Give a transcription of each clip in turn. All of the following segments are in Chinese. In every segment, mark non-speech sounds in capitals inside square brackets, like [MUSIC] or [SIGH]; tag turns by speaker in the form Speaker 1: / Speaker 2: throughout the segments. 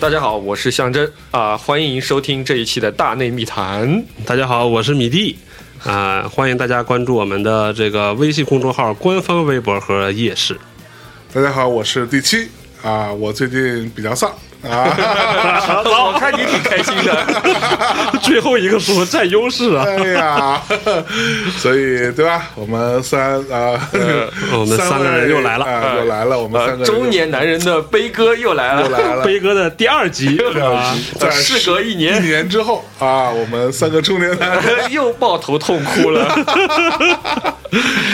Speaker 1: 大家好，我是象征啊、欢迎收听这一期的《大内密谈》。
Speaker 2: 大家好，我是米蒂，啊、欢迎大家关注我们的这个微信公众号、官方微博和夜市。
Speaker 3: 大家好，我是第七啊，我最近比较丧啊，
Speaker 1: [LAUGHS] 我看你挺开心
Speaker 2: [LAUGHS]
Speaker 1: 的，
Speaker 2: [LAUGHS] 最后一个说占优势 [LAUGHS] 啊，
Speaker 3: 哎呀，所以对吧？我们三啊，
Speaker 2: 呃我们三
Speaker 3: 三
Speaker 2: 个人
Speaker 3: 位
Speaker 2: 又来了
Speaker 3: 啊又来了，我们
Speaker 1: 呃
Speaker 3: 三个人
Speaker 1: 中年男人的悲歌又来
Speaker 3: 又
Speaker 1: 了，
Speaker 3: 来
Speaker 1: [LAUGHS]
Speaker 3: 了。
Speaker 2: 飞哥的 [LAUGHS] 第二集啊，
Speaker 3: 在
Speaker 1: 事隔一
Speaker 3: 一
Speaker 2: [LAUGHS]
Speaker 1: 年
Speaker 3: 年之后啊，我们三个
Speaker 1: [LAUGHS]
Speaker 3: 中年男人
Speaker 1: 又抱头痛哭了。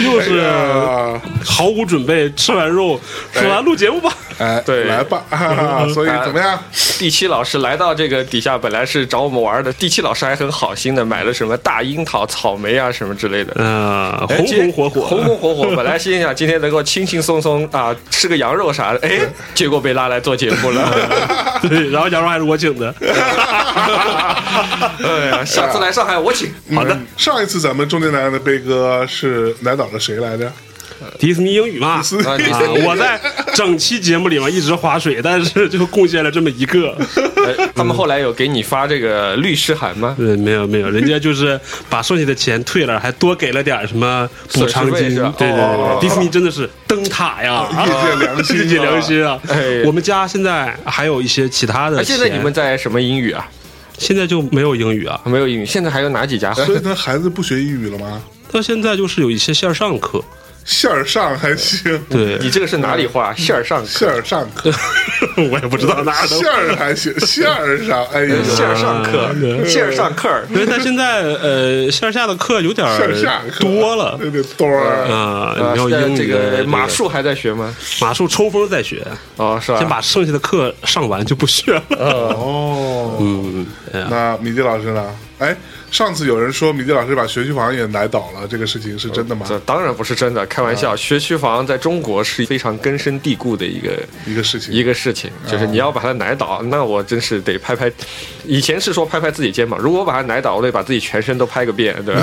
Speaker 2: 又是
Speaker 3: 啊，
Speaker 2: 毫无准备，吃完肉说完录节目吧，
Speaker 3: 哎，
Speaker 1: 对
Speaker 3: 来吧，
Speaker 2: 嗯
Speaker 3: 哈哈所以怎么样？
Speaker 1: 第七老师来到这个底下，本来是找我们玩的，第七老师还很好心的买了什么大樱桃、草莓啊什么之类的。
Speaker 2: 呃，
Speaker 1: 哎
Speaker 2: 红
Speaker 1: 今
Speaker 2: 红火火，
Speaker 1: 红红火火。本来心想今天能够轻轻松松啊，吃个羊肉啥的，
Speaker 2: [LAUGHS]
Speaker 1: 哎，结果被拉来做节目了。
Speaker 2: [LAUGHS]
Speaker 1: [LAUGHS]
Speaker 2: 对，然后羊肉还是我请的，
Speaker 1: 哎呀，下次来上海我请。
Speaker 3: 好的，嗯上一次咱们中年男人的悲歌是难倒了谁来着？
Speaker 2: [LAUGHS] 迪士尼英语嘛。
Speaker 3: 斯
Speaker 1: [LAUGHS] 啊，你
Speaker 2: 啊！我在整期节目里面一直划水，但是就贡献了这么一个。
Speaker 1: 哎 [LAUGHS] 他
Speaker 2: 嗯
Speaker 1: 们后来有给你发这个律师函吗？
Speaker 2: 对，嗯没有没有，人家就是把剩下的钱退了，还多给了点什么补偿
Speaker 1: 损失费是
Speaker 2: 金。对
Speaker 1: 吧
Speaker 2: 对
Speaker 1: 哦
Speaker 2: 对，迪士尼真的是灯
Speaker 1: [LAUGHS]
Speaker 2: 塔呀，
Speaker 3: 业界良心啊
Speaker 2: 业界良心啊
Speaker 1: 哎！
Speaker 2: 我们家现在还有一些其他的
Speaker 1: 哎，
Speaker 2: 钱。
Speaker 1: 现在你们在什么英语啊？
Speaker 2: 现在就没有英语啊？
Speaker 1: 没有英语，现在还有哪几家？
Speaker 2: 嗯
Speaker 3: 所以他哎孩子不学英语了吗？
Speaker 2: 到现在就是有一些线上课，
Speaker 3: 线儿上还行，
Speaker 1: [LAUGHS]
Speaker 2: 对
Speaker 1: 你这个是哪里话？线儿上课
Speaker 3: 线儿上
Speaker 2: [LAUGHS]
Speaker 3: 可
Speaker 2: 我也不知道哪 [LAUGHS] 儿能
Speaker 3: 线儿还行，线儿上，哎呀，
Speaker 1: 线儿上课，
Speaker 2: 嗯
Speaker 1: 线儿上课儿。
Speaker 2: 因为他现在呃线下的课有点儿
Speaker 3: 线
Speaker 1: 呃
Speaker 3: 下可
Speaker 2: 多了
Speaker 3: 有点多儿。
Speaker 2: 啊，
Speaker 1: [LAUGHS] 啊
Speaker 2: 你要
Speaker 1: 现在
Speaker 2: 英
Speaker 1: 这
Speaker 2: 语
Speaker 1: 个
Speaker 2: 的
Speaker 1: 马术还在学吗？
Speaker 2: 马术抽风再学，
Speaker 1: 哦，是吧？
Speaker 2: 先把剩下的课上完就不学
Speaker 1: 啊
Speaker 2: 了。
Speaker 3: 哦，
Speaker 2: 嗯，哎呀
Speaker 3: 那米迪老师呢？哎，上次有人说米迪老师把学区房也奶倒了，这个事情是真的吗？
Speaker 1: 这呃当然不是真的，开玩
Speaker 2: 啊
Speaker 1: 笑。学区房在中国是非常根深蒂固的一个
Speaker 3: 一个事情，
Speaker 1: 一个事情，
Speaker 2: 啊
Speaker 1: 就是你要把它奶倒，那我真是得拍拍。以前是说拍拍自己肩膀，如果我把它奶倒，我得把自己全身都拍个遍，
Speaker 2: [LAUGHS]
Speaker 1: 对吧？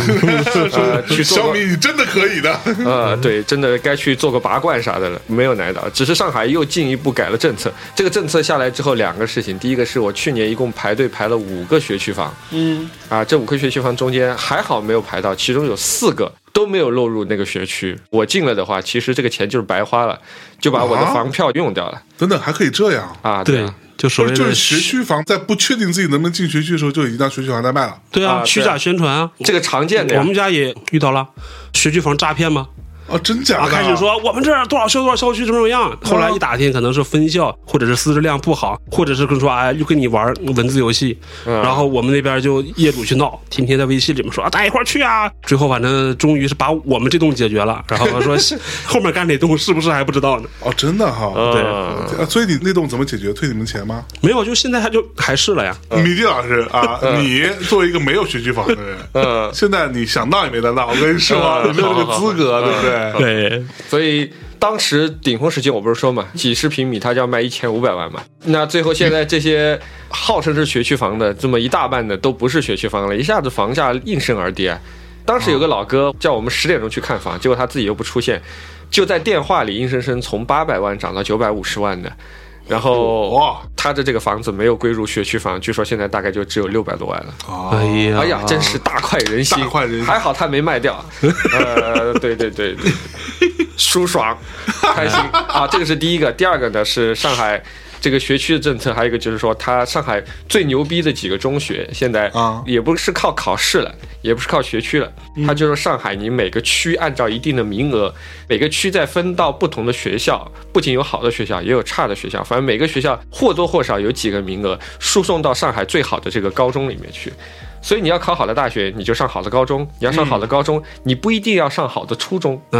Speaker 1: 呃，去做
Speaker 3: 小
Speaker 1: 个
Speaker 3: 米，你真的可以的。 [LAUGHS]
Speaker 1: 呃，对，真的该去做个拔罐啥的了，没有奶倒。只是上海又进一步改了政策，这个政策下来之后，两个事情，第一个是我去年一共排队排了五个学区房，
Speaker 2: 嗯，
Speaker 1: 啊，这五个学区房中间还好没有排到，其中有四个都没有落入那个学区。我进了的话，其实这个钱就是白花了，就把我的
Speaker 3: 啊
Speaker 1: 房票用掉了
Speaker 3: 等等，还可以这样。
Speaker 1: 啊。
Speaker 2: 对
Speaker 1: 啊，
Speaker 2: 就所
Speaker 3: 不
Speaker 2: 谓
Speaker 3: 是，就
Speaker 2: 的
Speaker 3: 是学区房在不确定自己能不能进学区的时候，就已经当学区房在卖了。
Speaker 2: 对
Speaker 1: 啊对
Speaker 2: 啊，
Speaker 1: 啊
Speaker 2: 虚假宣传啊，
Speaker 1: 这个常见的呀
Speaker 2: 我们家也遇到了学区房诈骗吗？
Speaker 3: 哦，真假
Speaker 2: 啊，
Speaker 3: 的？
Speaker 2: 开始说我们这儿多少校多少校区怎么怎么样，后来一打听可能是分校，或者是师资量不好，或者是跟说哎又跟你玩文字游戏，然后我们那边就业主去闹，天天在微信里面说啊大家一块儿去啊，最后反正终于是把我们这栋解决了，然后 [LAUGHS] 说后面干哪栋是不是还不知道呢？
Speaker 3: 哦，真的哈。
Speaker 1: 嗯
Speaker 3: 啊所以你那栋怎么解决？退你们钱吗？
Speaker 2: 没有，就现在他就还是了呀，
Speaker 3: 米迪老师啊，你作为一个没有学区房的人，
Speaker 1: 嗯
Speaker 3: 现在你想闹也没得闹，我跟你说，
Speaker 1: 嗯
Speaker 3: 你没有这个资格，
Speaker 1: 好好
Speaker 3: 对
Speaker 1: 好
Speaker 3: 不对？
Speaker 2: 对，
Speaker 1: 所以当时顶峰时间我不是说嘛，几十平米他就要卖一千五百万嘛。那最后现在这些号称是学区房的，这么一大半的都不是学区房了，一下子房价应声而跌。当时有个老哥叫我们十点钟去看房，结果他自己又不出现，就在电话里硬生生从八百万涨到九百五十万的。然后
Speaker 3: 哇
Speaker 1: 他的这个房子没有归入学区房，据说现在大概就只有六百多万了。
Speaker 3: 哦
Speaker 2: 哎呀，
Speaker 1: 哎呀，真是大快人心，
Speaker 3: 啊大快人心
Speaker 1: 还好他没卖掉。呃，对对对
Speaker 3: [LAUGHS]
Speaker 1: 对，舒爽， [LAUGHS] 开心啊！这个是第一个，第二个呢是上海。这个学区的政策，还有一个就是说，它上海最牛逼的几个中学，现在
Speaker 3: 啊
Speaker 1: 也不是靠考试了，也不是靠学区了，它就是上海，你每个区按照一定的名额，每个区再分到不同的学校，不仅有好的学校，也有差的学校，反正每个学校或多或少有几个名额输送到上海最好的这个高中里面去。所以你要考好的大学，你就上好的高中；你要上好的高中，你不一定要上好的初中
Speaker 2: 啊，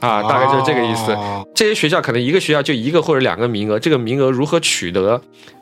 Speaker 1: 啊，大概就是这个意思。
Speaker 3: 哦
Speaker 1: 这些学校可能一个学校就一个或者两个名额，这个名额如何取得，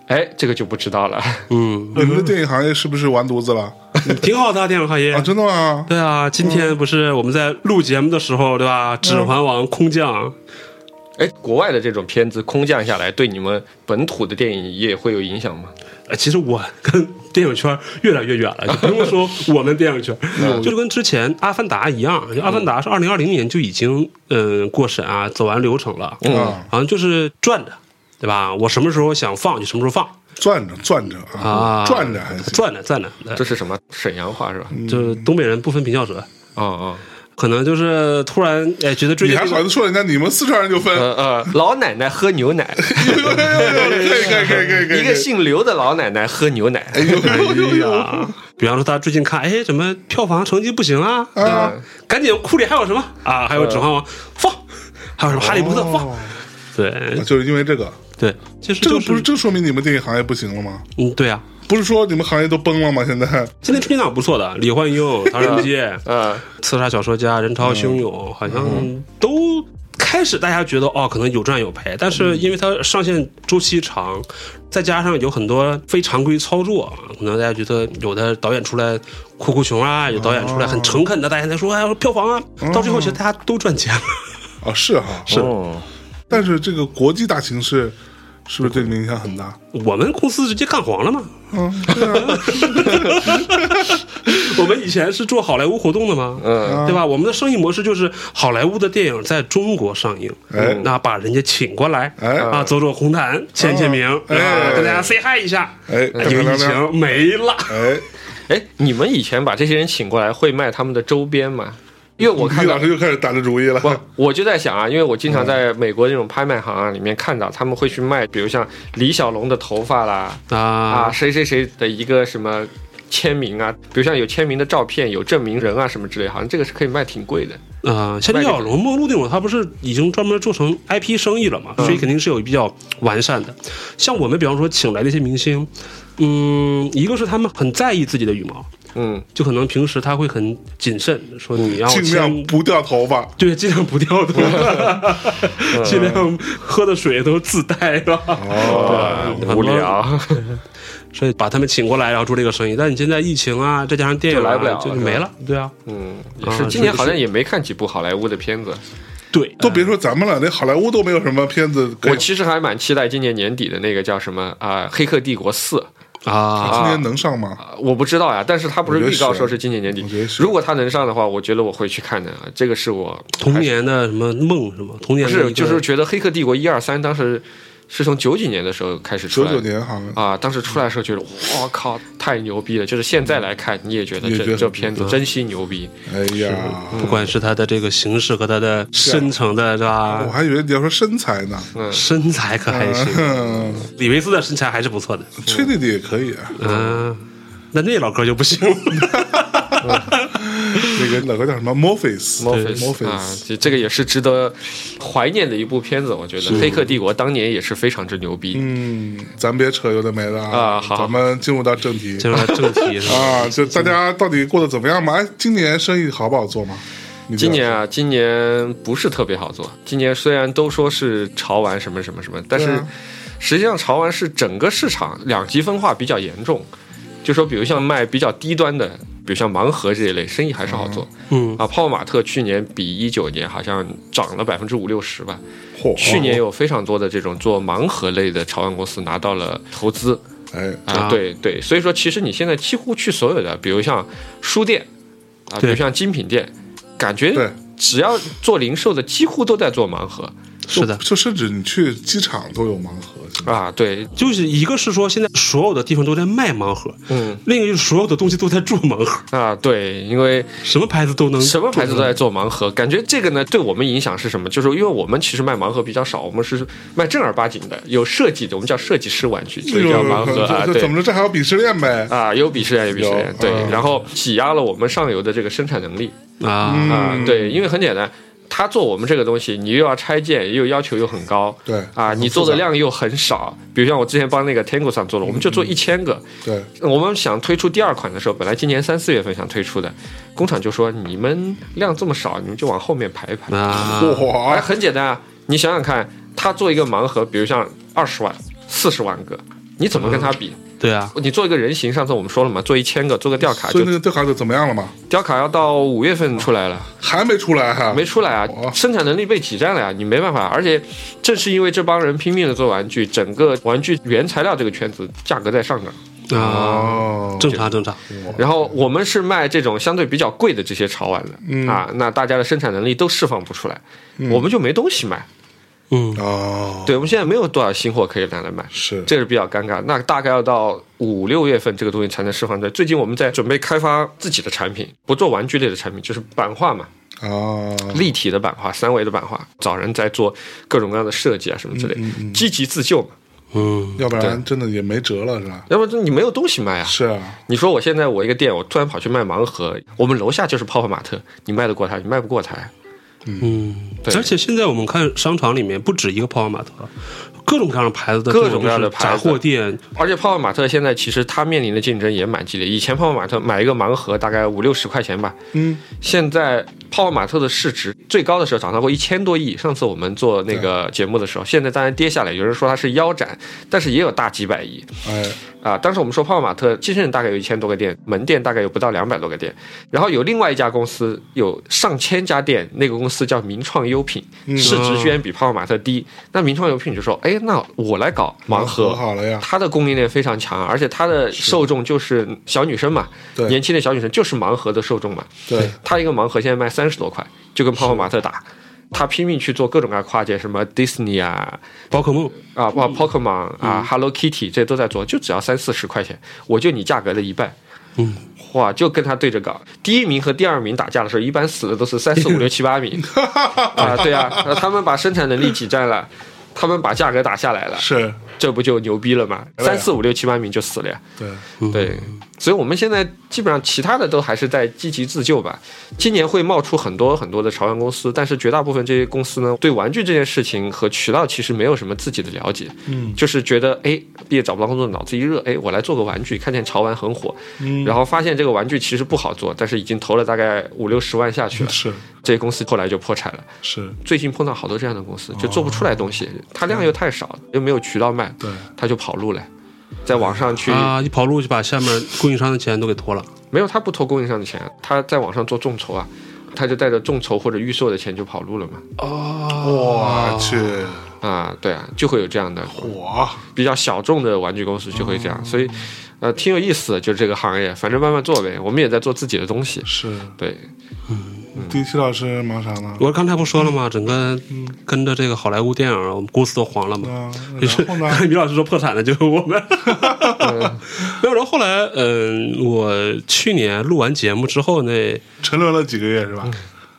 Speaker 1: 哎，这个就不知道了。
Speaker 2: 嗯，
Speaker 3: 你们的电影行业是不是完犊子了？
Speaker 2: 挺好的啊，电影行业
Speaker 3: 啊，。真的吗？嗯
Speaker 2: 对啊，今天不是我们在录节目的时候，对吧？《指环王》空降，
Speaker 1: [LAUGHS] 哎，国外的这种片子空降下来，对你们本土的电影也会有影响吗？
Speaker 2: 呃，其实我跟电影圈越来越远
Speaker 3: [LAUGHS]
Speaker 2: 了，就不用说我们电影圈，
Speaker 3: 嗯
Speaker 2: 就是跟之前《阿凡达》一样，《阿凡达》是二零二零年就已经嗯、呃过审啊，走完流程了，
Speaker 3: 嗯，
Speaker 2: 好像就是转着，对吧？我什么时候想放就什么时
Speaker 3: [LAUGHS]
Speaker 2: 候放
Speaker 3: 转着转着
Speaker 2: 啊，
Speaker 3: 啊，转着还行。
Speaker 2: 转着转着，呃
Speaker 1: 这是什么沈阳话是吧？
Speaker 2: 就是东北人不分平翘舌，
Speaker 1: 哦哦，
Speaker 2: 可能就是突然哎觉得最
Speaker 3: 你
Speaker 2: 近
Speaker 3: 还
Speaker 2: 这
Speaker 3: 好
Speaker 2: 个
Speaker 3: 意思说人家你们四川人就分？ [LAUGHS] 哎
Speaker 1: 呃呃，老奶奶喝牛奶， [LAUGHS]
Speaker 3: 呦呦呦呦可以可以可以可以可以。
Speaker 1: 一个姓刘的老奶奶喝牛奶，
Speaker 3: 哎呦呦呦
Speaker 2: 哎
Speaker 3: 呦！啊
Speaker 2: 呀，比方说他最近看，哎，怎么票房成绩不行啊？对吧
Speaker 3: 啊
Speaker 2: 赶紧库里还有什么啊？还有《指环王》放，还有什么《哈利波特》放？
Speaker 3: 哦
Speaker 2: 对
Speaker 3: 就是因为这个，
Speaker 2: 对，其实
Speaker 3: 这个
Speaker 2: 就
Speaker 3: 不是，这说明你们电影行业不行了吗？
Speaker 2: 嗯，对啊，
Speaker 3: 不是说你们行业都崩了吗？现在
Speaker 2: 今天春节档不错的，李焕英、唐人街、
Speaker 1: 呃，
Speaker 2: 刺杀小说家、人潮汹涌，好像都开始大家觉得哦，可能有赚有赔，但是因为它上线周期长，再加上有很多非常规操作，啊可能大家觉得有的导演出来哭哭穷啊，有导演出来很诚恳的，大家在说哎票房啊，到最后其实大家都赚钱了。
Speaker 3: 哦是哈，
Speaker 1: 是
Speaker 3: 但是这个国际大形势是不是对你们影响很大？
Speaker 2: 我们公司直接干黄了嘛，
Speaker 3: 嗯，对啊，
Speaker 2: [LAUGHS]
Speaker 3: [LAUGHS]
Speaker 2: 我们以前是做好莱坞活动的嘛，
Speaker 1: 嗯
Speaker 2: 对吧？我们的生意模式就是好莱坞的电影在中国上映，
Speaker 3: 哎
Speaker 2: 那把人家请过来，
Speaker 3: 哎
Speaker 2: 啊，走走红毯，签签名，
Speaker 3: 哎
Speaker 2: 啊
Speaker 3: 哎
Speaker 2: 跟大家 say hi 一下，
Speaker 3: 哎，
Speaker 2: 因为疫情没了。
Speaker 3: 哎，
Speaker 1: 哎，你们以前把这些人请过来，会卖他们的周边吗？因为我
Speaker 3: 李
Speaker 1: 看到
Speaker 3: 老师又开始打着主意了。
Speaker 1: 不，我就在想啊，因为我经常在美国这种拍卖行啊里面看到，他们会去卖，比如像李小龙的头发啦，啊，
Speaker 2: 啊，
Speaker 1: 谁谁谁的一个什么签名啊，比如像有签名的照片、有证明人啊什么之类，好像这个是可以卖挺贵的。
Speaker 2: 呃，像李小龙、梦露那种，他不是已经专门做成 IP 生意了嘛，
Speaker 1: 嗯
Speaker 2: 所以肯定是有比较完善的。像我们，比方说请来的一些明星，嗯，一个是他们很在意自己的羽毛，
Speaker 1: 嗯，
Speaker 2: 就可能平时他会很谨慎，说你要
Speaker 3: 尽量
Speaker 2: 签
Speaker 3: 不掉头发，
Speaker 2: [LAUGHS] 对，尽量不
Speaker 1: [LAUGHS]
Speaker 2: 掉头，尽量喝的水都自带吧。
Speaker 1: 哦
Speaker 2: 对
Speaker 1: 无聊，
Speaker 2: 所以把他们请过来，然后做这个生意。但你现在疫情啊，再加上电影、啊、
Speaker 1: 就来不了了
Speaker 2: 就没了。对啊，
Speaker 1: 嗯，也是，
Speaker 2: 啊
Speaker 1: 今年
Speaker 2: 是
Speaker 1: 好像也没看几部好莱坞的片子。
Speaker 2: 对，
Speaker 3: 都别说咱们了，那好莱坞都没有什么片子可以。
Speaker 1: 我其实还蛮期待今年年底的那个叫什么啊，黑客帝国四》
Speaker 2: 啊，
Speaker 3: 今年能上吗？
Speaker 1: 啊，我不知道呀，但是他不是预告说是啊今年年底
Speaker 3: 我觉得。是
Speaker 1: 如果他能上的话，我觉得我会去看的。啊，这个是我
Speaker 2: 童年的什么梦什么，童年
Speaker 1: 不
Speaker 2: 的一
Speaker 1: 是，
Speaker 2: 个
Speaker 1: 就是觉得《黑客帝国》一二三当时是从九几年的时候开始出
Speaker 3: 九
Speaker 1: 来
Speaker 3: 九
Speaker 1: 的
Speaker 3: 年好像
Speaker 1: 啊，当时出来的时候觉得我靠太牛逼了，就是现在来看你也觉得
Speaker 3: 也觉
Speaker 1: 这
Speaker 3: 得
Speaker 1: 这片子真心牛逼，
Speaker 3: 哎呀，
Speaker 2: 不管是他的这个形式和他的
Speaker 1: 啊
Speaker 2: 深层的是
Speaker 3: 我
Speaker 2: 吧，嗯
Speaker 3: 还以为你要说身材呢。
Speaker 1: 嗯
Speaker 2: 身材可还行。
Speaker 3: 嗯，
Speaker 2: [LAUGHS] 李维斯的身材还是不错的，
Speaker 3: 吹那的也可以啊。
Speaker 1: [LAUGHS]
Speaker 2: 嗯、那那老哥就不行了。 [LAUGHS]
Speaker 3: 那个老哥叫什么？Morpheus。
Speaker 1: 莫菲斯啊，这这个也是值得怀念的一部片子，我觉得《黑客帝国》当年也是非常之牛逼。
Speaker 3: 嗯，咱别扯有的没的
Speaker 1: 啊好
Speaker 3: 咱们进入到正题
Speaker 2: 进入到正题是吧？
Speaker 3: 啊，就大家到底过得怎么样嘛？哎，今年生意好不好做吗？你
Speaker 1: 今年啊，今年不是特别好做。今年虽然都说是潮玩什么什么什么，但
Speaker 3: 对
Speaker 1: 是
Speaker 3: 啊
Speaker 1: 实际上潮玩是整个市场两极分化比较严重。就说比如像卖比较低端的，比如像盲盒这一类，生意还是好做。
Speaker 2: 嗯，
Speaker 1: 啊，泡泡玛特去年比一九年好像涨了百分之五六十吧。
Speaker 3: 嚯
Speaker 1: 去年有非常多的这种做盲盒类的潮玩公司拿到了投资
Speaker 3: 哎，
Speaker 1: 啊，
Speaker 2: 啊
Speaker 1: 对对，所以说其实你现在几乎去所有的，比如像书店啊，比如
Speaker 2: 对
Speaker 1: 像精品店，感觉
Speaker 3: 对，
Speaker 1: 只要做零售的，几乎都在做盲盒
Speaker 2: 是
Speaker 1: 哦
Speaker 2: 的。
Speaker 3: 就甚至你去机场都有盲盒，现在
Speaker 1: 啊。对，
Speaker 2: 就是一个是说现在所有的地方都在卖盲盒，
Speaker 1: 嗯
Speaker 2: 另一个就是所有的东西都在做盲盒，
Speaker 1: 啊，对，因为
Speaker 2: 什么牌子都能，
Speaker 1: 什么牌子都在做盲盒，感觉这个呢对我们影响是什么？就是因为我们其实卖盲盒比较少，我们是卖正儿八经的，有设计的，我们叫设计师玩具，所以叫盲盒啊。
Speaker 3: [LAUGHS] 这这
Speaker 1: 对
Speaker 3: 怎么着？这还有鄙视链呗？
Speaker 1: 啊，有鄙视链，有鄙视链，
Speaker 3: 有
Speaker 1: 对
Speaker 3: 嗯，
Speaker 1: 然后挤压了我们上游的这个生产能力
Speaker 2: 啊，
Speaker 1: 啊，
Speaker 3: 嗯
Speaker 1: 对，因为很简单，他做我们这个东西，你又要拆件，又要求又很高，
Speaker 3: 对
Speaker 1: 啊，你做的量又很少，比如像我之前帮那个 Tango 上做了，我们就
Speaker 3: 嗯
Speaker 1: 做一千个，
Speaker 3: 对，
Speaker 1: 我们想推出第二款的时候，本来今年三四月份想推出的，工厂就说你们量这么少，你们就往后面排一排。哎，
Speaker 2: 啊，
Speaker 3: 嚯，
Speaker 1: 很简单啊，你想想看，他做一个盲盒，比如像二十万、四十万个，你怎么跟他比？
Speaker 2: 对啊，
Speaker 1: 你做一个人形，上次我们说了嘛，做一千个，做个吊卡，
Speaker 3: 嗯所
Speaker 1: 啊就
Speaker 3: 以那个调卡怎么样了吗？
Speaker 1: 吊卡要到五月份出来了。
Speaker 3: 还没出来哈、
Speaker 1: 没出来啊
Speaker 3: 哦，
Speaker 1: 生产能力被挤占了呀、你没办法。而且正是因为这帮人拼命的做玩具，整个玩具原材料这个圈子价格在上涨。
Speaker 2: 啊，
Speaker 3: 哦，
Speaker 2: 正常正常，
Speaker 1: 然后我们是卖这种相对比较贵的这些潮玩的、
Speaker 3: 嗯
Speaker 1: 啊，那大家的生产能力都释放不出来，我们就没东西卖。
Speaker 2: 嗯，
Speaker 3: 哦，
Speaker 1: 对，我们现在没有多少新货可以拿来卖。
Speaker 3: 是
Speaker 1: 这是比较尴尬，那大概要到五六月份，这个东西才能释放出来。最近我们在准备开发自己的产品，不做玩具类的产品，就是版画嘛，
Speaker 3: 啊，
Speaker 1: 立体的版画、三维的版画，找人在做各种各样的设计啊什么之类的，积极自救嘛。
Speaker 2: 嗯，
Speaker 3: 要不然真的也没辙了，是吧？
Speaker 1: 要不然你没有东西卖啊。
Speaker 3: 是啊，
Speaker 1: 你说我现在我一个店，我突然跑去卖盲盒，我们楼下就是泡泡玛特，你卖得过它，你卖不过它呀。对
Speaker 2: 嗯而且现在我们看商场里面不止一个泡泡玛特，各种各样的牌子的
Speaker 1: 各
Speaker 2: 这
Speaker 1: 种各样的
Speaker 2: 就是
Speaker 1: 牌
Speaker 2: 杂
Speaker 1: 子
Speaker 2: 货店，
Speaker 1: 而且泡泡玛特现在其实它面临的竞争也蛮激烈。以前泡泡玛特买一个盲盒大概五六十块钱吧，
Speaker 3: 嗯，
Speaker 1: 现在泡泡玛特的市值最高的时候涨到过一千多亿。上次我们做那个节目的时候，现在当然跌下来，有人说它是腰斩，但是也有大几百亿。
Speaker 3: 哎，
Speaker 1: 啊，当时我们说泡泡玛特机器人大概有一千多个店，门店大概有不到两百多个店，然后有另外一家公司有上千家店，那个公司叫名创优品，市值居然比泡泡玛特低。那名创优品就说，哎，那我来搞盲
Speaker 3: 和
Speaker 1: 盒。
Speaker 3: 好了呀，
Speaker 1: 它的供应链非常强，啊而且它的受众就是小女生嘛，
Speaker 3: 对
Speaker 1: 年轻的小女生就是盲盒的受众嘛。
Speaker 3: 对，
Speaker 1: 它一个盲盒现在卖三十多块，就跟泡泡玛特打，它拼命去做各种各样的跨界，什么 Disney 啊，
Speaker 2: 宝可梦，
Speaker 1: 啊，哇，Pokemon
Speaker 3: 嗯
Speaker 1: 啊，Hello Kitty 这都在做，就只要三四十块钱，我就你价格的一半。
Speaker 2: 嗯，
Speaker 1: 哇，就跟他对着搞。第一名和第二名打架的时候，一般死的都是三四五六七
Speaker 3: [LAUGHS]
Speaker 1: 八名啊，对啊，那他们把生产能力挤占了，他们把价格打下来了，
Speaker 3: 是，
Speaker 1: 这不就牛逼了吗？
Speaker 3: 对啊
Speaker 1: 三四五六七八名就死了呀。
Speaker 3: 对，
Speaker 1: 对，所以我们现在基本上其他的都还是在积极自救吧。今年会冒出很多很多的潮玩公司，但是绝大部分这些公司呢，对玩具这件事情和渠道其实没有什么自己的了解，
Speaker 3: 嗯，
Speaker 1: 就是觉得哎，毕业找不到工作，脑子一热，哎，我来做个玩具，看见潮玩很火，
Speaker 3: 嗯
Speaker 1: 然后发现这个玩具其实不好做，但是已经投了大概五六十万下去了，
Speaker 3: 是
Speaker 1: 这些公司后来就破产了。
Speaker 3: 是，
Speaker 1: 最近碰到好多这样的公
Speaker 3: 哦
Speaker 1: 司，就做不出来东西，它量又太少，又没有渠道卖，
Speaker 3: 对，
Speaker 1: 它就跑路了，在网上去
Speaker 2: 啊，一跑路就把下面供应商的钱都给拖了，
Speaker 1: 没有，他不投供应商的钱，他在网上做众筹啊，他就带着众筹或者预售的钱就跑路了嘛。
Speaker 2: 哦
Speaker 3: 我去，
Speaker 1: 啊，对啊，就会有这样的
Speaker 3: 我
Speaker 1: 比较小众的玩具公司就会这样，所以，呃，挺有意思的，就是这个行业，反正慢慢做呗。我们也在做自己的东西，
Speaker 3: 是，
Speaker 1: 对，嗯
Speaker 3: 第七老师忙啥呢？
Speaker 2: 我刚才不说了吗？整个跟着这个好莱坞电影，我们公司都黄了嘛。
Speaker 3: 啊，
Speaker 1: [LAUGHS]
Speaker 2: 于是
Speaker 3: 然后
Speaker 2: 刚
Speaker 3: 呢？
Speaker 2: 才 [LAUGHS] 米老师说破产的就是我
Speaker 3: [LAUGHS]
Speaker 2: 们，没有。然后后来，嗯，我去年录完节目之后呢，
Speaker 3: 沉沦了几个月是
Speaker 1: [LAUGHS]
Speaker 3: 吧？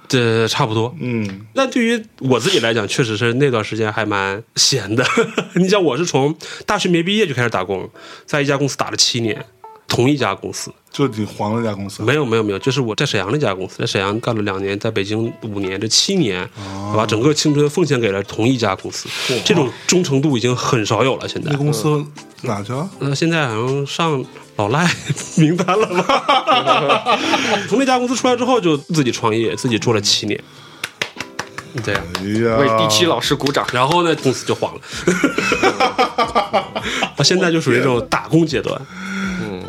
Speaker 2: 这差不多。
Speaker 3: 嗯，
Speaker 2: 那对于我自己来讲，确实是那段时间还蛮闲的。 [LAUGHS] 你想，我是从大学没毕业就开始打工，在一家公司打了七年，同一家公司。
Speaker 3: 就你黄了一家公司，
Speaker 2: 没有没有没有，就是我在沈阳那家公司，在沈阳干了两年，在北京五年，这七年，
Speaker 3: 哦
Speaker 2: 我把整个青春奉献给了同一家公司，这种忠诚度已经很少有了。现在
Speaker 3: 那，公司哪去了？
Speaker 2: 那、现在好像上老赖名单了
Speaker 3: [LAUGHS]
Speaker 2: 吧？从那家公司出来之后，就自己创业，自己做了七年，对呀、
Speaker 3: 哎呀，
Speaker 1: 为第七老师鼓掌。
Speaker 2: 然后呢，公司就黄了。我现在就属于这种打工阶段。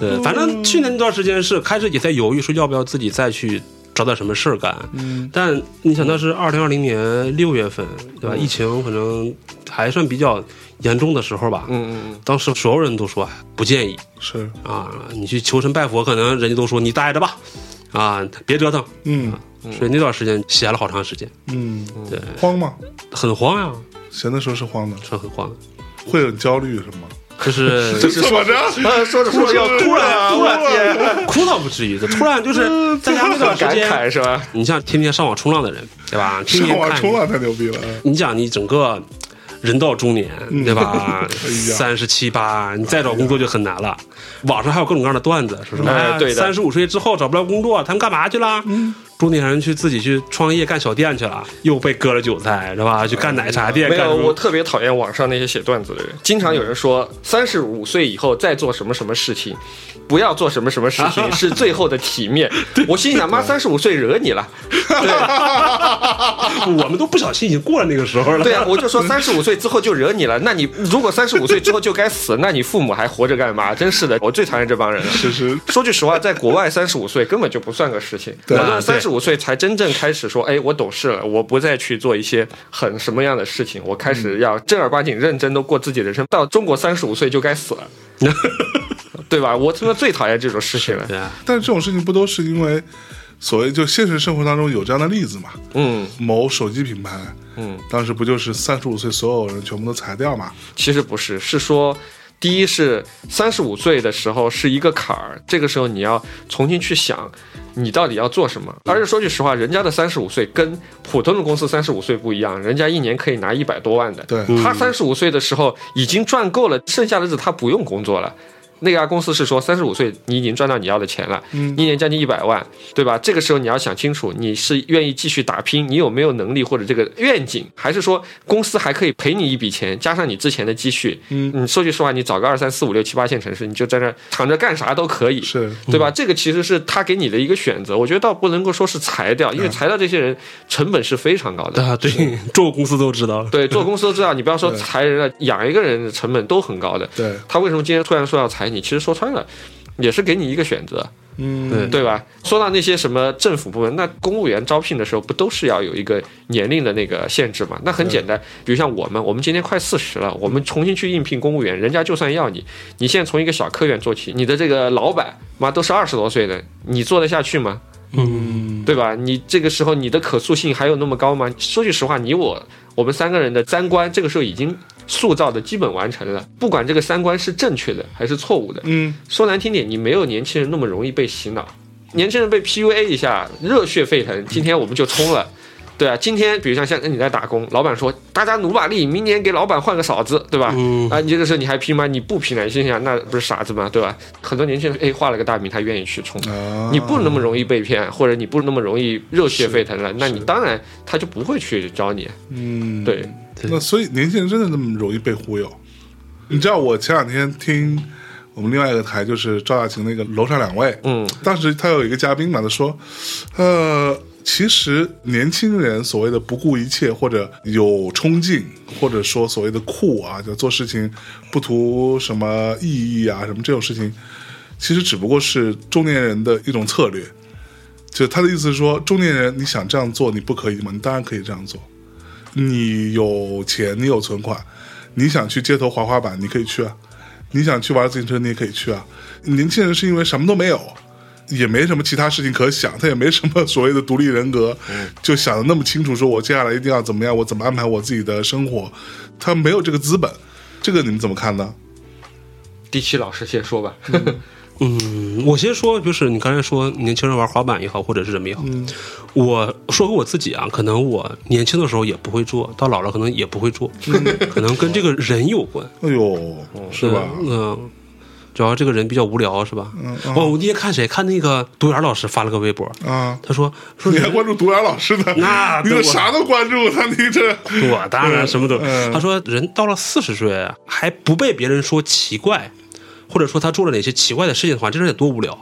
Speaker 2: 对，反正去年那段时间是开始也在犹豫，说要不要自己再去找点什么事儿干。嗯，但你想，那是二零二零年六月份，对吧？疫情可能还算比较严重的时候吧。
Speaker 1: 嗯嗯嗯，
Speaker 2: 当时所有人都说哎不建议
Speaker 3: 是，
Speaker 2: 啊，你去求神拜佛，可能人家都说你待着吧，啊，别折腾。
Speaker 3: 嗯
Speaker 2: 所以那段时间闲了好长时间，
Speaker 3: 嗯，
Speaker 2: 对，
Speaker 3: 慌吗？
Speaker 2: 很慌呀、
Speaker 3: 闲的时候是慌的，
Speaker 2: 是很慌，
Speaker 3: 会很焦虑是吗？
Speaker 2: 就是
Speaker 3: 怎么着？啊
Speaker 1: 呃，说着说着要
Speaker 2: [LAUGHS]
Speaker 3: 突
Speaker 1: 突
Speaker 3: 然
Speaker 1: [LAUGHS] 然
Speaker 3: 突
Speaker 1: 啊突
Speaker 3: 然
Speaker 1: 然间，
Speaker 2: 哭倒不至于，突然就是在家那段
Speaker 1: 很
Speaker 2: 时
Speaker 1: 感慨
Speaker 2: 间，
Speaker 1: 是吧？
Speaker 2: 你像天天上网冲浪的人，对吧？天
Speaker 3: 上
Speaker 2: 天
Speaker 3: 网
Speaker 2: 看
Speaker 3: 冲，浪啊太牛逼了，
Speaker 2: 你讲你整个人到中年，
Speaker 1: 嗯 [LAUGHS]
Speaker 2: 对吧？
Speaker 1: 哎
Speaker 2: 三十七八，你再找工作就很难了。网上还有各种各样的段子，说什么
Speaker 1: 哎对的嗯
Speaker 2: 三十五岁之后找不着工作，他们干嘛去了？中年人去自己去创业干小店去了，又被割了韭菜是吧？去干奶茶店，
Speaker 1: 没
Speaker 2: 干
Speaker 1: 有，
Speaker 2: 什么
Speaker 1: 我特别讨厌网上那些写段子的人。经常有人说，三十五岁以后再做什么什么事情，不要做什么什么事 [LAUGHS] 情，是最后的体面。我心想，妈，三十五岁惹你了。
Speaker 2: 我们都不小心已经过了那个时候
Speaker 1: [LAUGHS]
Speaker 2: 了。
Speaker 1: 对啊，我就说三十五岁之后就惹你了。那你如果三十五岁之后就该死，那你父母还活着干嘛？真是的，我最讨厌这帮人了。
Speaker 3: 其实
Speaker 1: 说句实话，在国外三十五岁根本就不算个事情，我
Speaker 3: 对
Speaker 1: 到
Speaker 2: 啊
Speaker 1: 三
Speaker 2: 对
Speaker 1: 十五岁才真正开始说，哎，我懂事了，我不再去做一些很什么样的事情，我开
Speaker 3: 嗯
Speaker 1: 始要正儿八经、认真的过自己的人生。到中国三十五岁就该
Speaker 3: [LAUGHS]
Speaker 1: 死了，对吧？我他妈最讨厌这种事情了。
Speaker 2: 对啊，
Speaker 3: 但是这种事情不都是因为所谓就现实生活当中有这样的例子嘛？
Speaker 1: 嗯，
Speaker 3: 某手机品牌，
Speaker 1: 嗯，
Speaker 3: 当时不就是三十五岁所有人全部都裁掉嘛？
Speaker 1: 其实不是，是说。第一是三十五岁的时候是一个坎儿，这个时候你要重新去想，你到底要做什么。而且说句实话，人家的三十五岁跟普通的公司三十五岁不一样，人家一年可以拿一百多万的，
Speaker 3: 对，
Speaker 1: 他三十五岁的时候已经赚够了，剩下的日子他不用工作了。那家公司是说，三十五岁你已经赚到你要的钱了，
Speaker 3: 嗯
Speaker 1: 一年将近一百万，对吧？这个时候你要想清楚，你是愿意继续打拼，你有没有能力或者这个愿景，还是说公司还可以赔你一笔钱，加上你之前的积蓄？
Speaker 3: 嗯
Speaker 1: 你说句实话，你找个二三四五六七八线城市，你就在那儿躺着干啥都可以，
Speaker 3: 是嗯
Speaker 1: 对吧？这个其实是他给你的一个选择，我觉得倒不能够说是裁掉，
Speaker 3: 嗯
Speaker 1: 因为裁掉这些人成本是非常高的。
Speaker 2: 对啊，对，中国公司都知道了。
Speaker 1: 对，做公司都知道，你不要说
Speaker 3: 对
Speaker 1: 裁人了，养一个人的成本都很高的。
Speaker 3: 对，
Speaker 1: 他为什么今天突然说要裁你？其实说穿了，也是给你一个选择，
Speaker 3: 嗯，
Speaker 2: 对
Speaker 1: 对吧？说到那些什么政府部门，那公务员招聘的时候不都是要有一个年龄的那个限制嘛？那很简单，比如像我们，我们今年快四十了，我们重新去应聘公务员，人家就算要你，你现在从一个小科员做起，你的这个老板妈都是二十多岁的，你做得下去吗？
Speaker 2: 嗯，
Speaker 1: 对吧？你这个时候你的可塑性还有那么高吗？说句实话，你我我们三个人的三观，这个时候已经塑造的基本完成了。不管这个三观是正确的还是错误的，
Speaker 3: 嗯，
Speaker 1: 说难听点，你没有年轻人那么容易被洗脑。年轻人被 PUA 一下，热血沸腾，今天我们就冲了。对啊，今天比如像像你在打工，老板说大家努把力，明年给老板换个嫂子，对吧？
Speaker 2: 嗯
Speaker 1: 啊，你这个时候你还拼吗？你不拼了，你心想那不是傻子吗？对吧？很多年轻人哎画了个大饼，他愿意去冲。
Speaker 3: 啊，
Speaker 1: 你不那么容易被骗，或者你不那么容易热血沸腾了，那你当然他就不会去找你。
Speaker 3: 嗯，
Speaker 1: 对，
Speaker 3: 那所以年轻人真的那么容易被忽悠？你知道我前两天听我们另外一个台，就是赵大琴那个《楼上两位》，
Speaker 1: 嗯，
Speaker 3: 当时他有一个嘉宾嘛，他说，呃，其实年轻人所谓的不顾一切，或者有冲劲，或者说所谓的酷啊，就做事情不图什么意义啊，什么这种事情，其实只不过是中年人的一种策略。就他的意思是说，中年人你想这样做，你不可以吗？你当然可以这样做。你有钱，你有存款，你想去街头滑滑板，你可以去啊；你想去玩自行车，你也可以去啊。年轻人是因为什么都没有，也没什么其他事情可想，他也没什么所谓的独立人格，
Speaker 2: 嗯
Speaker 3: 就想的那么清楚，说我接下来一定要怎么样，我怎么安排我自己的生活，他没有这个资本。这个你们怎么看呢？
Speaker 1: 第七老师先说吧，
Speaker 2: 嗯，我先说，就是你刚才说年轻人玩滑板也好，或者是什么也好，
Speaker 3: 嗯
Speaker 2: 我说给我自己啊，可能我年轻的时候也不会做，到老了可能也不会做，可能跟这个人有关，
Speaker 3: [LAUGHS] 哎呦，是嗯吧？
Speaker 2: 嗯、主要这个人比较无聊，是吧？
Speaker 3: 嗯嗯
Speaker 2: 哦，我那天看谁看那个独眼老师发了个微博，
Speaker 3: 啊，
Speaker 2: 他说说
Speaker 3: 你还
Speaker 2: 人
Speaker 3: 关注独眼老师呢？
Speaker 2: 嗯 [LAUGHS] 那
Speaker 3: [LAUGHS] 你
Speaker 2: 对
Speaker 3: 怎么
Speaker 2: 我
Speaker 3: 啥都关注他？你这
Speaker 2: 我当然什么都。
Speaker 3: 嗯
Speaker 2: 他说人到了四十岁啊还不被别人说奇怪，或者说他做了哪些奇怪的事情的话，这人得多无聊啊！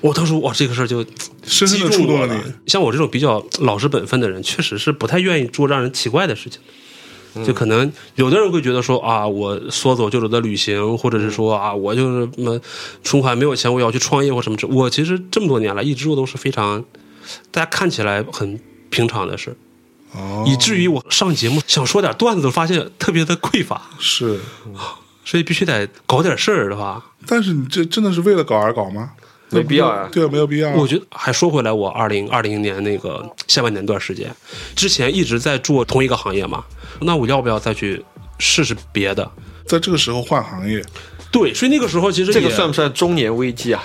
Speaker 2: 我当时哇，这个事儿就
Speaker 3: 深深
Speaker 2: 击
Speaker 3: 的
Speaker 2: 中
Speaker 3: 触动
Speaker 2: 我
Speaker 3: 了你。。
Speaker 2: 像我这种比较老实本分的人，确实是不太愿意做让人奇怪的事情。
Speaker 3: 嗯
Speaker 2: 就可能有的人会觉得说啊，我说走就走的旅行，或者是说啊，
Speaker 3: 嗯
Speaker 2: 我就是什么存款没有钱，我要去创业或什么之。我其实这么多年来一直做都是非常大家看起来很平常的事儿，
Speaker 3: 哦，
Speaker 2: 以至于我上节目想说点段子，发现特别的匮乏，
Speaker 3: 是，
Speaker 2: 所以必须得搞点事儿的话。
Speaker 3: 但是你这真的是为了搞而搞吗？
Speaker 1: 没必要啊
Speaker 3: 对，没有必要。
Speaker 2: 我觉得还说回来，我二零二零年那个下半年段时间，之前一直在做同一个行业嘛，那我要不要再去试试别的？
Speaker 3: 在这个时候换行业，
Speaker 2: 对，所以那个时候其实
Speaker 1: 这个
Speaker 2: 也
Speaker 1: 算不算中年危机啊？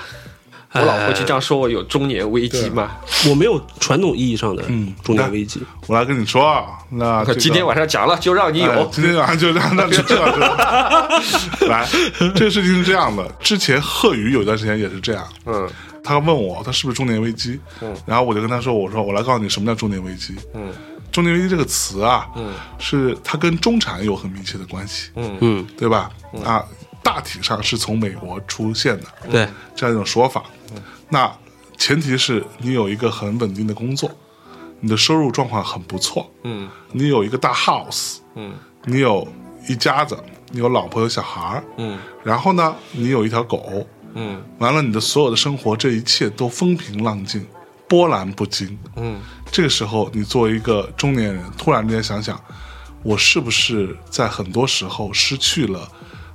Speaker 1: 我老婆经常说我有中年危机嘛，
Speaker 2: 我没有传统意义上的中年危机，
Speaker 3: 我来跟你说啊，那、这个
Speaker 1: [LAUGHS] 今天晚上讲了，就让你
Speaker 3: 哎
Speaker 1: 有。
Speaker 3: 今天晚上就让让你知道知道。来，这个事情是这样的，之前贺宇有段时间也是这样，
Speaker 1: 嗯，
Speaker 3: 他问我他是不是中年危机，嗯，然后我就跟他说，我说我来告诉你什么叫中年危机，
Speaker 1: 嗯，
Speaker 3: 中年危机这个词啊，
Speaker 1: 嗯，
Speaker 3: 是它跟中产有很密切的关系，
Speaker 1: 嗯
Speaker 2: 嗯，
Speaker 3: 对吧？啊，大体上是从美国出现的
Speaker 2: 对，
Speaker 3: 这样一种说法，那前提是你有一个很稳定的工作，你的收入状况很不错，
Speaker 1: 嗯
Speaker 3: 你有一个大 house，
Speaker 1: 嗯
Speaker 3: 你有一家子，你有老婆有小孩儿，
Speaker 1: 嗯
Speaker 3: 然后呢，你有一条狗，
Speaker 1: 嗯
Speaker 3: 完了你的所有的生活，这一切都风平浪静，波澜不惊。
Speaker 1: 嗯
Speaker 3: 这个时候，你作为一个中年人，突然之间想想，我是不是在很多时候失去了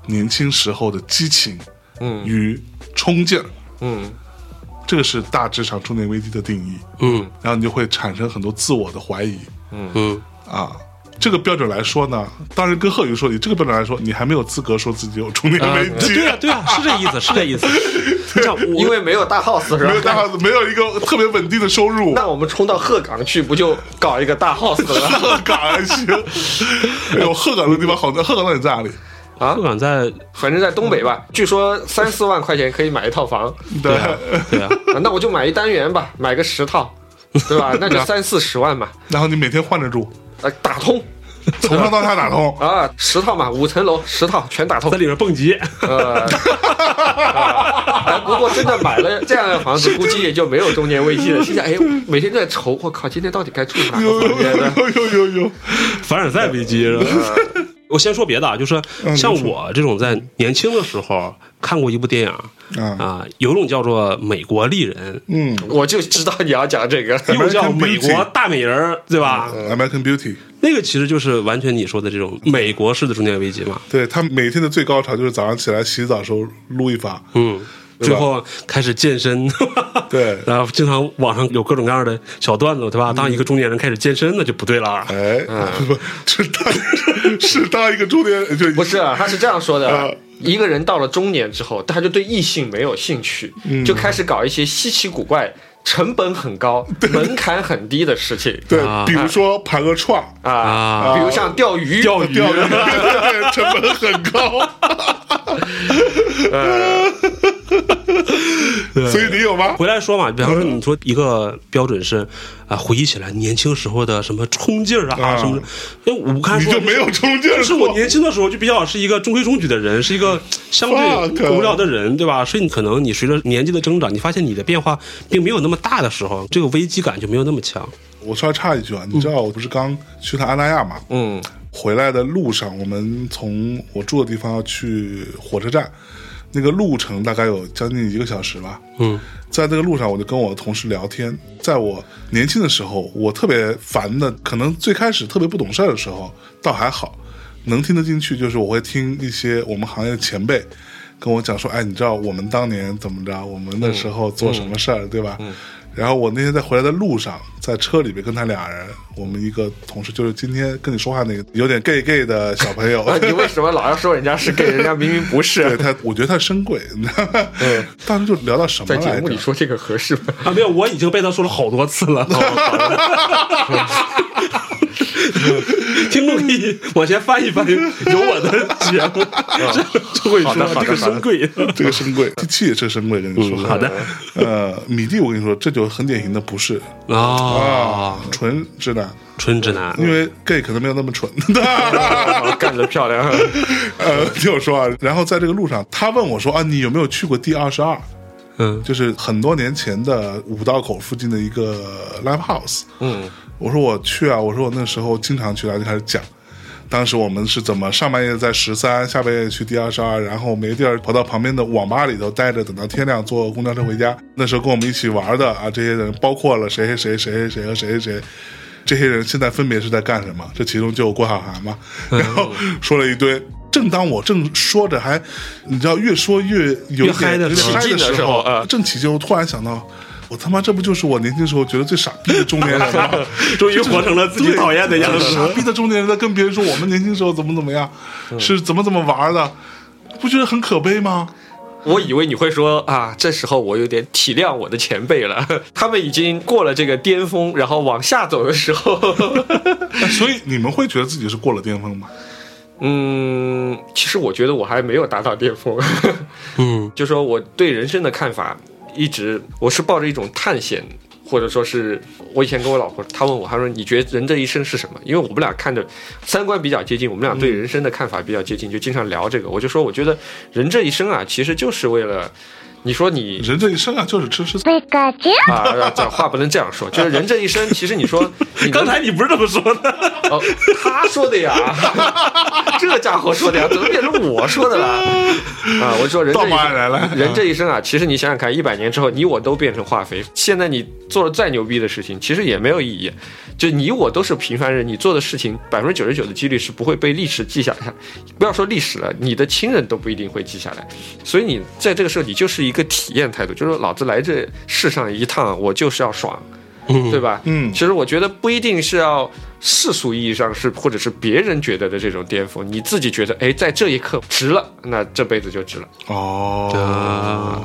Speaker 3: 年轻时候的激情
Speaker 1: 嗯
Speaker 3: 与冲劲儿？
Speaker 1: 嗯
Speaker 3: 这个是大致上中年危机的定义。
Speaker 2: 嗯
Speaker 3: 然后你就会产生很多自我的怀疑
Speaker 2: 嗯，
Speaker 3: 啊。这个标准来说呢，当然跟贺宇说，你这个标准来说，你还没有资格说自己有中年危机。
Speaker 2: 对呀、对呀、是这意思，是这意思。你想我
Speaker 1: [LAUGHS] 因为没有大 house 是
Speaker 3: 没有
Speaker 1: 吧？
Speaker 3: 大号，没有一个特别稳定的收入，
Speaker 1: 那我们冲到鹤岗去，不就搞一个大 house 了？ [LAUGHS]
Speaker 3: 鹤岗还
Speaker 2: [LAUGHS]
Speaker 3: 行。哎呦，鹤岗这个地方好，鹤岗到底在哪里？
Speaker 1: 啊
Speaker 2: 不，敢在
Speaker 1: 反正在东北吧，据说三四万块钱可以买一套房，
Speaker 3: 对，
Speaker 2: 对啊，
Speaker 1: 啊那我就买一单元吧，买个十套，对吧？那就三四十万嘛，
Speaker 3: 然后你每天换着住，
Speaker 1: 啊，打通
Speaker 3: 从上到下打通。
Speaker 1: 啊，十套嘛，五层楼十套 [LAUGHS] 全打通
Speaker 2: 在。里面蹦极，
Speaker 1: 呃，啊不过真的买了这样的房子，估计也就没有中年危机了。心想，哎，每天都在愁，我靠，今天到底该住哪
Speaker 3: 呦
Speaker 1: 个
Speaker 3: 呦
Speaker 1: 房间呢？ [LAUGHS]
Speaker 3: 呦呦呦
Speaker 2: 啊
Speaker 3: 呦！
Speaker 2: 凡尔赛危机是吧？
Speaker 1: 嗯
Speaker 2: [LAUGHS] 我先说别的啊，就是像我这种在年轻的时候看过一部电影
Speaker 3: 嗯
Speaker 2: 啊，有种叫做《美国丽人》，
Speaker 3: [LAUGHS] 嗯
Speaker 1: 我就知道你要讲这个。
Speaker 2: 又叫
Speaker 3: American 嗯
Speaker 2: 《美国大美人儿》，对吧？
Speaker 3: ，American Beauty，
Speaker 2: 那个其实就是完全你说的这种美国式的中年危机嘛。
Speaker 3: 对他每天的最高潮就是早上起来洗澡的时候撸一发，
Speaker 2: 嗯，
Speaker 3: 对
Speaker 2: 最
Speaker 3: 吧
Speaker 2: 后开始健身，
Speaker 3: 对嗯
Speaker 2: [LAUGHS] 然后经常网上有各种各样的小段子，对吧？当一个中年人开始健身，那就不对了。
Speaker 3: 哎，不是当是当一个中年就
Speaker 1: 不是啊，他是这样说
Speaker 3: 啊
Speaker 1: 的：一个人到了中年之后，他就对异性没有兴趣，就开始搞一些稀奇古怪、成本很高、门槛很低的事情
Speaker 3: 对
Speaker 2: 啊，
Speaker 3: 比如说盘个串儿
Speaker 1: 啊，
Speaker 2: 啊
Speaker 1: 比如像钓鱼、
Speaker 2: 钓鱼
Speaker 3: 钓鱼，啊对 [LAUGHS] 成本很高。 [LAUGHS] 所以你有吗？
Speaker 2: 回来说嘛，比方说你说一个标准是啊，回忆起来年轻时候的什么冲劲儿啊，
Speaker 3: 啊
Speaker 2: 什么的，因为我看
Speaker 3: 你
Speaker 2: 说
Speaker 3: 就没有冲劲儿过
Speaker 2: [LAUGHS] 就是我年轻的时候就比较是一个中规中矩的人，是一个相对
Speaker 3: Fuck
Speaker 2: 无聊的人，对吧？所以你可能你随着年纪的增长，你发现你的变化并没有那么大的时候，这个危机感就没有那么强。
Speaker 3: 我稍微插一句
Speaker 2: 嗯
Speaker 3: 啊，你知道我不是刚去趟安那亚嘛？
Speaker 1: 嗯
Speaker 3: 回来的路上，我们从我住的地方要去火车站，那个路程大概有将近一个小时吧。
Speaker 2: 嗯，
Speaker 3: 在这个路上，我就跟我的同事聊天。在我年轻的时候，我特别烦的，可能最开始特别不懂事儿的时候，倒还好，能听得进去。就是我会听一些我们行业的前辈跟我讲说：“哎，你知道我们当年怎么着？我们那时候做什么事儿，对吧？”
Speaker 1: 嗯
Speaker 3: 然后我那天在回来的路上，在车里面跟他俩人，我们一个同事就是今天跟你说话那个有点 gay gay 的小朋友，
Speaker 1: [LAUGHS] 啊，你为什么老要说人家是 gay，人家明明不
Speaker 3: 对
Speaker 1: 是？嗯
Speaker 3: 他，我觉得他深贵，你知道吗？当时就聊到什么
Speaker 1: 在
Speaker 3: 来着？
Speaker 1: 节目里说这个合适吗？
Speaker 2: 啊，没有，我已经被他说了好多次了。 [LAUGHS] 听众可以往前翻一翻，有我的节
Speaker 1: [LAUGHS]
Speaker 2: 目，这就会
Speaker 1: 啊好的好的
Speaker 2: 说这个深贵。
Speaker 3: [LAUGHS] 这个深贵，第七也是深贵，跟你说。
Speaker 2: 嗯好的，
Speaker 3: 呃，米蒂，我跟你说，这就很典型的不是啊
Speaker 1: 啊
Speaker 2: 哦，
Speaker 3: 纯直男，
Speaker 2: 纯直男，
Speaker 3: 因为 gay 可能没有那么蠢。
Speaker 1: 啊干得漂亮！
Speaker 3: [LAUGHS] 呃，听我说啊，然后在这个路上，他问我说啊，你有没有去过第二十二？
Speaker 2: 嗯
Speaker 3: 就是很多年前的五道口附近的一个 live house。
Speaker 1: 嗯，
Speaker 3: 我说我去啊，我说我那时候经常去，啊他就开始讲。当时我们是怎么上半夜在十三，下半夜去第二十二，然后没地儿跑到旁边的网吧里头待着，等到天亮坐公交车回家。那时候跟我们一起玩的啊，这些人包括了谁谁谁谁谁和谁谁谁，这些人现在分别是在干什么？这其中就有郭晓涵嘛，然后说了一堆。正当我正说着还，你知道越说越有
Speaker 2: 越
Speaker 3: 点
Speaker 2: 嗨的
Speaker 3: 有点
Speaker 2: 时候
Speaker 3: 嗨
Speaker 1: 起劲的
Speaker 3: 时
Speaker 1: 时
Speaker 3: 候
Speaker 1: 候啊
Speaker 3: 正起劲，我突然想到，我他妈这不就是我年轻时候觉得最傻逼的中年人
Speaker 2: [LAUGHS]
Speaker 3: 吗？
Speaker 2: 终于活成了自己讨厌的样
Speaker 3: 傻
Speaker 2: 子。
Speaker 3: 逼的中年人在跟别人说我们年轻时候怎么怎么样，
Speaker 2: 嗯
Speaker 3: 是怎么怎么玩的，不觉得很可悲吗？
Speaker 1: 我以为你会说啊，这时候我有点体谅我的前辈了， [LAUGHS] 他们已经过了这个巅峰，然后往下走的时候， [LAUGHS]
Speaker 3: 哎所以你们会觉得自己是过了巅峰吗？
Speaker 1: 嗯，其实我觉得我还没有达到巅峰，
Speaker 2: 嗯
Speaker 1: 就说我对人生的看法。一直我是抱着一种探险。或者说是我以前跟我老婆，她问我，她说你觉得人这一生是什么？因为我们俩看着三观比较接近，我们俩对人生的看法比较接近，就经常聊这个。我就说，我觉得人这一生啊，其实就是为了，你说你
Speaker 3: 人这一生啊，就是吃吃。
Speaker 1: [LAUGHS] 啊，这话不能这样说，就是人这一生，其实你说
Speaker 3: [LAUGHS]
Speaker 1: 你能
Speaker 2: 刚才你不是这么说的，
Speaker 1: 哦，他说的呀， [LAUGHS] 这家伙说的呀，怎么变成我说的了？啊，我说人这
Speaker 3: 到
Speaker 1: 一
Speaker 3: 马来了
Speaker 1: 生，人这一生啊，其实你想想看，一百年之后，你我都变成化肥。现在你做了再牛逼的事情，其实也没有意义。就你我都是平凡人，你做的事情，百分之九十九的几率是不会被历史记下来。不要说历史了，你的亲人都不一定会记下来。所以你在这个时候，你就是一个体验态度，就是老子来这世上一趟，我就是要爽。对吧？
Speaker 3: 嗯
Speaker 1: 其实我觉得不一定是要世俗意义上是，或者是别人觉得的这种颠覆，你自己觉得，哎，在这一刻值了，那这辈子就值了。啊
Speaker 3: 哦，
Speaker 2: 啊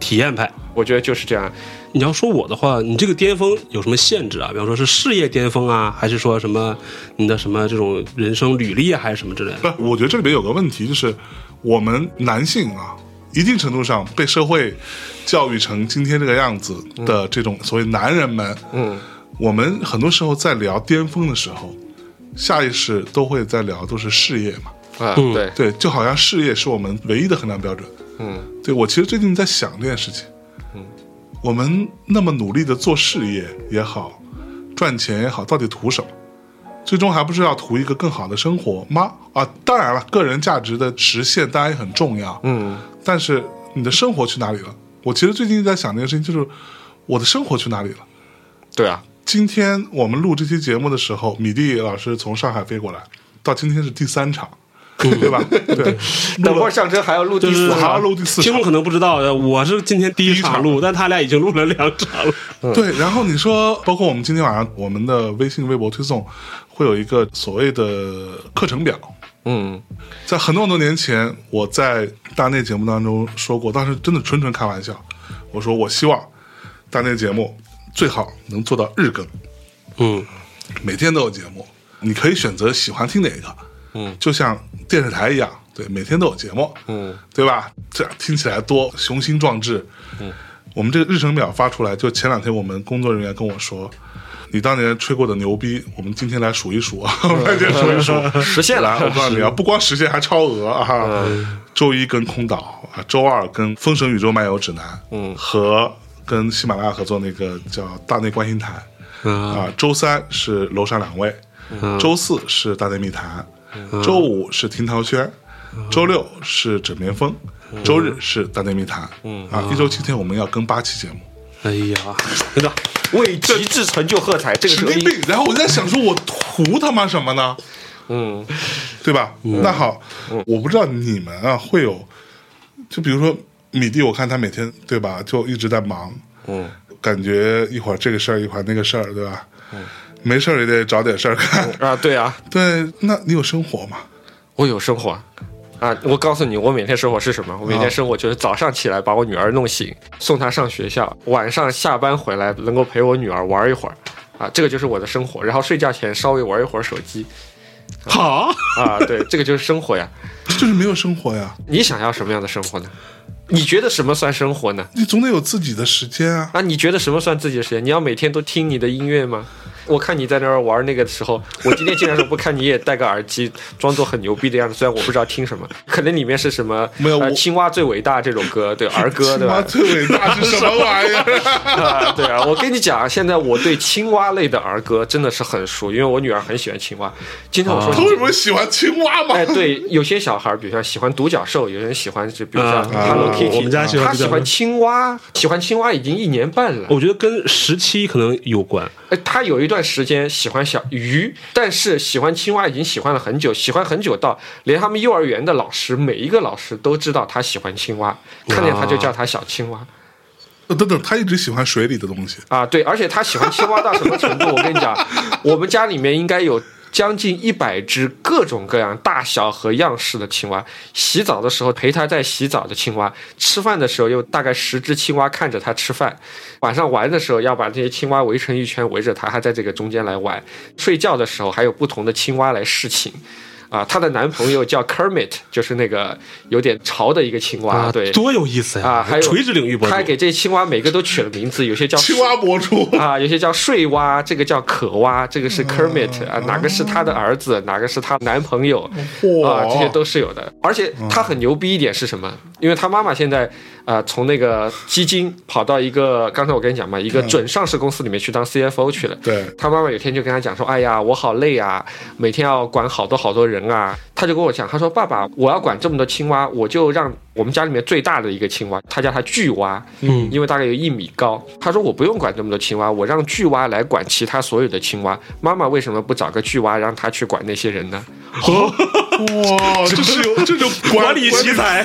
Speaker 2: 体验派。
Speaker 1: 我觉得就是这样。
Speaker 2: 你要说我的话，你这个巅峰有什么限制啊？比方说是事业巅峰啊，还是说什么你的什么这种人生履历啊，还是什么之类的？
Speaker 3: 不，我觉得这里边有个问题，就是我们男性啊，一定程度上被社会教育成今天这个样子
Speaker 2: 嗯
Speaker 3: 的这种所谓男人们，
Speaker 1: 嗯，
Speaker 3: 我们很多时候在聊巅峰的时候，下意识都会在聊都是事业嘛。
Speaker 1: 啊，对，
Speaker 3: 对，就好像事业是我们唯一的衡量标准。
Speaker 1: 嗯，
Speaker 3: 对我其实最近在想这件事情，嗯，我们那么努力的做事业也好，赚钱也好，到底图什么？最终还不是要图一个更好的生活吗？啊，当然了，个人价值的实现当然也很重要，
Speaker 1: 嗯，
Speaker 3: 但是你的生活去哪里了？我其实最近在想这件事情，就是我的生活去哪里了？
Speaker 1: 对啊，
Speaker 3: 今天我们录这期节目的时候，米蒂老师从上海飞过来，到今天是第三
Speaker 1: [LAUGHS]
Speaker 3: 场，对吧？对，
Speaker 1: 等会儿上车还要录第四
Speaker 3: 还要
Speaker 1: 行。
Speaker 3: 录第四
Speaker 2: 听
Speaker 3: 场
Speaker 2: 众。可能不知道，呃我是今天第一
Speaker 3: 第一场
Speaker 2: 场录，但他俩已经录了两场了。 [LAUGHS]
Speaker 3: 对，然后你说，包括我们今天晚上我们的微信、微博推送，会有一个所谓的课程表。
Speaker 1: 嗯，
Speaker 3: 在很多很多年前，我在大内节目当中说过，当时真的纯纯开玩笑，我说我希望大内节目最好能做到日更，
Speaker 2: 嗯，
Speaker 3: 每天都有节目，你可以选择喜欢听哪个，
Speaker 1: 嗯，
Speaker 3: 就像电视台一样，对，每天都有节目，
Speaker 1: 嗯，
Speaker 3: 对吧？这样听起来多雄心壮志，嗯，我们这个日程表发出来，就前两天我们工作人员跟我说，你当年吹过的牛逼，我们今天来数一数啊，我们
Speaker 1: 嗯
Speaker 3: 来先数一
Speaker 1: [LAUGHS]
Speaker 3: 数，
Speaker 1: 实现
Speaker 3: 来，我
Speaker 1: 了。
Speaker 3: 告诉你啊，不光实现还超额啊！周一跟空岛啊，周二跟《封神宇宙漫游指南》，嗯，和跟喜马拉雅合作那个叫大内观星台，
Speaker 2: 啊
Speaker 3: 啊，周三是楼上两位，周四是大内密谈，周五是听涛轩，周六是枕边风，周日是大内密谈，啊，一周七天我们要更八期节目。
Speaker 2: 哎呀，真的，
Speaker 1: 为极致成就喝彩，这个
Speaker 3: 神
Speaker 1: 隔
Speaker 3: 经
Speaker 1: 音
Speaker 3: 病。然后我在想说，我图他妈什么呢？
Speaker 1: 嗯，
Speaker 3: 对吧？那好，我不知道你们啊会有，就比如说米蒂，我看他每天对吧，就一直在忙，
Speaker 1: 嗯，
Speaker 3: 感觉一会儿这个事儿，一会儿那个事儿，对吧？
Speaker 1: 嗯
Speaker 3: 没事儿也得找点事儿干。
Speaker 1: 啊，对啊，
Speaker 3: [LAUGHS] 对，那你有生活吗？
Speaker 1: 我有生活啊。啊，我告诉你，我每天生活是什么？我每天生活就是早上起来把我女儿弄醒，送她上学校，晚上下班回来能够陪我女儿玩一会儿，啊，这个就是我的生活。然后睡觉前稍微玩一会儿手机，
Speaker 2: 好，
Speaker 1: 啊，对，这个就是生活呀。
Speaker 3: 就是没有生活呀，
Speaker 1: 你想要什么样的生活呢？你觉得什么算生活呢？
Speaker 3: 你总得有自己的时间啊。
Speaker 1: 啊，你觉得什么算自己的时间？你要每天都听你的音乐吗？我看你在那儿玩那个的时候，我今天竟然说不看你也戴个耳机，装作很牛逼的样子。虽然我不知道听什么， [LAUGHS] 可能里面是什么
Speaker 3: 没有
Speaker 1: 呃
Speaker 3: 我
Speaker 1: 青蛙最伟大这种歌，对儿歌，对
Speaker 3: 妈，
Speaker 2: [LAUGHS]
Speaker 1: 吧？
Speaker 3: 最伟大是什么玩意儿？ [LAUGHS]
Speaker 1: 啊， [LAUGHS] 对啊，我跟你讲，现在我对青蛙类的儿歌真的是很熟，因为我女儿很喜欢青蛙。经常我说
Speaker 2: 啊
Speaker 3: 他
Speaker 1: 你
Speaker 3: 为什么喜欢青蛙嘛？
Speaker 1: 哎，对，有些小孩儿，比如说喜欢独角兽，有人喜欢就比如说
Speaker 2: 啊
Speaker 1: Hello
Speaker 3: 啊
Speaker 1: Kitty，
Speaker 2: 我们家喜欢
Speaker 1: 他
Speaker 2: 独角
Speaker 1: 喜
Speaker 2: 兽
Speaker 1: 欢青蛙，喜欢青蛙已经一年半了。
Speaker 2: 我觉得跟时期可能有关。
Speaker 1: 哎，他有一段时间喜欢小鱼，但是喜欢青蛙已经喜欢了很久，喜欢很久到连他们幼儿园的老师，每一个老师都知道他喜欢青蛙，看见他就叫他小青蛙。
Speaker 3: 呃等等，他一直喜欢水里的东西。
Speaker 1: 啊，对，而且他喜欢青蛙到什么程度？我跟你讲，我们家里面应该有将近一百只各种各样、大小和样式的青蛙。洗澡的时候陪他在洗澡的青蛙，吃饭的时候有大概十只青蛙看着他吃饭，晚上玩的时候要把这些青蛙围成一圈围着他，他在这个中间来玩。睡觉的时候还有不同的青蛙来侍寝。啊，她的男朋友叫 Kermit，就是那个有点潮的一个青蛙，啊对。
Speaker 2: 啊多有意思呀！
Speaker 1: 啊还有
Speaker 2: 垂直领域博
Speaker 1: 他还
Speaker 2: 主，
Speaker 1: 给这些青蛙每个都取了名字，有些叫
Speaker 3: 青蛙博主，[LAUGHS]
Speaker 1: [LAUGHS] 啊，有些叫睡蛙，这个叫可蛙，这个是 Kermit 啊，哪个是他的儿子，哪个是他男朋友啊，
Speaker 3: 哇，
Speaker 1: 这些都是有的。而且他很牛逼一点是什么？因为他妈妈现在啊、呃从那个基金跑到一个，刚才我跟你讲嘛，一个准上市公司里面去当 CFO 去了。
Speaker 3: 对，
Speaker 1: 他妈妈有天就跟他讲说：“哎呀，我好累啊，每天要管好多好多人啊。”他就跟我讲，他说：“爸爸，我要管这么多青蛙，我就让我们家里面最大的一个青蛙，他叫它巨蛙，
Speaker 2: 嗯，
Speaker 1: 因为大概有一米高。他说我不用管这么多青蛙，我让巨蛙来管其他所有的青蛙。妈妈为什么不找个巨蛙让他去管那些人呢？
Speaker 3: 哇，这是有这种
Speaker 2: 管理奇才，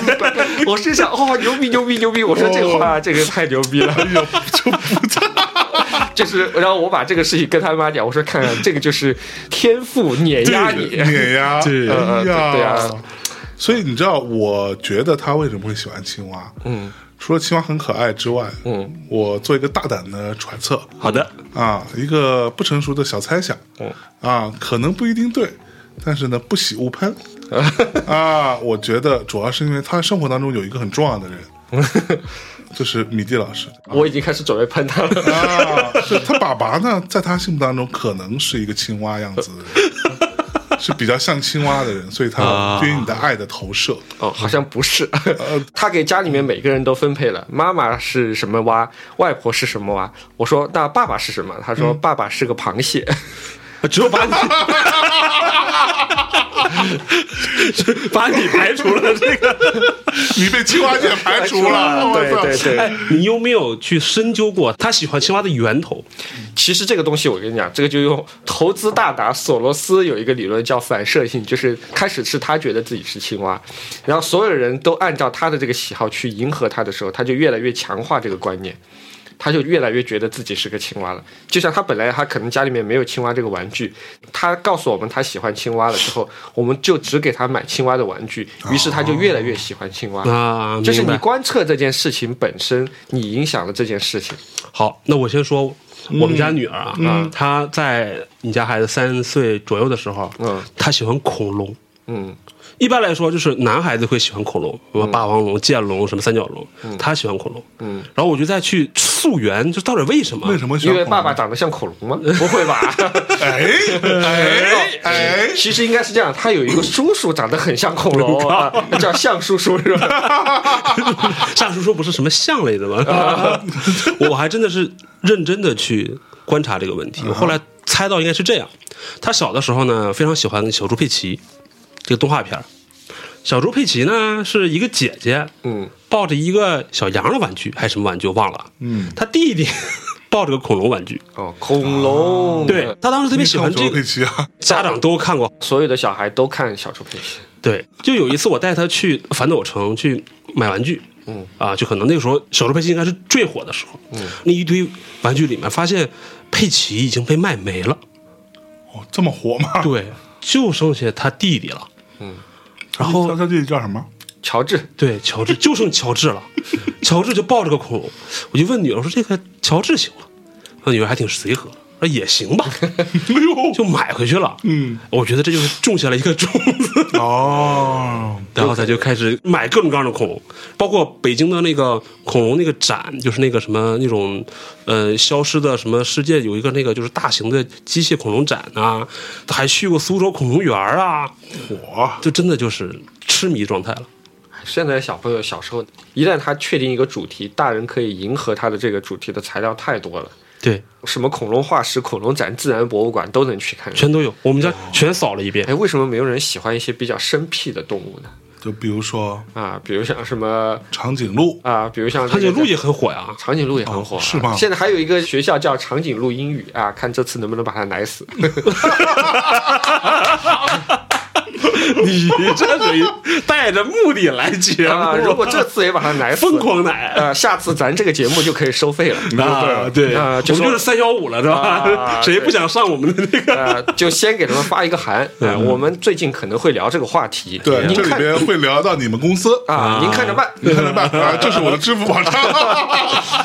Speaker 1: 我心想，哦，牛逼牛逼牛逼！我说这个话，这个太牛逼了。
Speaker 3: 哎呦，就不
Speaker 1: [LAUGHS] 就是，然后我把这个事情跟他妈讲，我说看看，这个就是天赋碾压你。
Speaker 3: 碾压，
Speaker 2: 对
Speaker 3: 哎呀，
Speaker 1: 呃对啊
Speaker 3: 所以你知道，我觉得他为什么会喜欢青蛙？
Speaker 1: 嗯，
Speaker 3: 除了青蛙很可爱之外，
Speaker 1: 嗯，
Speaker 3: 我做一个大胆的揣测
Speaker 2: 好的，
Speaker 3: 啊，一个不成熟的小猜想，
Speaker 1: 嗯
Speaker 3: 啊，可能不一定对，但是呢，不喜勿
Speaker 1: [LAUGHS]
Speaker 3: 喷啊。我觉得主要是因为他生活当中有一个很重要的人，就是米蒂老师。
Speaker 1: [LAUGHS] 我已经开始准备喷他了。
Speaker 3: [LAUGHS] 啊，是他爸爸呢，在他心目当中可能是一个青蛙样子
Speaker 2: [LAUGHS]
Speaker 3: 的人，是比较像青蛙的人，所以他
Speaker 2: 啊
Speaker 3: 对于你的爱的投射，
Speaker 1: 哦，好像不是， [LAUGHS] 他给家里面每个人都分配了，妈妈是什么蛙，外婆是什么蛙。我说那爸爸是什么？他说爸爸是个螃蟹。
Speaker 2: 只有把你 [LAUGHS] 把你排除了这个。
Speaker 3: 你被青蛙界排除
Speaker 2: [LAUGHS]
Speaker 3: 了。
Speaker 1: [LAUGHS] 对
Speaker 3: 我
Speaker 1: 对
Speaker 3: 操
Speaker 1: 对，
Speaker 2: 哎，你有没有去深究过他喜欢青蛙的源头？
Speaker 1: 其实这个东西，我跟你讲，这个就用投资大拿索罗斯有一个理论叫反射性，就是开始是他觉得自己是青蛙，然后所有人都按照他的这个喜好去迎合他的时候，他就越来越强化这个观念。他就越来越觉得自己是个青蛙了，就像他本来他可能家里面没有青蛙这个玩具，他告诉我们他喜欢青蛙了之后，我们就只给他买青蛙的玩具，于是他就越来越喜欢青蛙。
Speaker 2: 啊，
Speaker 1: 就是
Speaker 2: 明白
Speaker 1: 你观测这件事情本身，你影响了这件事情。
Speaker 2: 好，那我先说
Speaker 1: 嗯
Speaker 2: 我们家女儿啊，她在你家孩子三岁左右的时候，
Speaker 1: 嗯
Speaker 2: 她喜欢恐龙。
Speaker 1: 嗯
Speaker 2: 一般来说，就是男孩子会喜欢恐龙，什么霸王龙、剑龙、什么三角龙，她喜欢恐龙。
Speaker 1: 嗯，
Speaker 2: 然后我就再去溯源，就到底为什么？
Speaker 3: 为什么喜
Speaker 1: 因
Speaker 3: 欢
Speaker 1: 为
Speaker 3: 恐龙
Speaker 1: 爸爸？长得像恐龙吗？ [LAUGHS] 不会吧？
Speaker 3: 哎
Speaker 2: [LAUGHS]
Speaker 3: 哎哎，
Speaker 1: 其实应该是这样，他有一个叔叔长得很像恐龙，啊叫象叔叔是吧？
Speaker 3: [LAUGHS]
Speaker 2: [LAUGHS] 夏叔叔不是什么象类的吗？我还真的是认真的去观察这个问
Speaker 3: 啊
Speaker 2: 题。我后来猜到应该是这样：他小的时候呢，非常喜欢小猪佩奇这个动画片儿。小猪佩奇呢是一个姐姐，
Speaker 1: 嗯，
Speaker 2: 抱着一个小羊的玩具还是什么玩具我忘了。
Speaker 3: 嗯，
Speaker 2: 他弟 [LAUGHS] 弟抱着个恐龙玩具。
Speaker 1: 哦，恐龙，
Speaker 2: 对，他当时特别喜欢这
Speaker 3: 嗯你看我
Speaker 2: 个
Speaker 3: 佩，奇啊，
Speaker 2: 家长都看过。
Speaker 1: 所有的小孩都看小猪佩奇。
Speaker 2: 对，就有一次我带他去反斗城去买玩具，
Speaker 1: 嗯
Speaker 2: 啊，就可能那个时候小猪佩奇应该是最火的时候，嗯，那一堆玩具里面发现佩奇已经被卖没了，
Speaker 3: 哦，这么火吗？
Speaker 2: 对，就剩下他弟弟了，
Speaker 1: 嗯，
Speaker 3: 他
Speaker 2: 然后
Speaker 3: 他弟弟叫什
Speaker 2: [LAUGHS]
Speaker 3: 么？
Speaker 1: 乔治，
Speaker 2: 对乔治就剩乔治 [LAUGHS] 了，乔治就抱着个恐龙，我就问女儿我说这个乔治行吗？那女儿还挺随和，说也行吧， [LAUGHS]
Speaker 3: 哎呦，
Speaker 2: 就买回去了，
Speaker 3: 嗯，
Speaker 2: 我觉得这就是种下了一个种子。
Speaker 3: 哦，
Speaker 2: 然后他就开始买各种各样的恐龙，包括北京的那个恐龙那个展，就是那个什么那种呃消失的什么世界有一个那个就是大型的机械恐龙展啊，他还去过苏州恐龙园啊，
Speaker 3: 火，
Speaker 2: 就真的就是痴迷状态了。
Speaker 1: 现在小朋友小时候，一旦他确定一个主题，大人可以迎合他的这个主题的材料太多了，
Speaker 2: 对，
Speaker 1: 什么恐龙化石、恐龙展、自然博物馆都能去看。
Speaker 2: 全都有，我们家全扫了一遍。
Speaker 1: 哎，为什么没有人喜欢一些比较生僻的动物呢？
Speaker 3: 就比如说
Speaker 1: 啊，比如像什么
Speaker 3: 长颈鹿，
Speaker 1: 啊，比如像这
Speaker 2: 长
Speaker 1: 个
Speaker 2: 颈鹿也很火呀，
Speaker 1: 长颈鹿也很火、啊
Speaker 3: 哦是吗
Speaker 1: 现在还有一个学校叫长颈鹿英语啊，看这次能不能把它
Speaker 3: [LAUGHS]
Speaker 1: 奶死。
Speaker 2: [LAUGHS] 你这属于带着目的来节 [LAUGHS]
Speaker 1: 啊，如
Speaker 2: 目，哎
Speaker 1: 果这次也把它奶死，
Speaker 2: 疯狂奶
Speaker 1: 呃，下次咱这个节目就可以
Speaker 3: [LAUGHS]
Speaker 1: 收费了。
Speaker 2: 啊！对，
Speaker 1: 啊
Speaker 2: 我们
Speaker 1: 就说
Speaker 2: 就是三幺五了，是吧？
Speaker 1: 啊
Speaker 2: [LAUGHS] 谁不想上我们的那个？
Speaker 1: 呃，就先给他们发一个
Speaker 3: [LAUGHS]
Speaker 1: 函，呃我们最近可能会聊这个话题，
Speaker 3: 嗯
Speaker 2: 哎
Speaker 3: 对，
Speaker 1: 您
Speaker 3: 这里
Speaker 1: 看啊
Speaker 3: 边啊会聊到你们公司， [LAUGHS]
Speaker 1: 啊，您看着办。
Speaker 2: [LAUGHS]
Speaker 3: 你看着办啊，这是我的支付宝账号。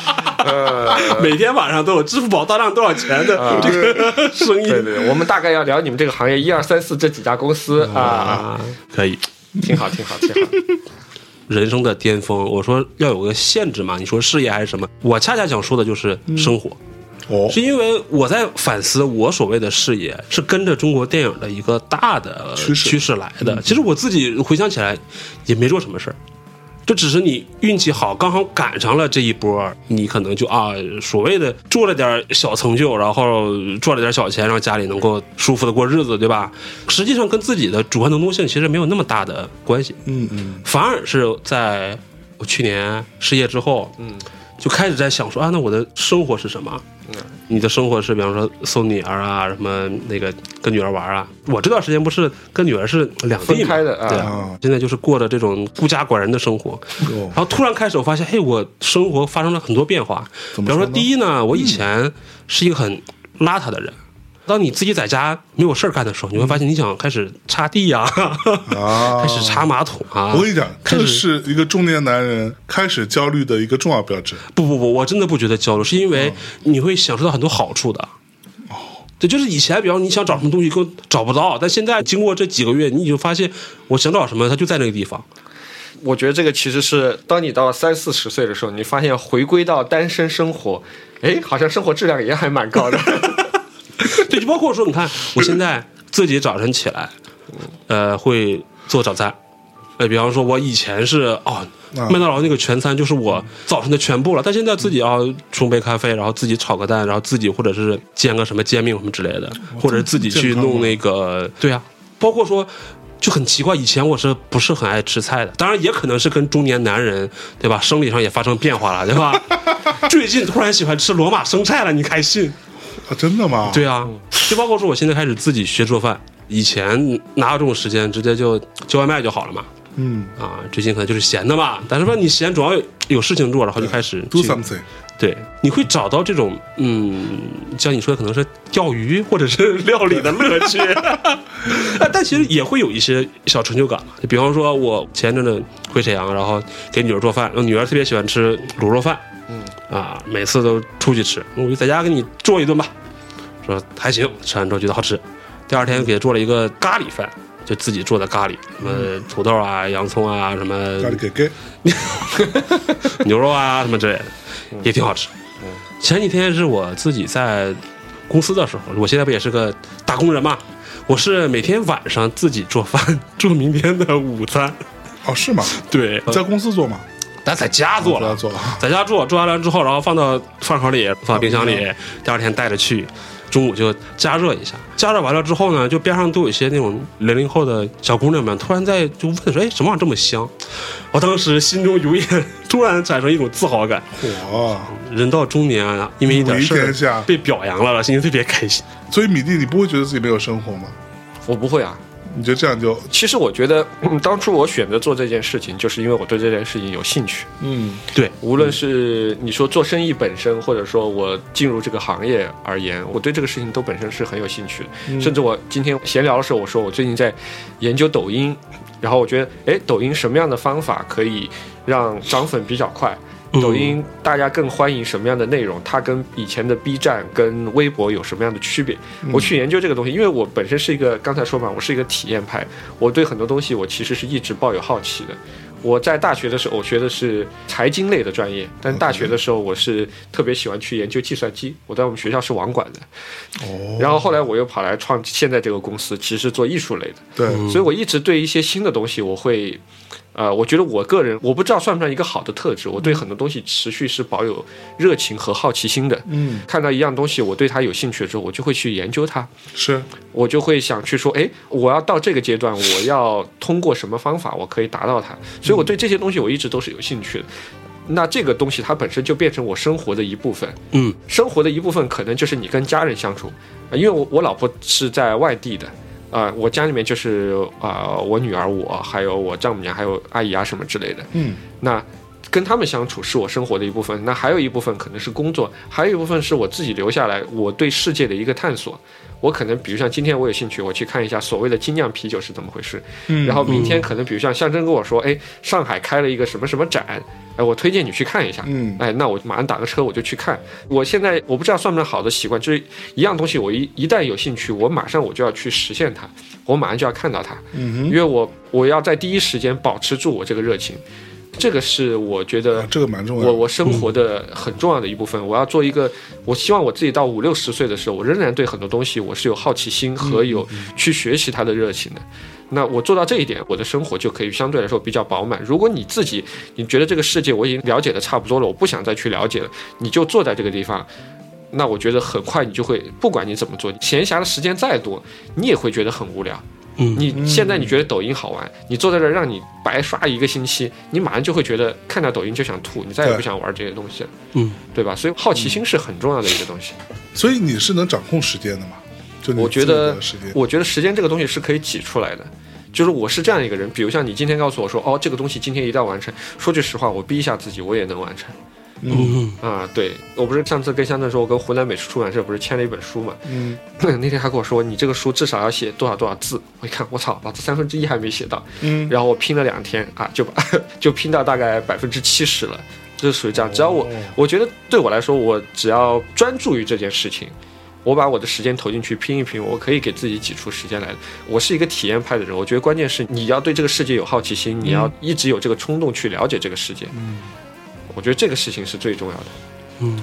Speaker 1: 呃
Speaker 2: 每天晚上都有支付宝到账多少钱的这个生意
Speaker 1: 啊对对，我们大概要聊你们这个行业一二三四这几家公司
Speaker 3: 嗯
Speaker 1: 啊，
Speaker 2: 啊，可以。
Speaker 1: 挺好，挺好，挺
Speaker 3: [LAUGHS]
Speaker 1: 好。
Speaker 2: 人生的巅峰，我说要有个限制嘛，你说事业还是什么？我恰恰想说的就是生活，
Speaker 3: 哦，
Speaker 2: 是因为我在反思我所谓的事业是跟着中国电影的一个大的
Speaker 3: 趋势嗯
Speaker 2: 趋势来的。其实我自己回想起来，也没做什么事儿。这只是你运气好，刚好赶上了这一波，你可能就啊，所谓的做了点小成就，然后赚了点小钱，让家里能够舒服的过日子，对吧？实际上跟自己的主观能动性其实没有那么大的关系。
Speaker 3: 嗯嗯，
Speaker 2: 反而是在我去年失业之后，嗯，就开始在想说啊，那我的生活是什么？你的生活是，比方说送女儿啊，什么那个跟女儿玩啊。我这段时间不是跟女儿是两地
Speaker 1: 分
Speaker 2: 嘛
Speaker 1: 开的啊
Speaker 2: 对啊，现在就是过着这种孤家寡人的生活。
Speaker 3: 哦
Speaker 2: 然后突然开始，我发现，嘿，我生活发生了很多变化。
Speaker 3: 怎
Speaker 2: 比
Speaker 3: 么
Speaker 2: 方
Speaker 3: 说
Speaker 2: 说，
Speaker 3: 呢
Speaker 2: 第一呢，我以前是一个很邋遢的人。当你自己在家没有事儿干的时候，你会发现你想开始擦地呀、
Speaker 3: 啊
Speaker 2: [LAUGHS] 开始擦马桶啊。
Speaker 3: 我跟你讲，
Speaker 2: 开
Speaker 3: 这是
Speaker 2: 始
Speaker 3: 一个中年男人开始焦虑的一个重要标志。
Speaker 2: 不不不，我真的不觉得焦虑，是因为你会享受到很多好处的。哦，对，就是以前，比方你想找什么东西，根本找不到，但现在经过这几个月，你已经发现我想找什么，它就在那个地方。
Speaker 1: 我觉得这个其实是当你到三四十岁的时候，你发现回归到单身生活，哎，好像生活质量也还蛮高的。
Speaker 2: [LAUGHS] 对，就包括说，你看我现在自己早晨起来，呃，会做早餐。呃，比方说，我以前是哦，
Speaker 3: 啊
Speaker 2: 麦当劳那个全餐就是我早晨的全部了，但现在自己要冲杯咖啡，然后自己炒个蛋，然后自己或者是煎个什么煎饼什么之类的，或者是自己去弄那个，对啊，包括说。就很奇怪，以前我是不是很爱吃菜的？当然，也可能是跟中年男人，对吧？生理上也发生变化了，对吧？最近突然喜欢吃罗马生菜了，你开心？
Speaker 3: 啊，真的吗？
Speaker 2: 对啊，就包括说我现在开始自己学做饭，以前哪有这种时间，直接就叫外卖就好了嘛。
Speaker 3: 嗯
Speaker 2: 啊，最近可能就是闲的嘛，但是吧，你闲总要有有事情做，然后就开始
Speaker 3: ，do
Speaker 2: 去
Speaker 3: something。
Speaker 2: 对，你会找到这种嗯，像你说的可能是钓鱼或者是料理的乐
Speaker 3: [LAUGHS]
Speaker 2: 趣，啊但但其实也会有一些小成就感嘛。就比方说，我前阵子回沈阳，然后给女儿做饭，女儿特别喜欢吃卤肉饭，嗯啊，每次都出去吃，我就在家给你做一顿吧，说还行，吃完之后觉得好吃。第二天给做了一个咖喱饭，就自己做的咖喱，什么土豆啊、洋葱啊，什么
Speaker 3: 嗯咖喱给给，
Speaker 2: 牛肉啊什么之类的，也挺好吃。前几天是我自己在公司的时候，我现在不也是个打工人嘛，我是每天晚上自己做饭，做明天的午餐。
Speaker 3: 哦，是吗？
Speaker 2: 对，
Speaker 3: 在公司做吗？哦
Speaker 2: 咱在家呃做
Speaker 3: 不要
Speaker 2: 了，
Speaker 3: 做了。
Speaker 2: 在家做，做完了之后，然后放到饭盒里，放到冰箱
Speaker 3: 放冰
Speaker 2: 里，第二天带着去。中午就加热一下，加热完了之后呢，就边上都有一些那种零零后的小姑娘们，突然在就问说：“哎，什么玩意儿这么香？”我当时心中油盐 [LAUGHS] 突然产生一种自豪感，
Speaker 3: 哇！
Speaker 2: 人到中年啊，因为一点事
Speaker 3: 母仪天下
Speaker 2: 儿被表扬了，心情特别开心。
Speaker 3: 所以米蒂，你不会觉得自己没有生活吗？
Speaker 1: 我不会啊，
Speaker 3: 你觉得这样就
Speaker 1: 其实我觉得、嗯当初我选择做这件事情，就是因为我对这件事情有兴趣。
Speaker 3: 嗯
Speaker 2: 对，
Speaker 1: 无论是你说做生意本身，或者说我进入这个行业而言，我对这个事情都本身是很有兴趣的。甚至我今天闲聊的时候，我说我最近在研究抖音，然后我觉得，哎，抖音什么样的方法可以让涨粉比较快？
Speaker 2: 嗯
Speaker 1: 抖音大家更欢迎什么样的内容？它跟以前的 B 站、跟微博有什么样的区别？我去研究这个东西，因为我本身是一个刚才说嘛，我是一个体验派，我对很多东西我其实是一直抱有好奇的。我在大学的时候，我学的是财经类的专业，但大学的时候我是特别喜欢去研究计算机，我在我们学校是网管的。
Speaker 3: 哦，
Speaker 1: 然后后来我又跑来创现在这个公司，其实做艺术类的，
Speaker 3: 对，
Speaker 1: 所以我一直对一些新的东西，我会，呃，我觉得我个人我不知道算不算一个好的特质，我对很多东西持续是保有热情和好奇心的。
Speaker 3: 嗯，
Speaker 1: 看到一样东西，我对它有兴趣之后，我就会去研究它，
Speaker 3: 是
Speaker 1: 我就会想去说，哎，我要到这个阶段，我要通过什么方法，我可以达到它。所以我对这些东西我一直都是有兴趣的。那这个东西它本身就变成我生活的一部分，
Speaker 2: 嗯，
Speaker 1: 生活的一部分可能就是你跟家人相处，呃因为我我老婆是在外地的，啊，我家里面呃就是啊、呃我女儿我还有我丈母娘还有阿姨啊什么之类的，
Speaker 3: 嗯，
Speaker 1: 那。跟他们相处是我生活的一部分，那还有一部分可能是工作，还有一部分是我自己留下来我对世界的一个探索。我可能比如像今天我有兴趣，我去看一下所谓的精酿啤酒是怎么回事，
Speaker 3: 嗯
Speaker 1: 然后明天可能比如像象征跟我说，哎，上海开了一个什么什么展，哎，我推荐你去看一下，
Speaker 3: 嗯
Speaker 1: 哎，那我马上打个车我就去看。我现在我不知道算不算好的习惯，就是一样东西我一一旦有兴趣，我马上我就要去实现它，我马上就要看到它，
Speaker 3: 嗯
Speaker 1: 因为我我要在第一时间保持住我这个热情，这个是我觉
Speaker 3: 哼，
Speaker 1: 得
Speaker 3: 啊这个蛮重要的。
Speaker 1: 我我生活的很重要的一部分，我要做一个，我希望我自己到五六十岁的时候，我仍然对很多东西我是有好奇心和
Speaker 3: 嗯
Speaker 1: 有去学习它的热情的。那我做到这一点，我的生活就可以相对来说比较饱满。如果你自己你觉得这个世界我已经了解的差不多了，我不想再去了解了，你就坐在这个地方。那我觉得很快你就会，不管你怎么做，闲暇的时间再多，你也会觉得很无聊。
Speaker 2: 嗯
Speaker 1: 你现在你觉得抖音好玩，你坐在这儿让你白刷一个星期，你马上就会觉得看到抖音就想吐，你再也
Speaker 3: 对
Speaker 1: 不想玩这些东西了，
Speaker 2: 嗯，
Speaker 1: 对吧？所以好奇心是很重要的一个东西。
Speaker 3: 所以你是能掌控时间的嘛？就你
Speaker 1: 我觉
Speaker 3: 自己
Speaker 1: 得
Speaker 3: 嗯的时间，
Speaker 1: 我觉得时间这个东西是可以挤出来的。就是我是这样一个人，比如像你今天告诉我说，哦，这个东西今天一定要完成。说句实话，我逼一下自己，我也能完成
Speaker 2: 嗯
Speaker 1: 啊。对我不是上次跟香正说，我跟湖南美术出版社不是签了一本书嘛？ [COUGHS]
Speaker 3: 嗯
Speaker 1: 那天他跟我说，你这个书至少要写多少多少字。我一看，我操，老子三分之一还没写到。
Speaker 3: 嗯，
Speaker 1: 然后我拼了两天啊，就把 [LAUGHS] 就拼到大概百分之七十了，这是属于这样。只要我
Speaker 3: 哦，
Speaker 1: 我觉得对我来说，我只要专注于这件事情，我把我的时间投进去拼一拼，我可以给自己挤出时间来的。我是一个体验派的人，我觉得关键是你要对这个世界有好奇心，你要一直有这个冲动去了解这个世界。
Speaker 3: 嗯
Speaker 1: 我觉得这个事情是最重要的。
Speaker 2: 嗯，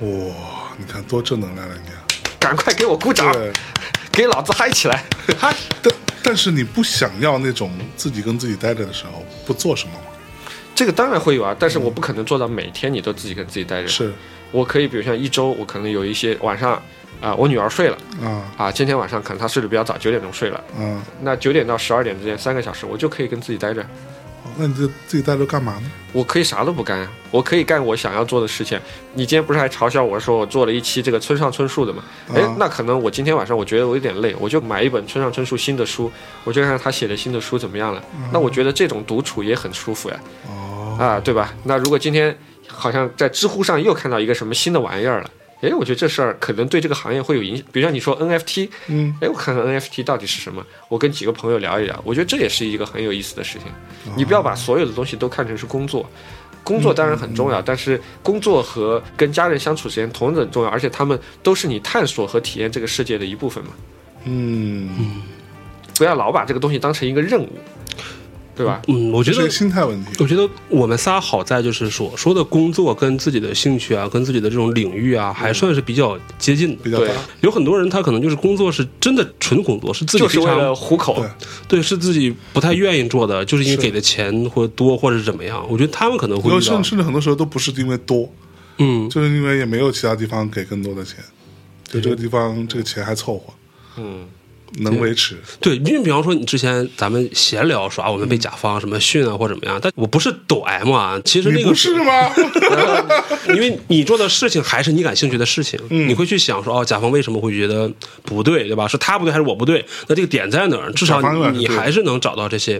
Speaker 3: 哇，你看多正能量了你啊！
Speaker 1: 赶快给我鼓掌，
Speaker 3: 对，
Speaker 1: 给老子嗨起
Speaker 3: [LAUGHS]
Speaker 1: 来！嗨，
Speaker 3: 但但是你不想要那种自己跟自己待着的时候不做什么吗？
Speaker 1: 这个当然会有啊，
Speaker 3: 嗯
Speaker 1: 但是我不可能做到每天你都自己跟自己待着。
Speaker 3: 是
Speaker 1: 我可以，比如像一周，我可能有一些晚上，啊、我女儿睡了。
Speaker 3: 啊
Speaker 1: 啊，今天晚上可能他睡得比较早，九点钟睡了，
Speaker 3: 啊，
Speaker 1: 那九点到十二点之间三个小时，我就可以跟自己待着，
Speaker 3: 那你就自己待着干嘛呢？
Speaker 1: 我可以啥都不干啊，我可以干我想要做的事情。你今天不是还嘲笑我说我做了一期这个村上春树的吗？哎
Speaker 3: 啊，
Speaker 1: 那可能我今天晚上我觉得我有点累，我就买一本村上春树新的书，我就看看他写的新的书怎么样了。那我觉得这种独处也很舒服呀，
Speaker 3: 嗯哦，
Speaker 1: 啊，对吧？那如果今天好像在知乎上又看到一个什么新的玩意儿了。哎，我觉得这事儿可能对这个行业会有影响，比如像你说 NFT，
Speaker 3: 嗯，
Speaker 1: 哎，我看看 NFT 到底是什么，我跟几个朋友聊一聊，我觉得这也是一个很有意思的事情。你不要把所有的东西都看成是工作，工作当然很
Speaker 2: 嗯
Speaker 1: 重要，但是工作和跟家人相处之间同等重要，而且他们都是你探索和体验这个世界的一部分嘛。
Speaker 3: 嗯，
Speaker 1: 不要老把这个东西当成一个任务，对吧？
Speaker 2: 嗯，我觉
Speaker 3: 这是
Speaker 2: 得
Speaker 3: 个心态问题。
Speaker 2: 我觉得我们仨好在就是所说的工作跟自己的兴趣啊，跟自己的这种领域啊，还算是比较接近的。
Speaker 3: 嗯比较
Speaker 1: 对
Speaker 3: 大，
Speaker 2: 有很多人他可能就是工作是真的纯工作，是自己
Speaker 1: 就是
Speaker 2: 非
Speaker 1: 为了
Speaker 2: 常
Speaker 1: 糊口
Speaker 3: 对。
Speaker 2: 对，是自己不太愿意做的，就是因为
Speaker 3: 是
Speaker 2: 给的钱或多或者是怎么样。我觉得他们可能会
Speaker 3: 有
Speaker 2: 遇到
Speaker 3: 甚，甚至很多时候都不是因为多，
Speaker 2: 嗯，
Speaker 3: 就是因为也没有其他地方给更多的钱，就这个地方这个钱还凑合，
Speaker 1: 嗯，
Speaker 3: 能维持。
Speaker 2: 对，因为比方说你之前咱们闲聊说啊，我们被甲方什么训啊或怎么样，但我不是抖 M 啊，其实
Speaker 3: 你
Speaker 2: 那
Speaker 3: 不
Speaker 2: 个
Speaker 3: 是吗？
Speaker 2: [LAUGHS] 因为你做的事情还是你感兴趣的事情，
Speaker 3: 嗯
Speaker 2: 你会去想说哦，甲方为什么会觉得不对，对吧？是他不对还是我不对？那这个点在哪儿？至少
Speaker 3: 甲方永远是
Speaker 2: 你你
Speaker 3: 对的
Speaker 2: 还是能找到这些。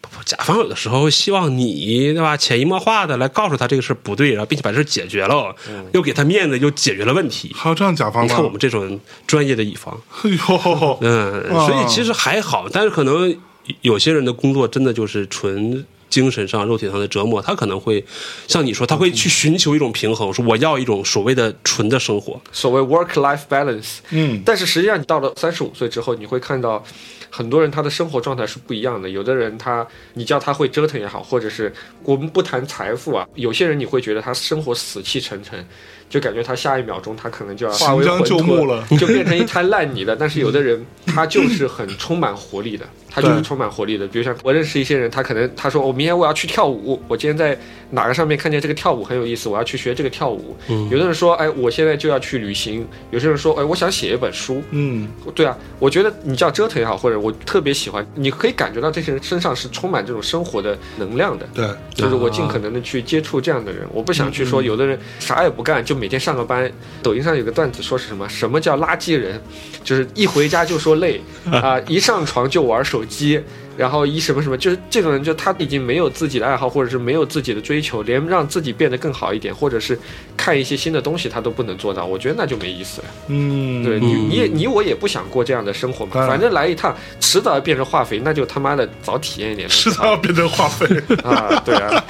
Speaker 2: 不不甲方有的时候希望你对吧，潜移默化的来告诉他这个事儿不对，然后并且把这事儿解决了，
Speaker 3: 嗯
Speaker 2: 又给他面子，又解决了问题。
Speaker 3: 还有这样甲方
Speaker 2: 你
Speaker 3: 吗
Speaker 2: 看我？们这种专业的乙方，
Speaker 3: 哎呦，
Speaker 2: 嗯，
Speaker 3: 哇
Speaker 2: 所以其实还好，但是可能有些人的工作真的就是纯精神上、肉体上的折磨，他可能会像你说，他会去寻求一种平衡，说我要一种所谓的纯的生活。
Speaker 1: 所谓 work-life balance，
Speaker 3: 嗯，
Speaker 1: 但是实际上，你到了三十五岁之后，你会看到很多人他的生活状态是不一样的。有的人他，你叫他会折腾也好，或者是我们不谈财富啊，有些人你会觉得他生活死气沉沉，就感觉他下一秒钟他可能就要化为
Speaker 3: 行
Speaker 1: 混
Speaker 3: 将就木了
Speaker 1: 沌，就变成一滩烂泥了。但是有的
Speaker 3: [LAUGHS]
Speaker 1: 人他就是很充满活力的，他就是
Speaker 3: 对
Speaker 1: 充满活力的。比如像我认识一些人，他可能他说哦我明天我要去跳舞，我今天在哪个上面看见这个跳舞很有意思，哎我要去学这个跳舞。有的人说，哎，我现在就要去旅行；有些人说，哎，我想写一本书。
Speaker 3: 嗯，
Speaker 1: 对啊，我觉得你叫折腾也好，或者我特别喜欢，你可以感觉到这些人身上是充满这种生活的能量的。
Speaker 3: 对，
Speaker 1: 就是我
Speaker 3: 啊
Speaker 1: 尽可能的去接触这样的人，我不想去说
Speaker 3: 嗯
Speaker 1: 有的人啥也不干，就每天上个班。抖音上有个段子说是什么？什
Speaker 3: [LAUGHS]
Speaker 1: 么叫垃圾人？就是一回家就说累啊、一上床就玩手机。然后一什么什么，就是这种人，就他已经没有自己的爱好，或者是没有自己的追求，连让自己变得更好一点，或者是看一些新的东西，他都不能做到。我觉得那就没意思了。
Speaker 3: 嗯， [LAUGHS]
Speaker 1: 对你，你也你我也不想过这样的生活嘛。
Speaker 3: 当然
Speaker 1: 反正来一趟，迟早要变成化肥，那就他妈的早体验一点。
Speaker 3: 迟早要变成化
Speaker 2: [LAUGHS]
Speaker 3: 肥，
Speaker 1: 啊，对啊，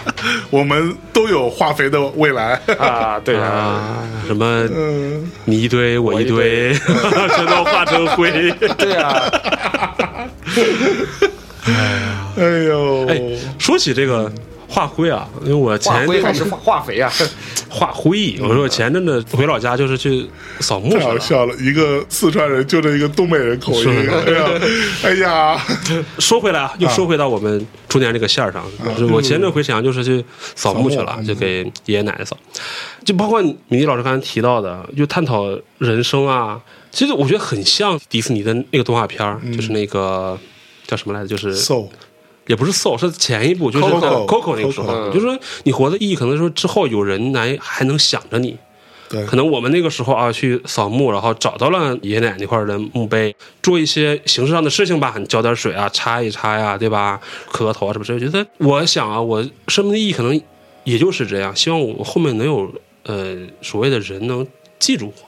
Speaker 3: 我们都有化肥的未来。
Speaker 2: 哎
Speaker 1: 啊，对啊，
Speaker 2: 啊，什么
Speaker 3: 嗯，
Speaker 2: 你一堆我一堆， [LAUGHS] 全都化成灰。
Speaker 1: 对啊，
Speaker 3: 哎呦，
Speaker 2: 哎，说起这个化灰啊，因为我
Speaker 1: 化
Speaker 2: [LAUGHS] 前
Speaker 1: 灰还是化化
Speaker 2: [LAUGHS]
Speaker 1: 肥啊？
Speaker 2: 化灰，我说我前阵子回老家就是去扫墓去
Speaker 3: 太好
Speaker 2: 了，
Speaker 3: 笑了！一个四川人就这一个东北人口音，哎呀，哎
Speaker 2: [LAUGHS]
Speaker 3: 呀，
Speaker 2: 说回来啊，又说回到我们中间这个线儿上，就是我前阵回沈阳就是去扫墓去
Speaker 3: 啊扫
Speaker 2: 了，
Speaker 3: 墓
Speaker 2: 就给爷爷奶奶扫，就包括米粒老师刚才提到的，就探讨人生啊，其实我觉得很像迪士尼的那个动画片儿，
Speaker 3: 嗯
Speaker 2: 就是那个叫什么来着，就是
Speaker 3: 瘦，
Speaker 2: 也不是 Soul，是前一部就是
Speaker 3: Coco
Speaker 2: Coco 那个时候，
Speaker 1: Coco
Speaker 2: 就是说你活的意义，可能说之后有人来还能想着你。
Speaker 3: 对
Speaker 2: 可能我们那个时候啊，去扫墓，然后找到了爷爷奶奶那块儿的墓碑，做一些形式上的事情吧，你浇点水啊，擦一擦呀、对吧？磕个头啊，什么之类的。觉得我想啊，我生命的意义可能也就是这样。希望我后面能有呃所谓的人能记住我，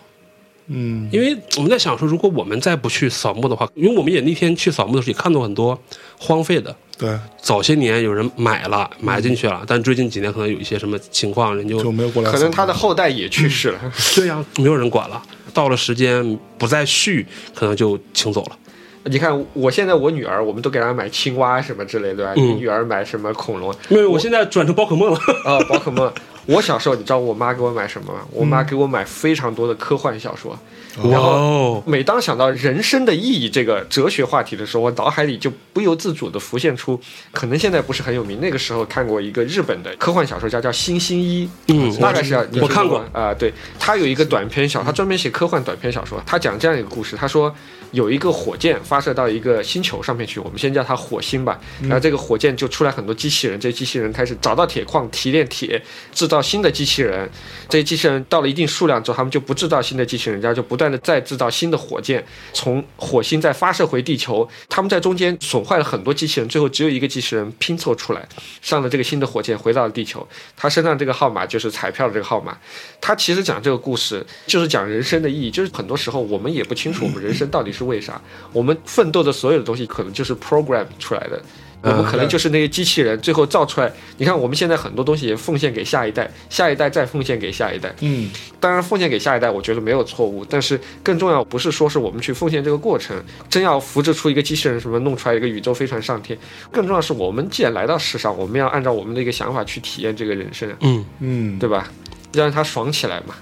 Speaker 3: 嗯，
Speaker 2: 因为我们在想说，如果我们再不去扫墓的话，因为我们也那天去扫墓的时候也看到很多荒废的，
Speaker 3: 对，
Speaker 2: 早些年有人买了，埋进去了，但最近几年可能有一些什么情况，人就
Speaker 3: 就没有过来扫
Speaker 1: 可
Speaker 3: 墓，
Speaker 1: 能他的后代也去世了。 [LAUGHS]
Speaker 2: 对呀、没有人管了。到了时间不再续，可能就请走了。
Speaker 1: 你看，我现在我女儿，我们都给她买青蛙什么之类的，对吧？
Speaker 2: 嗯
Speaker 1: 你女儿买什么恐龙啊、呃
Speaker 2: 没有，我现在转成宝可梦了。
Speaker 1: 宝可梦。我小时候，你知道我妈给我买什么吗？我妈
Speaker 2: 嗯
Speaker 1: 给我买非常多的科幻小说。
Speaker 2: 哇哦，
Speaker 1: 每当想到人生的意义这个哲学话题的时候，我脑海里就不由自主地浮现出，可能现在不是很有名，那个时候看过一个日本的科幻小说家叫新星一，
Speaker 2: 嗯，
Speaker 1: 大概是要你
Speaker 2: 我
Speaker 1: 听
Speaker 2: 看过
Speaker 1: 吗啊、对他有一个短篇小，他专门写科幻短篇小说，他讲这样一个故事，他说有一个火箭发射到一个星球上面去，我们先叫它火星吧，
Speaker 2: 嗯
Speaker 1: 然后这个火箭就出来很多机器人，这些机器人开始找到铁矿提炼铁，制造新的机器人，这些机器人到了一定数量之后，他们就不制造新的机器人，然后就不断的再制造新的火箭，从火星再发射回地球，他们在中间损坏了很多机器人，最后只有一个机器人拼凑出来，上了这个新的火箭回到了地球，他身上这个号码就是彩票的这个号码。他其实讲这个故事，就是讲人生的意义，就是很多时候我们也不清楚我们人生到底是为啥，我们奋斗的所有的东西可能就是 program 出来的。我们可能就是那些机器人，最后造出来。你看，我们现在很多东西也奉献给下一代，下一代再奉献给下一代。
Speaker 3: 嗯，
Speaker 1: 当然，奉献给下一代，我觉得没有错误。但是更重要不是说是我们去奉献这个过程，真要复制出一个机器人什么弄出来一个宇宙飞船上天，更重要是我们既然来到世上，我们要按照我们的一个想法去体验这个人生，啊
Speaker 2: 嗯，
Speaker 3: 嗯，
Speaker 1: 对吧？要让它爽起来嘛。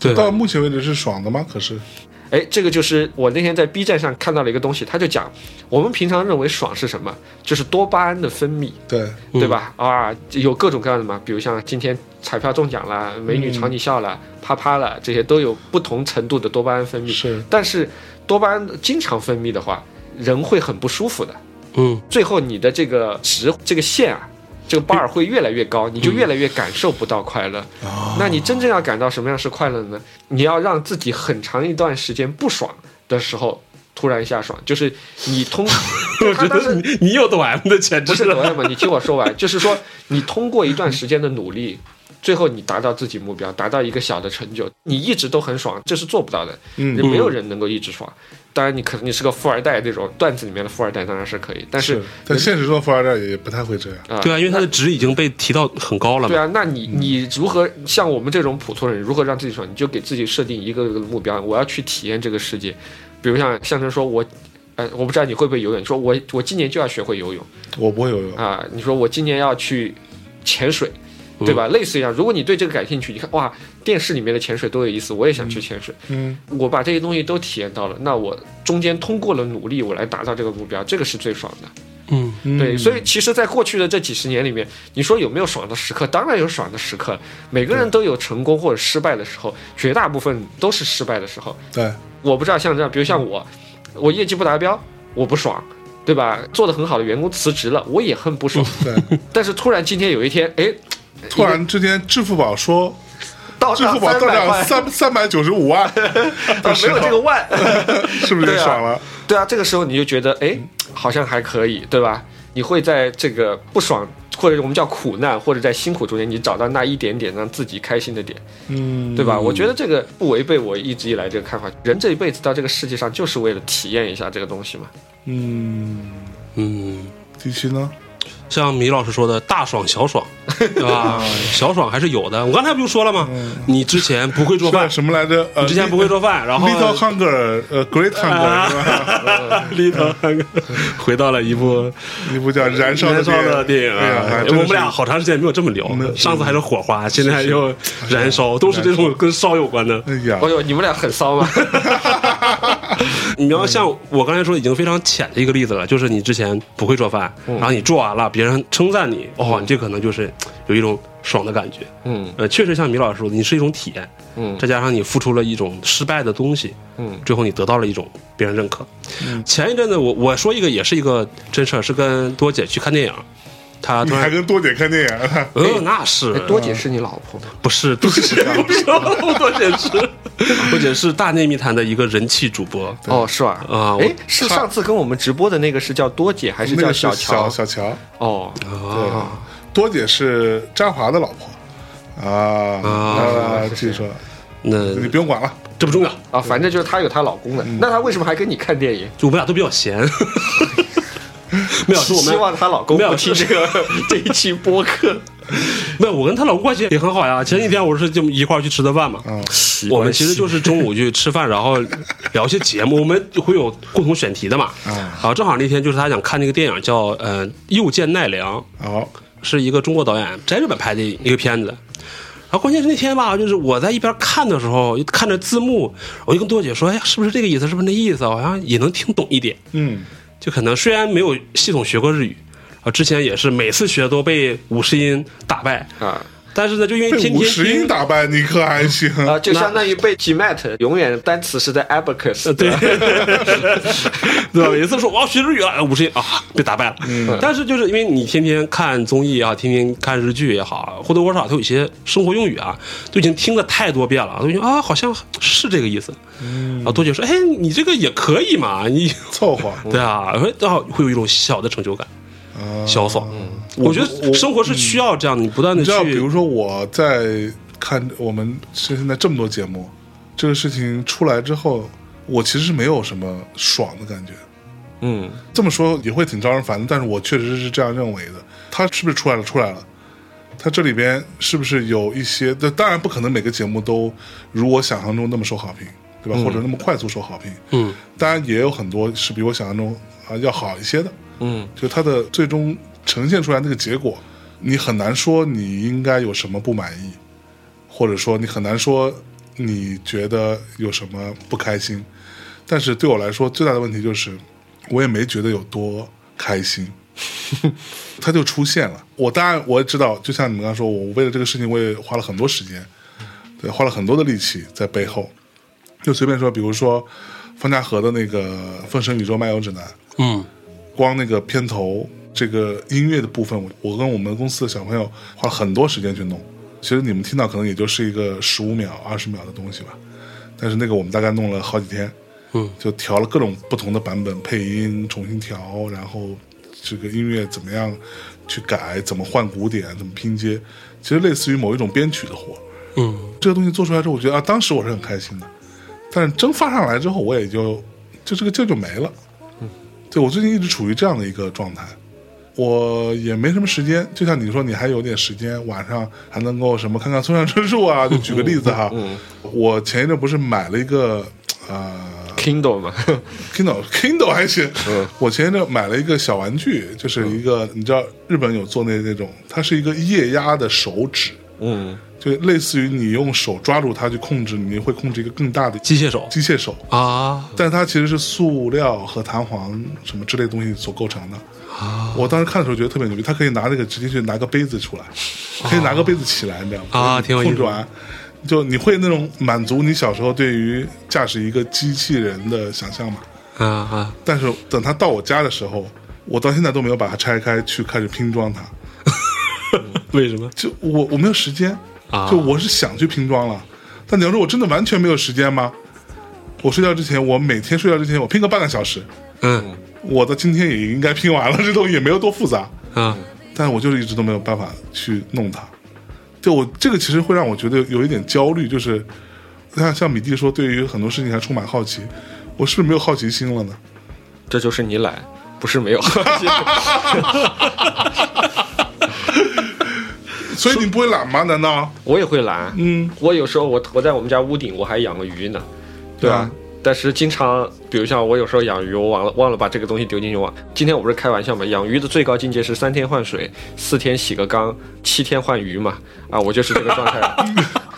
Speaker 2: 对，
Speaker 3: 到目前为止是爽的吗？可是，
Speaker 1: 哎，这个就是我那天在 B 站上看到了一个东西，他就讲我们平常认为爽是什么，就是多巴胺的分泌，
Speaker 3: 对，
Speaker 1: 对吧？啊，有各种各样的嘛，比如像今天彩票中奖啦，美女朝你笑啦，啪啪啦，这些都有不同程度的多巴胺分泌。
Speaker 3: 是，
Speaker 1: 但是多巴胺经常分泌的话，人会很不舒服的。
Speaker 2: 嗯，
Speaker 1: 最后你的这个值、这个线啊，这个 bar 会越来越高，你就越来越感受不到快乐。那你真正要感到什么样是快乐呢？你要让自己很长一段时间不爽的时候，突然一下爽，就是你通，
Speaker 2: 我觉
Speaker 1: 他当时
Speaker 2: 得你你有懂 M 的潜
Speaker 1: 不
Speaker 2: 质
Speaker 1: 是
Speaker 2: 了。
Speaker 1: 德嘛？你听我说完，就是说你通过一段时间的努力，最后你达到自己目标，达到一个小的成就，你一直都很爽，这是做不到的。
Speaker 3: 嗯
Speaker 1: 没有人能够一直爽。当然，你可能你是个富二代那种段子里面的富二代，当然是可以，但是
Speaker 3: 是，但现实中的富二代也不太会这样。
Speaker 1: 啊，
Speaker 2: 对啊，因为他的值已经被提到很高了
Speaker 1: 对
Speaker 2: 嘛。
Speaker 1: 啊，那你你如何像我们这种普通人，如何让自己爽？你就给自己设定一个个目标，我要去体验这个世界。比如像象征说，我，呃，我不知道你会不会游泳，你说我我今年就要学会游泳
Speaker 3: 我不会游泳，
Speaker 1: 啊，你说我今年要去潜水。对吧？类似一样，如果你对这个感兴趣，你看哇，电视里面的潜水多有意思，我也想去潜水。
Speaker 3: 嗯，
Speaker 1: 我把这些东西都体验到了，那我中间通过了努力，我来达到这个目标，这个是最爽的。
Speaker 2: 嗯，
Speaker 3: 嗯
Speaker 1: 对，所以其实，在过去的这几十年里面，你说有没有爽的时刻？当然有爽的时刻，每个人都有成功或者失败的时候，绝大部分都是失败的时候。
Speaker 3: 对，
Speaker 1: 我不知道像这样，比如像我，我业绩不达标，我不爽。对吧？做得很好的员工辞职了，我也很不爽。
Speaker 3: 嗯对，
Speaker 1: 但是突然今天有一天，哎，
Speaker 3: 突然之间，支付宝说，
Speaker 1: 到
Speaker 3: 支
Speaker 1: 账
Speaker 3: 付宝
Speaker 1: 哦三
Speaker 3: 到
Speaker 1: 百
Speaker 3: 账
Speaker 1: 块，
Speaker 3: 三三百九十五
Speaker 1: [LAUGHS]
Speaker 3: 万，
Speaker 1: 到没有这个万，
Speaker 3: [LAUGHS] 是不是就
Speaker 1: 对啊
Speaker 3: 爽了？嗯
Speaker 1: 对啊，这个时候你就觉得，哎，好像还可以，对吧？你会在这个不爽或者我们叫苦难或者在辛苦中间，你找到那一点点让自己开心的点，
Speaker 3: 嗯，
Speaker 1: 对吧？我觉得这个不违背我一直以来这个看法。人这一辈子到这个世界上就是为了体验一下这个东西嘛。
Speaker 3: 嗯，
Speaker 2: 嗯，
Speaker 3: 第七呢？
Speaker 2: 像米老师说的，大爽小爽，对吧？小爽还是有的。我刚才不就说了吗？你之前不会做
Speaker 3: 算
Speaker 2: 饭，
Speaker 3: 什么来着？呃，
Speaker 2: 你之前不会做饭，然后啊
Speaker 3: Little Hunger，呃，Great Hunger 是吧？
Speaker 2: [LAUGHS] 立头回到了一部
Speaker 3: 一部叫《燃烧的
Speaker 2: 燃烧的电影
Speaker 3: 哎呀
Speaker 2: 啊
Speaker 3: 还，
Speaker 2: 我
Speaker 3: 真的
Speaker 2: 们
Speaker 3: 是
Speaker 2: 俩好长时间没有这么
Speaker 3: 没
Speaker 2: 聊，
Speaker 3: 有
Speaker 2: 上次还是火花，现在又燃烧，都是这种跟烧有关的。
Speaker 3: 哎呀
Speaker 1: 我，有哦你们俩很骚吗？
Speaker 2: 你要像我刚才说，已经非常浅的一个例子了，就是你之前不会做饭，然后你做完了，别人称赞你，哦，你这可能就是有一种爽的感觉。
Speaker 1: 嗯
Speaker 2: 呃，确实像米老师说的，你是一种体验，
Speaker 1: 嗯
Speaker 2: 再加上你付出了一种失败的东西，
Speaker 1: 嗯
Speaker 2: 最后你得到了一种别人认可。前一阵子我我说一个也是一个真事儿，是跟多姐去看电影，她
Speaker 3: 你
Speaker 2: 突
Speaker 3: 还
Speaker 2: 然，
Speaker 3: 跟多姐看电影？啊
Speaker 2: 呃，那是
Speaker 1: 哎多姐是你老婆吗？
Speaker 2: 不是多姐，不是多姐是，多姐是大内密谈的一个人气主播。
Speaker 1: 哦，是吧？
Speaker 2: 啊我
Speaker 1: 哎，是上次跟我们直播的那个是叫多姐还是
Speaker 3: 那
Speaker 1: 叫
Speaker 3: 个是
Speaker 1: 乔？
Speaker 3: 小小乔，
Speaker 1: 哦，
Speaker 2: 啊，
Speaker 3: 多姐是张华的老婆啊啊，记住了，
Speaker 2: 那
Speaker 3: 你不用管了。
Speaker 2: 这不重要，
Speaker 1: 啊，反正就是她有她老公的，那她为什么还跟你看电影？
Speaker 2: 就我们俩都比较闲。没有，是我们
Speaker 1: 希望她老公
Speaker 2: 没有
Speaker 1: 不听这个 [LAUGHS] 这一期播客。
Speaker 2: 没有，我跟她老公关系也很好呀。前几天我是就一块儿去吃的饭嘛，我们其实就是中午去吃饭，然后聊一些节目，我们会有共同选题的嘛。然后正好那天就是她想看那个电影叫呃《又见奈良》，
Speaker 3: 好，
Speaker 2: 是一个中国导演在日本拍的一个片子。然后关键是那天吧，就是我在一边看的时候，看着字幕，我就跟多姐说：“哎呀，是不是这个意思？是不是那意思？好像也能听懂一点。”
Speaker 3: 嗯，
Speaker 2: 就可能虽然没有系统学过日语，啊，之前也是每次学都被五十音打败
Speaker 1: 啊。
Speaker 2: 但是呢，就因为
Speaker 3: 被
Speaker 2: 天
Speaker 3: 五
Speaker 2: 天
Speaker 3: 十音
Speaker 2: 听，
Speaker 3: 打败，你可还行？
Speaker 1: 啊，就相当于被 GMAT 永远单词是在 abacus，
Speaker 2: [LAUGHS] 对，对吧？每次说我要学日语了，五十音啊，被打败了。
Speaker 3: 嗯
Speaker 2: 但是就是因为你天天看综艺啊，天天看日剧也好，啊或多或少都有一些生活用语啊，都已经听了太多遍了，都已经啊，好像是这个意思。
Speaker 3: 嗯
Speaker 2: 然后多姐说：“哎，你这个也可以嘛，你
Speaker 3: 凑合。
Speaker 2: 对啊，我说啊，会有一种小的成就感。”
Speaker 3: 啊
Speaker 2: 潇洒。我觉
Speaker 3: 我
Speaker 2: 得生活是需要这样，你不断的
Speaker 3: 你知道，比如
Speaker 2: 去
Speaker 3: 说我在看我们是现在这么多节目，这个事情出来之后，我其实是没有什么爽的感觉。
Speaker 1: 嗯，
Speaker 3: 这么说也会挺招人烦的，但是我确实是这样认为的。他是不是出来了？出来了。他这里边是不是有一些？这当然不可能每个节目都如我想象中那么受好评，对吧？或者那么快速受好评。
Speaker 2: 嗯，
Speaker 3: 当然也有很多是比我想象中啊要好一些的。
Speaker 1: 嗯，
Speaker 3: 就它的最终呈现出来那个结果，你很难说你应该有什么不满意，或者说你很难说你觉得有什么不开心。但是对我来说，最大的问题就是，我也没觉得有多开心， [LAUGHS] 它就出现了。我当然我也知道，就像你们刚刚说，我为了这个事情，我也花了很多时间，对，花了很多的力气在背后。就随便说，比如说方家和的那个《封神宇宙漫游指南》，
Speaker 2: 嗯
Speaker 3: 光那个片头这个音乐的部分，我我跟我们公司的小朋友花了很多时间去弄。其实你们听到可能也就是一个十五秒、二十秒的东西吧，但是那个我们大概弄了好几天，
Speaker 2: 嗯，
Speaker 3: 就调了各种不同的版本，配音重新调，然后这个音乐怎么样去改，怎么换鼓点，怎么拼接，其实类似于某一种编曲的活儿。
Speaker 2: 嗯
Speaker 3: 这个东西做出来之后，我觉得啊，当时我是很开心的，但是蒸发上来之后，我也就就这个劲儿就没了。对我最近一直处于这样的一个状态，我也没什么时间。就像你说，你还有点时间，晚上还能够什么看看村上春树啊？就举个例子哈，我前一阵不是买了一个呃
Speaker 1: ，Kindle 嘛，
Speaker 3: Kindle Kindle 还行。我前一阵买了一个小玩具，就是一个、你知道日本有做那那种，它是一个液压的手指，
Speaker 1: 嗯，
Speaker 3: 就类似于你用手抓住它去控制，你会控制一个更大的
Speaker 2: 机械手
Speaker 3: 机械手，
Speaker 2: 啊，
Speaker 3: 但它其实是塑料和弹簧什么之类的东西所构成的。我当时看的时候觉得特别牛逼，它可以拿那个直接去拿个杯子出来，可以拿个杯子起来，你知道吗？
Speaker 2: 啊挺有意思
Speaker 3: 控制完，就你会那种满足你小时候对于驾驶一个机器人的想象嘛？
Speaker 2: 啊啊，
Speaker 3: 但是等它到我家的时候，我到现在都没有把它拆开去开始拼装它。
Speaker 2: 为什么？
Speaker 3: 就我我没有时间
Speaker 2: 啊
Speaker 3: 就我是想去拼装了，但你要说我真的完全没有时间吗？我睡觉之前，我每天睡觉之前，我拼个半个小时，
Speaker 2: 嗯
Speaker 3: 我到今天也应该拼完了，这东西也没有多复杂，
Speaker 2: 啊
Speaker 3: 但我就是一直都没有办法去弄它。对我这个其实会让我觉得有一点焦虑，就是像像米蒂说，对于很多事情还充满好奇，我是不是没有好奇心了呢？
Speaker 1: 这就是你懒，不是没有。
Speaker 3: 所以你不会懒吗？难
Speaker 2: [LAUGHS]
Speaker 3: 道？
Speaker 1: 我也会懒，
Speaker 3: 嗯，
Speaker 1: 我有时候我我在我们家屋顶我还养了鱼呢，对吧？
Speaker 3: 啊
Speaker 1: 但是经常，比如像我有时候养鱼，我忘了忘了把这个东西丢进去网。今天我不是开玩笑嘛，养鱼的最高境界是三天换水，四天洗个缸，七天换鱼嘛。啊，我就是这个
Speaker 2: [LAUGHS]
Speaker 1: 状态。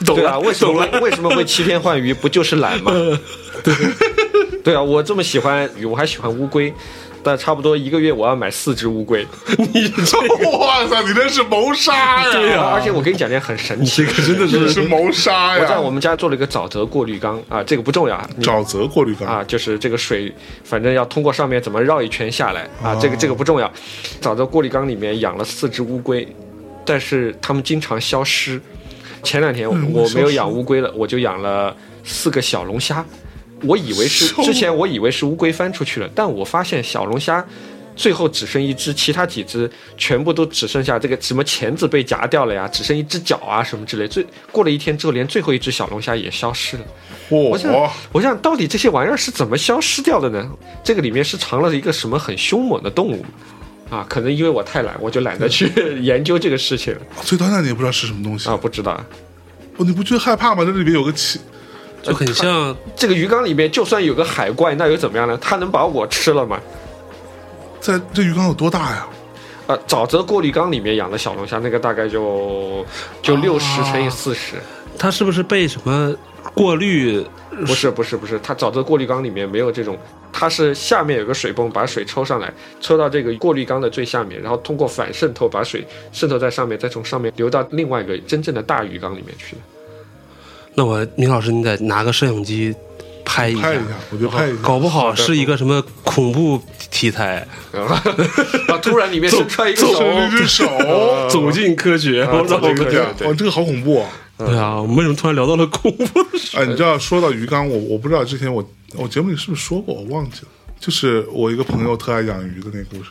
Speaker 2: 懂
Speaker 1: 对
Speaker 2: 了
Speaker 1: 啊，为什么会为什么会七天换鱼？不就是懒
Speaker 2: [LAUGHS]
Speaker 1: 吗？对啊，我这么喜欢鱼，我还喜欢乌龟，但差不多一个月我要买四只乌龟。
Speaker 3: 哇塞，你这是谋杀呀！
Speaker 2: 对啊
Speaker 1: 而且我跟你讲件很神奇
Speaker 2: 这
Speaker 1: 的
Speaker 2: 个
Speaker 1: 事，
Speaker 2: 真的
Speaker 3: 这
Speaker 2: 是
Speaker 3: 是谋哎杀呀！
Speaker 1: 我在我们家做了一个沼泽过滤缸啊，这个不重要啊，你
Speaker 3: 沼泽过滤缸
Speaker 1: 啊，就是这个水，反正要通过上面怎么绕一圈下来啊，
Speaker 3: 哦
Speaker 1: 这个这个不重要。沼泽过滤缸里面养了四只乌龟，但是它们经常消失。前两天我
Speaker 3: 嗯
Speaker 1: 我没有
Speaker 3: 消失
Speaker 1: 养乌龟了，我就养了四个小龙虾。我以
Speaker 3: [LAUGHS]
Speaker 1: 为是
Speaker 3: 小
Speaker 1: 之前我以为是乌龟翻出去了，但我发现小龙虾最后只剩一只，其他几只全部都只剩下这个什么钳子被夹掉了呀，只剩一只脚啊什么之类。最过了一天之后，连最后一只小龙虾也消失了。我想
Speaker 3: 哇，，
Speaker 1: 我想到底这些玩意儿是怎么消失掉的呢？这个里面是藏了一个什么很凶猛的动物吗啊？可能因为我太懒，我就懒得去 [LAUGHS] 研究这个事情了
Speaker 3: 最端那你也不知道是什么东西
Speaker 1: 啊，不知道。
Speaker 3: 哦你不觉得害怕吗？这里面有个气，
Speaker 2: 就很像
Speaker 1: 这个鱼缸里面就算有个海怪，那又怎么样呢？它能把我吃了吗？
Speaker 3: 在这鱼缸有多大呀？
Speaker 1: 啊，沼泽过滤缸里面养的小龙虾，那个大概就就六十乘以四十，
Speaker 2: 它是不是被什么过滤？
Speaker 1: 不是不是不是，它沼泽过滤缸里面没有这种，它是下面有个水泵把水抽上来，抽到这个过滤缸的最下面，然后通过反渗透把水渗透在上面，再从上面流到另外一个真正的大鱼缸里面去 [LAUGHS] 的。
Speaker 2: 那我明老师，你得拿个摄像机拍一
Speaker 3: 拍
Speaker 2: 下
Speaker 3: 一，下，我就拍一下。
Speaker 2: 搞不好是一个什么恐怖题材。
Speaker 1: 然后然后突然里面伸出 [LAUGHS] 来一个手，
Speaker 3: 伸一只手，
Speaker 2: [LAUGHS] 走进科学，
Speaker 1: 啊
Speaker 2: 我操
Speaker 1: 走进科
Speaker 3: 对啊，
Speaker 1: 对
Speaker 3: 哇，这个好恐怖啊！
Speaker 2: 对啊，我们为什么突然聊到了恐怖的事？
Speaker 3: 哎，你知道说到鱼缸，我我不知道之前我我节目里是不是说过，我忘记了。就是我一个朋友特爱养鱼的那个故事，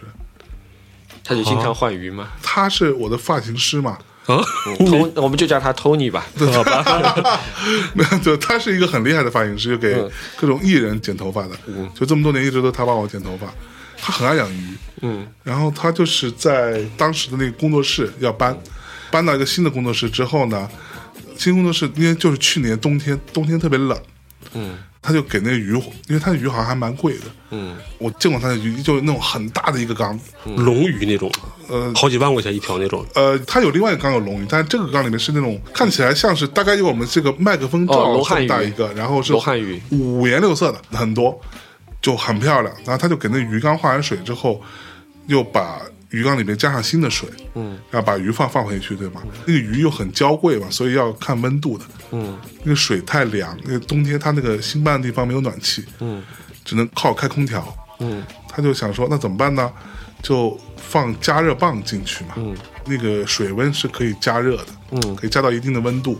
Speaker 1: 他就经常换鱼嘛。
Speaker 3: 他是我的发型师嘛，
Speaker 2: 啊？
Speaker 1: Tony，我们就叫他 Tony 吧。
Speaker 2: 好吧，
Speaker 3: [LAUGHS] 没有，就他是一个很厉害的发型师，就给
Speaker 1: 嗯
Speaker 3: 各种艺人剪头发的，就这么多年一直都他帮我剪头发。他很爱养鱼，嗯，然后他就是在当时的那个工作室要搬，搬到一个新的工作室之后呢，新工作室因为就是去年冬天，冬天特别冷，
Speaker 1: 嗯，
Speaker 3: 他就给那个鱼，因为他的鱼好像还蛮贵的，
Speaker 1: 嗯，
Speaker 3: 我见过他的鱼，就那种很大的一个缸，
Speaker 2: 龙鱼那种，
Speaker 3: 呃
Speaker 2: 好几万块钱一条那种。
Speaker 3: 呃，它有另外一个缸有龙鱼，但是这个缸里面是那种看起来像是大概有我们这个麦克风
Speaker 1: 哦
Speaker 3: 罩
Speaker 1: 罗
Speaker 3: 这
Speaker 1: 汉
Speaker 3: 么大
Speaker 1: 鱼
Speaker 3: 一个，然后是
Speaker 1: 罗汉鱼
Speaker 3: 五颜六色的很多，就很漂亮。然后他就给那鱼缸换完水之后，又把鱼缸里面加上新的水，嗯，然后把鱼放放回去，对吗？那个鱼又很娇贵嘛，所以要看温度的，嗯，那个水太凉，那个冬天它那个新办的地方没有暖气，嗯，只能靠开空调，嗯，他就想说那怎么办呢？就放加热棒进去嘛，嗯，那个水温是可以加热的，嗯，可以加到一定的温度。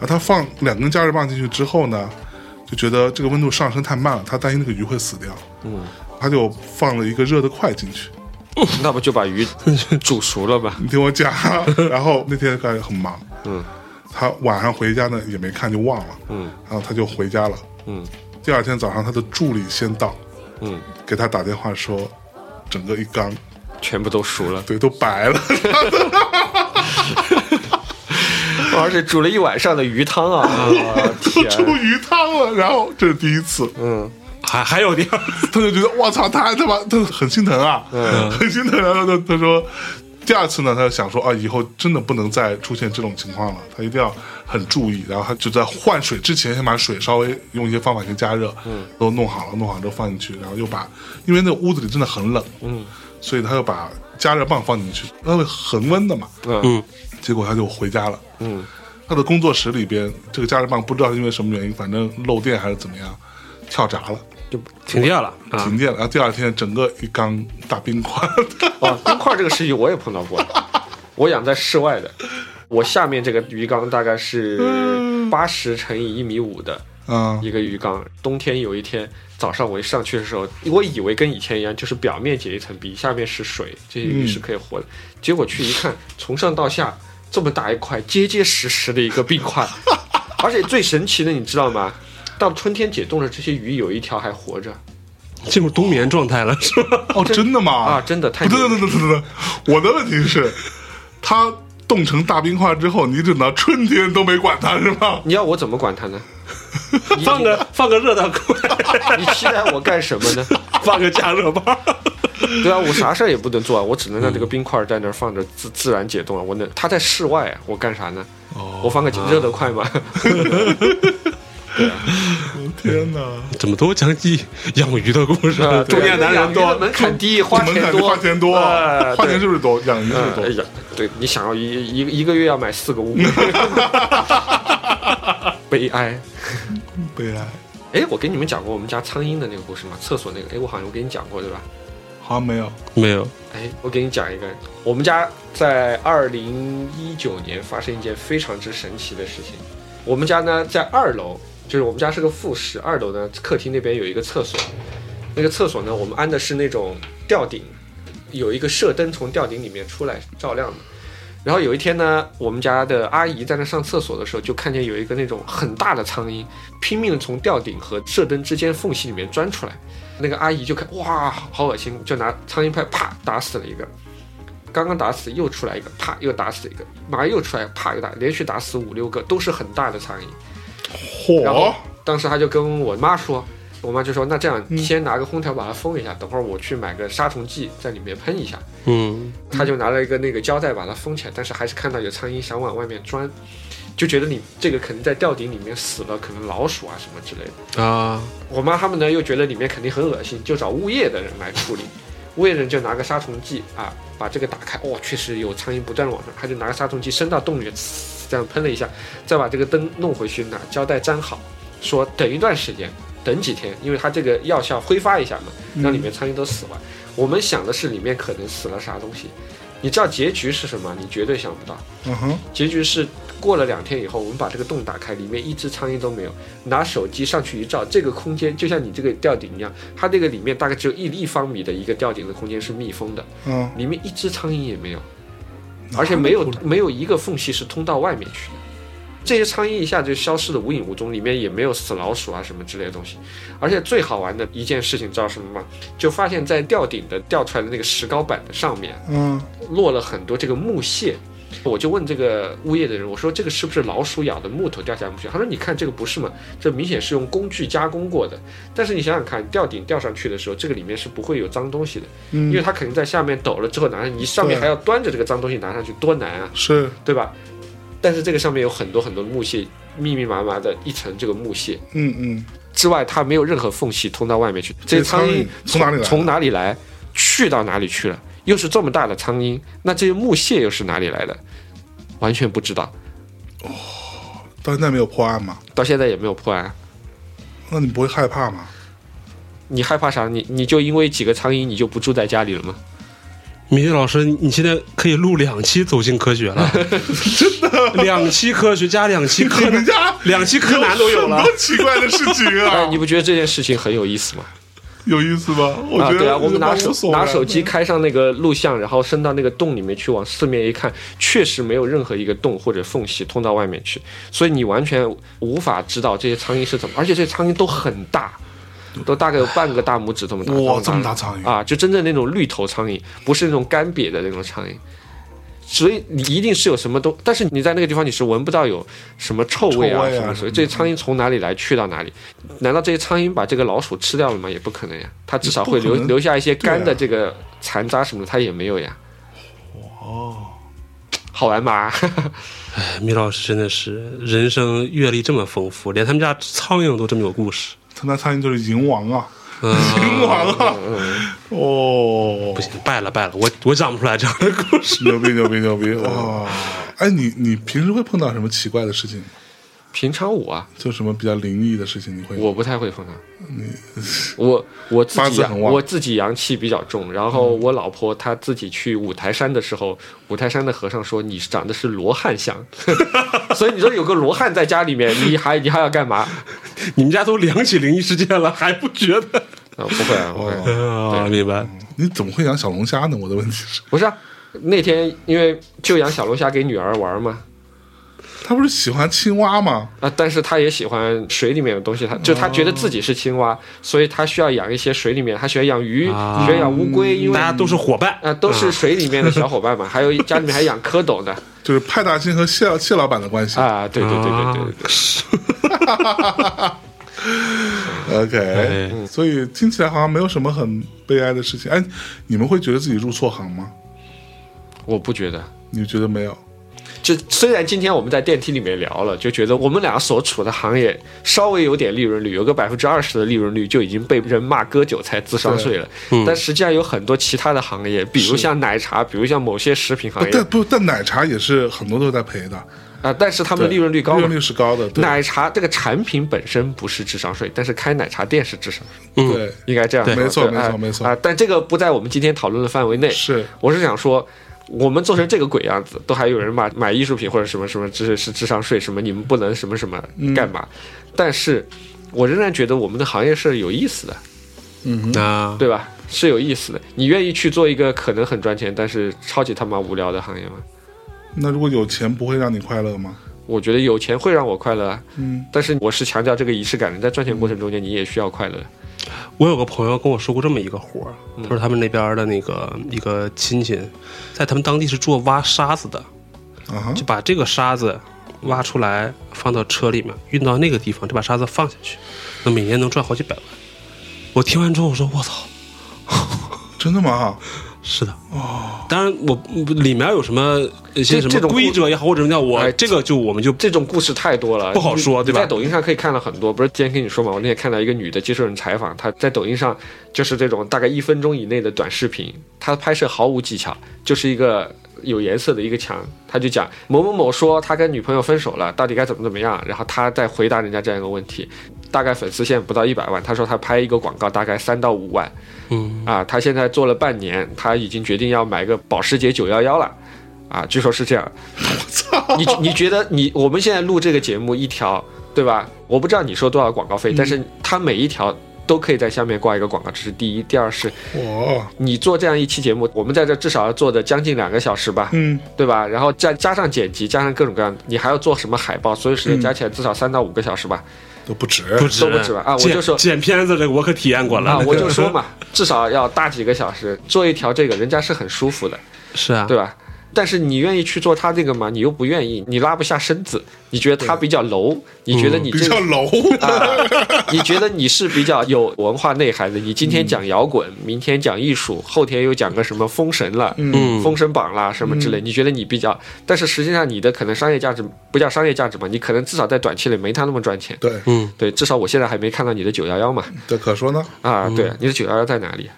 Speaker 3: 然后他放两根加热棒进去之后呢，就觉得这个温度上升太慢了，他担心那个鱼会死掉，嗯，他就放了一个热得快进去。
Speaker 1: [LAUGHS] 那不就把鱼 [LAUGHS] 煮熟了吧？
Speaker 3: 你听我讲，啊然后那天感觉很忙，嗯，他晚上回家呢也没看就忘了，嗯，然后他就回家了，
Speaker 1: 嗯，
Speaker 3: 第二天早上他的助理先到，
Speaker 1: 嗯，
Speaker 3: 给他打电话说，整个一缸
Speaker 1: 全部都熟了，
Speaker 3: 对都白了，
Speaker 1: [LAUGHS] 而且煮了一晚上的鱼汤啊！啊
Speaker 3: [LAUGHS] 都
Speaker 1: [LAUGHS] 天，
Speaker 3: 出鱼汤了，然后这是第一次，
Speaker 1: 嗯。
Speaker 2: 还还有 [LAUGHS] 点，
Speaker 3: 他就觉得我操，他他妈他很心疼啊，很心疼。然后他他说，第二次呢，他就想说啊，以后真的不能再出现这种情况了，他一定要很注意。然后他就在换水之前，先把水稍微用一些方法先加热，嗯，都弄好了，弄好之后放进去，然后又把，因为那屋子里真的很冷，嗯，所以他又把加热棒放进去，它会恒温的嘛，
Speaker 1: 嗯，
Speaker 3: 结果他就回家了。嗯，他的工作室里边，这个加热棒不知道是因为什么原因，反正漏电还是怎么样，跳闸了。
Speaker 2: 停电了啊！
Speaker 3: 停电了，然后第二天整个一缸大冰块，
Speaker 1: [LAUGHS] 哦，冰块这个事情我也碰到过，我养在室
Speaker 3: 嗯
Speaker 1: 外的，我下面这个鱼缸大概是八十乘以一米五的，
Speaker 3: 啊
Speaker 1: 一个鱼缸。冬天有一天早上我一上去的时候，我以为跟以前一样，就是表面结一层冰，下面是水，这些
Speaker 3: 嗯
Speaker 1: 鱼是可以活的。结果去一看，从上到下这么大一块，结结实实的一个
Speaker 3: [LAUGHS]
Speaker 1: 冰块。而且最神奇的，你知道吗？到春天解冻了，这些鱼有一条还活着
Speaker 2: 进入冬眠状态了，是吧？
Speaker 3: 哦，真的吗？
Speaker 1: 啊！真的太
Speaker 3: 不对，对对对对对，我的问题是，它冻成大冰块之后，你等到春天都没管它是吗？
Speaker 1: 你要我怎么
Speaker 3: [LAUGHS]
Speaker 1: 管它呢？你
Speaker 2: 放个放个热的锅，
Speaker 1: [LAUGHS] 你期待我干什么呢？ [LAUGHS]
Speaker 2: 放个加热棒。
Speaker 1: 对啊，我啥事儿也不能做啊，我只能让
Speaker 3: 嗯
Speaker 1: 这个冰块在那儿放着自自然解冻啊。我能，它在室外啊，我干啥呢？
Speaker 3: 哦
Speaker 1: 我放个热得快
Speaker 3: 啊
Speaker 1: [LAUGHS] 吗？
Speaker 3: 天哪，
Speaker 2: [LAUGHS] 怎么都讲起养鱼的故事
Speaker 1: 啊？
Speaker 2: 中年男人
Speaker 1: 养鱼的
Speaker 2: 都
Speaker 1: 门槛低，花
Speaker 3: 门
Speaker 1: 钱
Speaker 3: 槛
Speaker 1: 多，
Speaker 3: 花钱多，啊
Speaker 1: 哎
Speaker 3: 花
Speaker 1: 对
Speaker 3: 钱是不是多？养鱼是不是
Speaker 1: 哎
Speaker 3: 多？
Speaker 1: 呀，对你想要一一个一个月要买四个
Speaker 3: [LAUGHS]
Speaker 1: 乌龟，悲哀。
Speaker 3: 悲哀，
Speaker 1: 哎，我给你们讲过我们家苍蝇的那个故事吗？厕所那个，哎，我好像我给你讲过对吧？
Speaker 3: 好像没有。
Speaker 2: 没有，
Speaker 1: 哎，我给你讲一个，我们家在二零一九年发生一件非常之神奇的事情。我们家呢在二楼，就是我们家是个复式，二楼呢客厅那边有一个厕所，那个厕所呢我们安的是那种吊顶，有一个射灯从吊顶里面出来照亮的。然后有一天呢，我们家的阿姨在那上厕所的时候，就看见有一个那种很大的苍蝇，拼命地从吊顶和射灯之间缝隙里面钻出来。那个阿姨就看，哇，好恶心，就拿苍蝇拍啪打死了一个，刚刚打死又出来一个，啪又打死一个，马上又出来，啪又打，连续打死五六个，都是很大的苍蝇。然后
Speaker 3: 嚯，
Speaker 1: 当时他就跟我妈说，我妈就说那这样，先拿个空调把它封一下，等会儿我去买个杀虫剂在里面喷一下。
Speaker 2: 嗯，
Speaker 1: 他就拿了一个那个胶带把它封起来，但是还是看到有苍蝇想往外面钻，就觉得你这个可能在吊顶里面死了，可能老鼠啊什么之类的。
Speaker 2: 啊，
Speaker 1: 我妈他们呢又觉得里面肯定很恶心，就找物业的人来处理。物业人就拿个杀虫剂啊，把这个打开，哦，确实有苍蝇不断往上，他就拿个杀虫剂伸到洞里，呲这样喷了一下，再把这个灯弄回去，拿胶带粘好，说等一段时间，等几天，因为它这个药效挥发一下嘛，让里面苍蝇都死完。我们想的是里面可能死了啥东西，你知道结局是什么？你绝对想不到。
Speaker 3: 嗯哼，
Speaker 1: 结局是过了两天以后，我们把这个洞打开，里面一只苍蝇都没有。拿手机上去一照，这个空间就像你这个吊顶一样，它那个里面大概只有一立方米的一个吊顶的空间是密封的，
Speaker 3: 嗯，
Speaker 1: 里面一只苍蝇也没有，而且没有没有一个缝隙是通到外面去的。这些苍蝇一下就消失的无影无踪，里面也没有死老鼠啊什么之类的东西。而且最好玩的一件事情，知道什么吗？就发现在吊顶的吊出来的那个石膏板的上面，
Speaker 3: 嗯，
Speaker 1: 落了很多这个木屑。我就问这个物业的人，我说这个是不是老鼠咬的木头掉下来木屑？他说你看这个不是嘛，这明显是用工具加工过的。但是你想想看，吊顶吊上去的时候，这个里面是不会有脏东西的，因为它肯定在下面抖了之后拿上，你上面
Speaker 3: 对
Speaker 1: 还要端着这个脏东西拿上去，多难啊！
Speaker 3: 是，
Speaker 1: 对吧？但是这个上面有很多很多木屑，密密麻麻的一层这个木屑
Speaker 3: 嗯嗯，
Speaker 1: 之外，它没有任何缝隙通到外面去。这些
Speaker 3: 这苍
Speaker 1: 苍
Speaker 3: 蝇
Speaker 1: 蝇
Speaker 3: 从哪里来的
Speaker 1: 从哪里来？啊去到哪里去了？又是这么大的苍蝇，那这些木屑又是哪里来的？完全不知道，
Speaker 3: 到现在没有破案吗？
Speaker 1: 到现在也没有破案。
Speaker 3: 那你不会害怕吗？
Speaker 1: 你害怕啥？你你就因为几个苍蝇，你就不住在家里了吗？
Speaker 2: 米粒老师，你现在可以录两期《走进科学》 [LAUGHS] 了，真的，两期科学加两期
Speaker 3: 你
Speaker 2: 柯
Speaker 3: 们
Speaker 2: [LAUGHS] 南，
Speaker 3: 家
Speaker 2: 两期柯南都有了
Speaker 3: 很。多奇怪的事情
Speaker 1: [LAUGHS] 哎，
Speaker 3: 啊
Speaker 1: 你，不觉得这件事情很有意思吗？
Speaker 3: 有意思吗？我
Speaker 1: 啊，
Speaker 3: 觉
Speaker 1: 对啊，
Speaker 3: 得
Speaker 1: 我们拿手
Speaker 3: 无所谓
Speaker 1: 拿手机开上那个录像，然后伸到那个洞里面去，往四面一看，确实没有任何一个洞或者缝隙通到外面去，所以你完全无法知道这些苍蝇是怎么，而且这些苍蝇都很
Speaker 3: [LAUGHS]
Speaker 1: 大，都大概有半个大拇指这么大，
Speaker 3: 哇，
Speaker 1: 这
Speaker 3: 这
Speaker 1: 么
Speaker 3: 么大苍蝇，
Speaker 1: 啊，就真正那种绿头苍蝇，不是那种干瘪的那种苍蝇。所以你一定是有什么东，但是你在那个地方你是闻不到有什么臭味啊
Speaker 3: 臭味啊
Speaker 1: 什么所以
Speaker 3: 嗯
Speaker 1: 这些苍蝇从哪里来去到哪里？难道这些苍蝇把这个老鼠吃掉了吗？也不可能呀，它至少会
Speaker 3: 不
Speaker 1: 留
Speaker 3: 可能
Speaker 1: 留下一些干
Speaker 3: 对
Speaker 1: 的
Speaker 3: 啊
Speaker 1: 这个残渣什么的，它也没有呀。
Speaker 3: 哦，
Speaker 1: 好玩吧？
Speaker 2: 哎米老师真的是人生阅历这么丰富，连他们家苍蝇都这么有故事。
Speaker 3: 他那苍蝇就是蝇王啊， [LAUGHS]
Speaker 2: 嗯，
Speaker 3: 蝇王啊，
Speaker 1: 嗯
Speaker 3: 哦
Speaker 2: 不，行，败了败了，我我讲不出来这样的故事。
Speaker 3: 牛逼牛逼牛逼哇！哎，你你平时会碰到什么奇怪的事情吗？
Speaker 1: [LAUGHS] 平常我啊，
Speaker 3: 就什么比较灵异的事情，你会
Speaker 1: 我不太会碰它。我我自
Speaker 3: 八
Speaker 1: 己
Speaker 3: 字
Speaker 1: 阳
Speaker 3: 很旺嗯
Speaker 1: 我自己阳气比较重，然后我老婆她自己去五台山的时候，五台山的和尚说你长 [LAUGHS] 得是罗汉相，所以你说有个罗汉在家里面，你还你还要干嘛？
Speaker 2: 你们家都两起灵异事件了，还不觉得？
Speaker 1: 啊，不会啊，不会。
Speaker 2: [LAUGHS] 啊，明白。
Speaker 3: 你怎么会养小龙虾呢？我的问题是，
Speaker 1: 不是、啊，那天因为就养小龙虾给女儿玩嘛，
Speaker 3: 他不是喜欢青蛙吗？
Speaker 1: 啊，但是她也喜欢水里面的东西，她就她觉得自己是青蛙，所以她需要养一些水里面，她喜欢养鱼，
Speaker 2: 啊
Speaker 1: 喜欢养乌龟，因为
Speaker 2: 大家都是伙伴
Speaker 1: 啊嗯都是水里面的小伙伴 [LAUGHS] 嘛，还有家里面还养蝌蚪呢
Speaker 3: 就是派大星和谢谢老板的关系。
Speaker 1: 啊，对对对对对对
Speaker 2: 嗯
Speaker 1: 对，
Speaker 3: OK，、所
Speaker 1: 哎
Speaker 3: 以听起来好像没有什么很悲哀的事情。哎，你们会觉得自己入错行吗？
Speaker 1: 我不觉得。
Speaker 3: 你觉得没有？
Speaker 1: 就虽然今天我们在电梯里面聊了，就觉得我们俩所处的行业稍微有点利润率，有个百分之二十的利润率就已经被人骂割韭菜、智商税了。
Speaker 3: 嗯
Speaker 1: 但实际上有很多其他的行业，比如像奶茶，比如像某些食品行业
Speaker 3: 但
Speaker 1: 啊、
Speaker 3: 不，但奶茶也是很多都是在赔的，
Speaker 1: 但是他们的利润率高
Speaker 3: 利
Speaker 1: 嘛
Speaker 3: 润。率是高的。对
Speaker 1: 奶茶这个产品本身不是智商税，但是开奶茶店是智商税，
Speaker 3: 对，
Speaker 1: 应该这样说。
Speaker 3: 没错
Speaker 1: 对
Speaker 3: 没错
Speaker 1: 啊
Speaker 3: 没错
Speaker 1: 啊！但这个不在我们今天讨论的范围内。
Speaker 3: 是
Speaker 1: 我是想说，我们做成这个鬼样子，都还有人买买艺术品或者什么什么，这是是智商税，什么你们不能什么什么
Speaker 3: 嗯
Speaker 1: 干嘛？但是我仍然觉得我们的行业是有意思的，
Speaker 2: 啊，
Speaker 1: 对吧？是有意思的。你愿意去做一个可能很赚钱，但是超级他妈无聊的行业吗？
Speaker 3: 那如果有钱不会让你快乐吗？
Speaker 1: 我觉得有钱会让我快乐啊，
Speaker 3: 嗯，
Speaker 1: 但是我是强调这个仪式感的，在赚钱过程中间你也需要快乐。
Speaker 2: 我有个朋友跟我说过这么一个活儿，他说他们那边儿的那个一个亲戚，在他们当地是做挖沙子的，
Speaker 3: 啊哈，
Speaker 2: 就把这个沙子挖出来放到车里面，运到那个地方，再把沙子放下去，那每年能赚好几百万。我听完之后我说我操，
Speaker 3: 真的吗？
Speaker 2: 是的哦。当然我里面有什么一些
Speaker 1: 这
Speaker 2: 什
Speaker 1: 这
Speaker 2: 么
Speaker 1: 种
Speaker 2: 规则也好，或者什么叫我
Speaker 1: 哎
Speaker 2: 这个就我们就
Speaker 1: 这种故事太多了，
Speaker 2: 不好说
Speaker 1: 你
Speaker 2: 对吧
Speaker 1: 在抖音上可以看到很多，不是今天跟你说嘛？我那天看到一个女的接受人采访，她在抖音上就是这种大概一分钟以内的短视频，她拍摄毫无技巧，就是一个有颜色的一个墙，她就讲某某某说他跟女朋友分手了，到底该怎么怎么样，然后她再回答人家这样一个问题。大概粉丝现在不到一百万，她说她拍一个广告大概三到五万，
Speaker 2: 嗯
Speaker 1: 啊，她现在做了半年，她已经决定要买个保时捷九幺幺了，啊，据说是这样， [LAUGHS] 你你觉得你我们现在录这个节目一条，对吧？我不知道你收多少广告费，但是它每一条都可以在下面挂一个广告，这是第一。第二是
Speaker 3: 哇，
Speaker 1: 你做这样一期节目，我们在这至少要做的将近两个小时吧，
Speaker 3: 嗯，
Speaker 1: 对吧？然后再加上剪辑，加上各种各样的，你还要做什么海报，所有时间加起来至少三到五个小时吧。
Speaker 3: 都不值。
Speaker 2: 止
Speaker 1: 都不止吧啊我
Speaker 2: 剪
Speaker 1: 就说
Speaker 2: 剪片子这个我可体验过了，
Speaker 1: 啊，我就说嘛，至少要大几个小时做一条这个，人家是很舒服的。
Speaker 2: [LAUGHS] 是啊，
Speaker 1: 对吧？但是你愿意去做他这个吗？你又不愿意，你拉不下身子，你觉得他比较 low，你觉得你
Speaker 3: 比
Speaker 1: 这个
Speaker 3: 较 low， [LAUGHS]
Speaker 1: 啊， [LAUGHS] 你觉得你是比较有文化内涵的，你今天讲摇滚，明天讲艺术，后天又讲个什么封神了，
Speaker 2: 嗯
Speaker 1: 封神榜啦什么之类，你觉得你比较，但是实际上你的可能商业价值不叫商业价值嘛，你可能至少在短期内没他那么赚钱。
Speaker 3: 对，
Speaker 2: 嗯，
Speaker 1: 对，至少我现在还没看到你的九幺幺嘛。
Speaker 3: 这可说呢，
Speaker 1: 啊，对，你的九幺幺在哪里？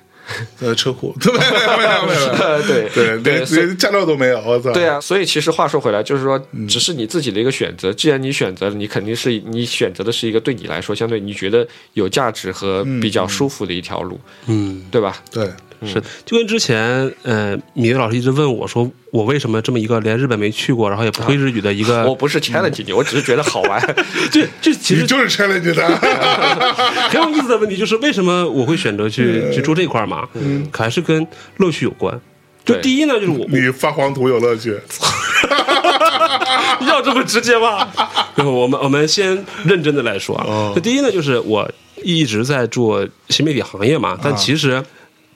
Speaker 3: 呃，车库， [LAUGHS] 对，没有没有没
Speaker 1: [LAUGHS]
Speaker 3: 有，
Speaker 1: 对
Speaker 3: 对，连
Speaker 1: 所以
Speaker 3: 连驾照都没有，我操，
Speaker 1: 对，啊，所以其实话说回来，就是说，只是你自己的一个选择。既然你选择了，你肯定是你选择的是一个对你来说相对你觉得有价值和比较舒服的一条路，
Speaker 2: 嗯。
Speaker 1: 对吧？
Speaker 3: 对，
Speaker 2: 是的，就跟之前，呃，米勒老师一直问我说，我为什么这么一个连日本没去过，然后也不会日语的一个，
Speaker 1: 啊我不是 challenge 你，我只是觉得好玩。
Speaker 2: 这这其
Speaker 3: 你
Speaker 2: 实
Speaker 3: 就是 challenge 的，
Speaker 1: [LAUGHS]
Speaker 3: [LAUGHS]
Speaker 2: [LAUGHS] 很有意思的问题，就是为什么我会选择去去做这块儿嘛？还是跟乐趣有关。就
Speaker 1: 对
Speaker 2: 第一呢，就是我
Speaker 3: 你发黄图有乐趣，
Speaker 2: [LAUGHS] 要这么直接吗？然后 [LAUGHS] 我们我们先认真的来说
Speaker 3: 哦
Speaker 2: 啊，那第一呢，就是我一直在做新媒体行业嘛，但其实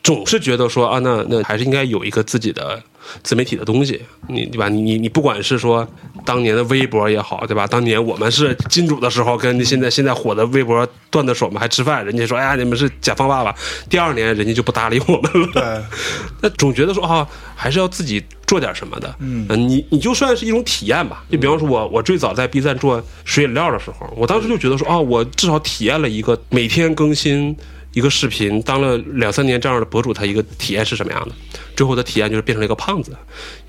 Speaker 2: 总是觉得说啊，那那还是应该有一个自己的自媒体的东西，你对吧？你你你不管是说当年的微博也好，对吧？当年我们是金主的时候，跟现在现在火的微博段子手们还吃饭，人家说哎呀你们是甲方爸爸，第二年人家就不搭理我们了。
Speaker 3: [LAUGHS] 对，
Speaker 2: [LAUGHS] 那总觉得说啊，还是要自己做点什么的。嗯，你你就算是一种体验吧。就比方说我，我最早在 B 站做水饮料的时候，我当时就觉得说啊，我至少体验了一个每天更新一个视频，当了两三年这样的博主，他一个体验是什么样的？最后的体验就是变成了一个胖子，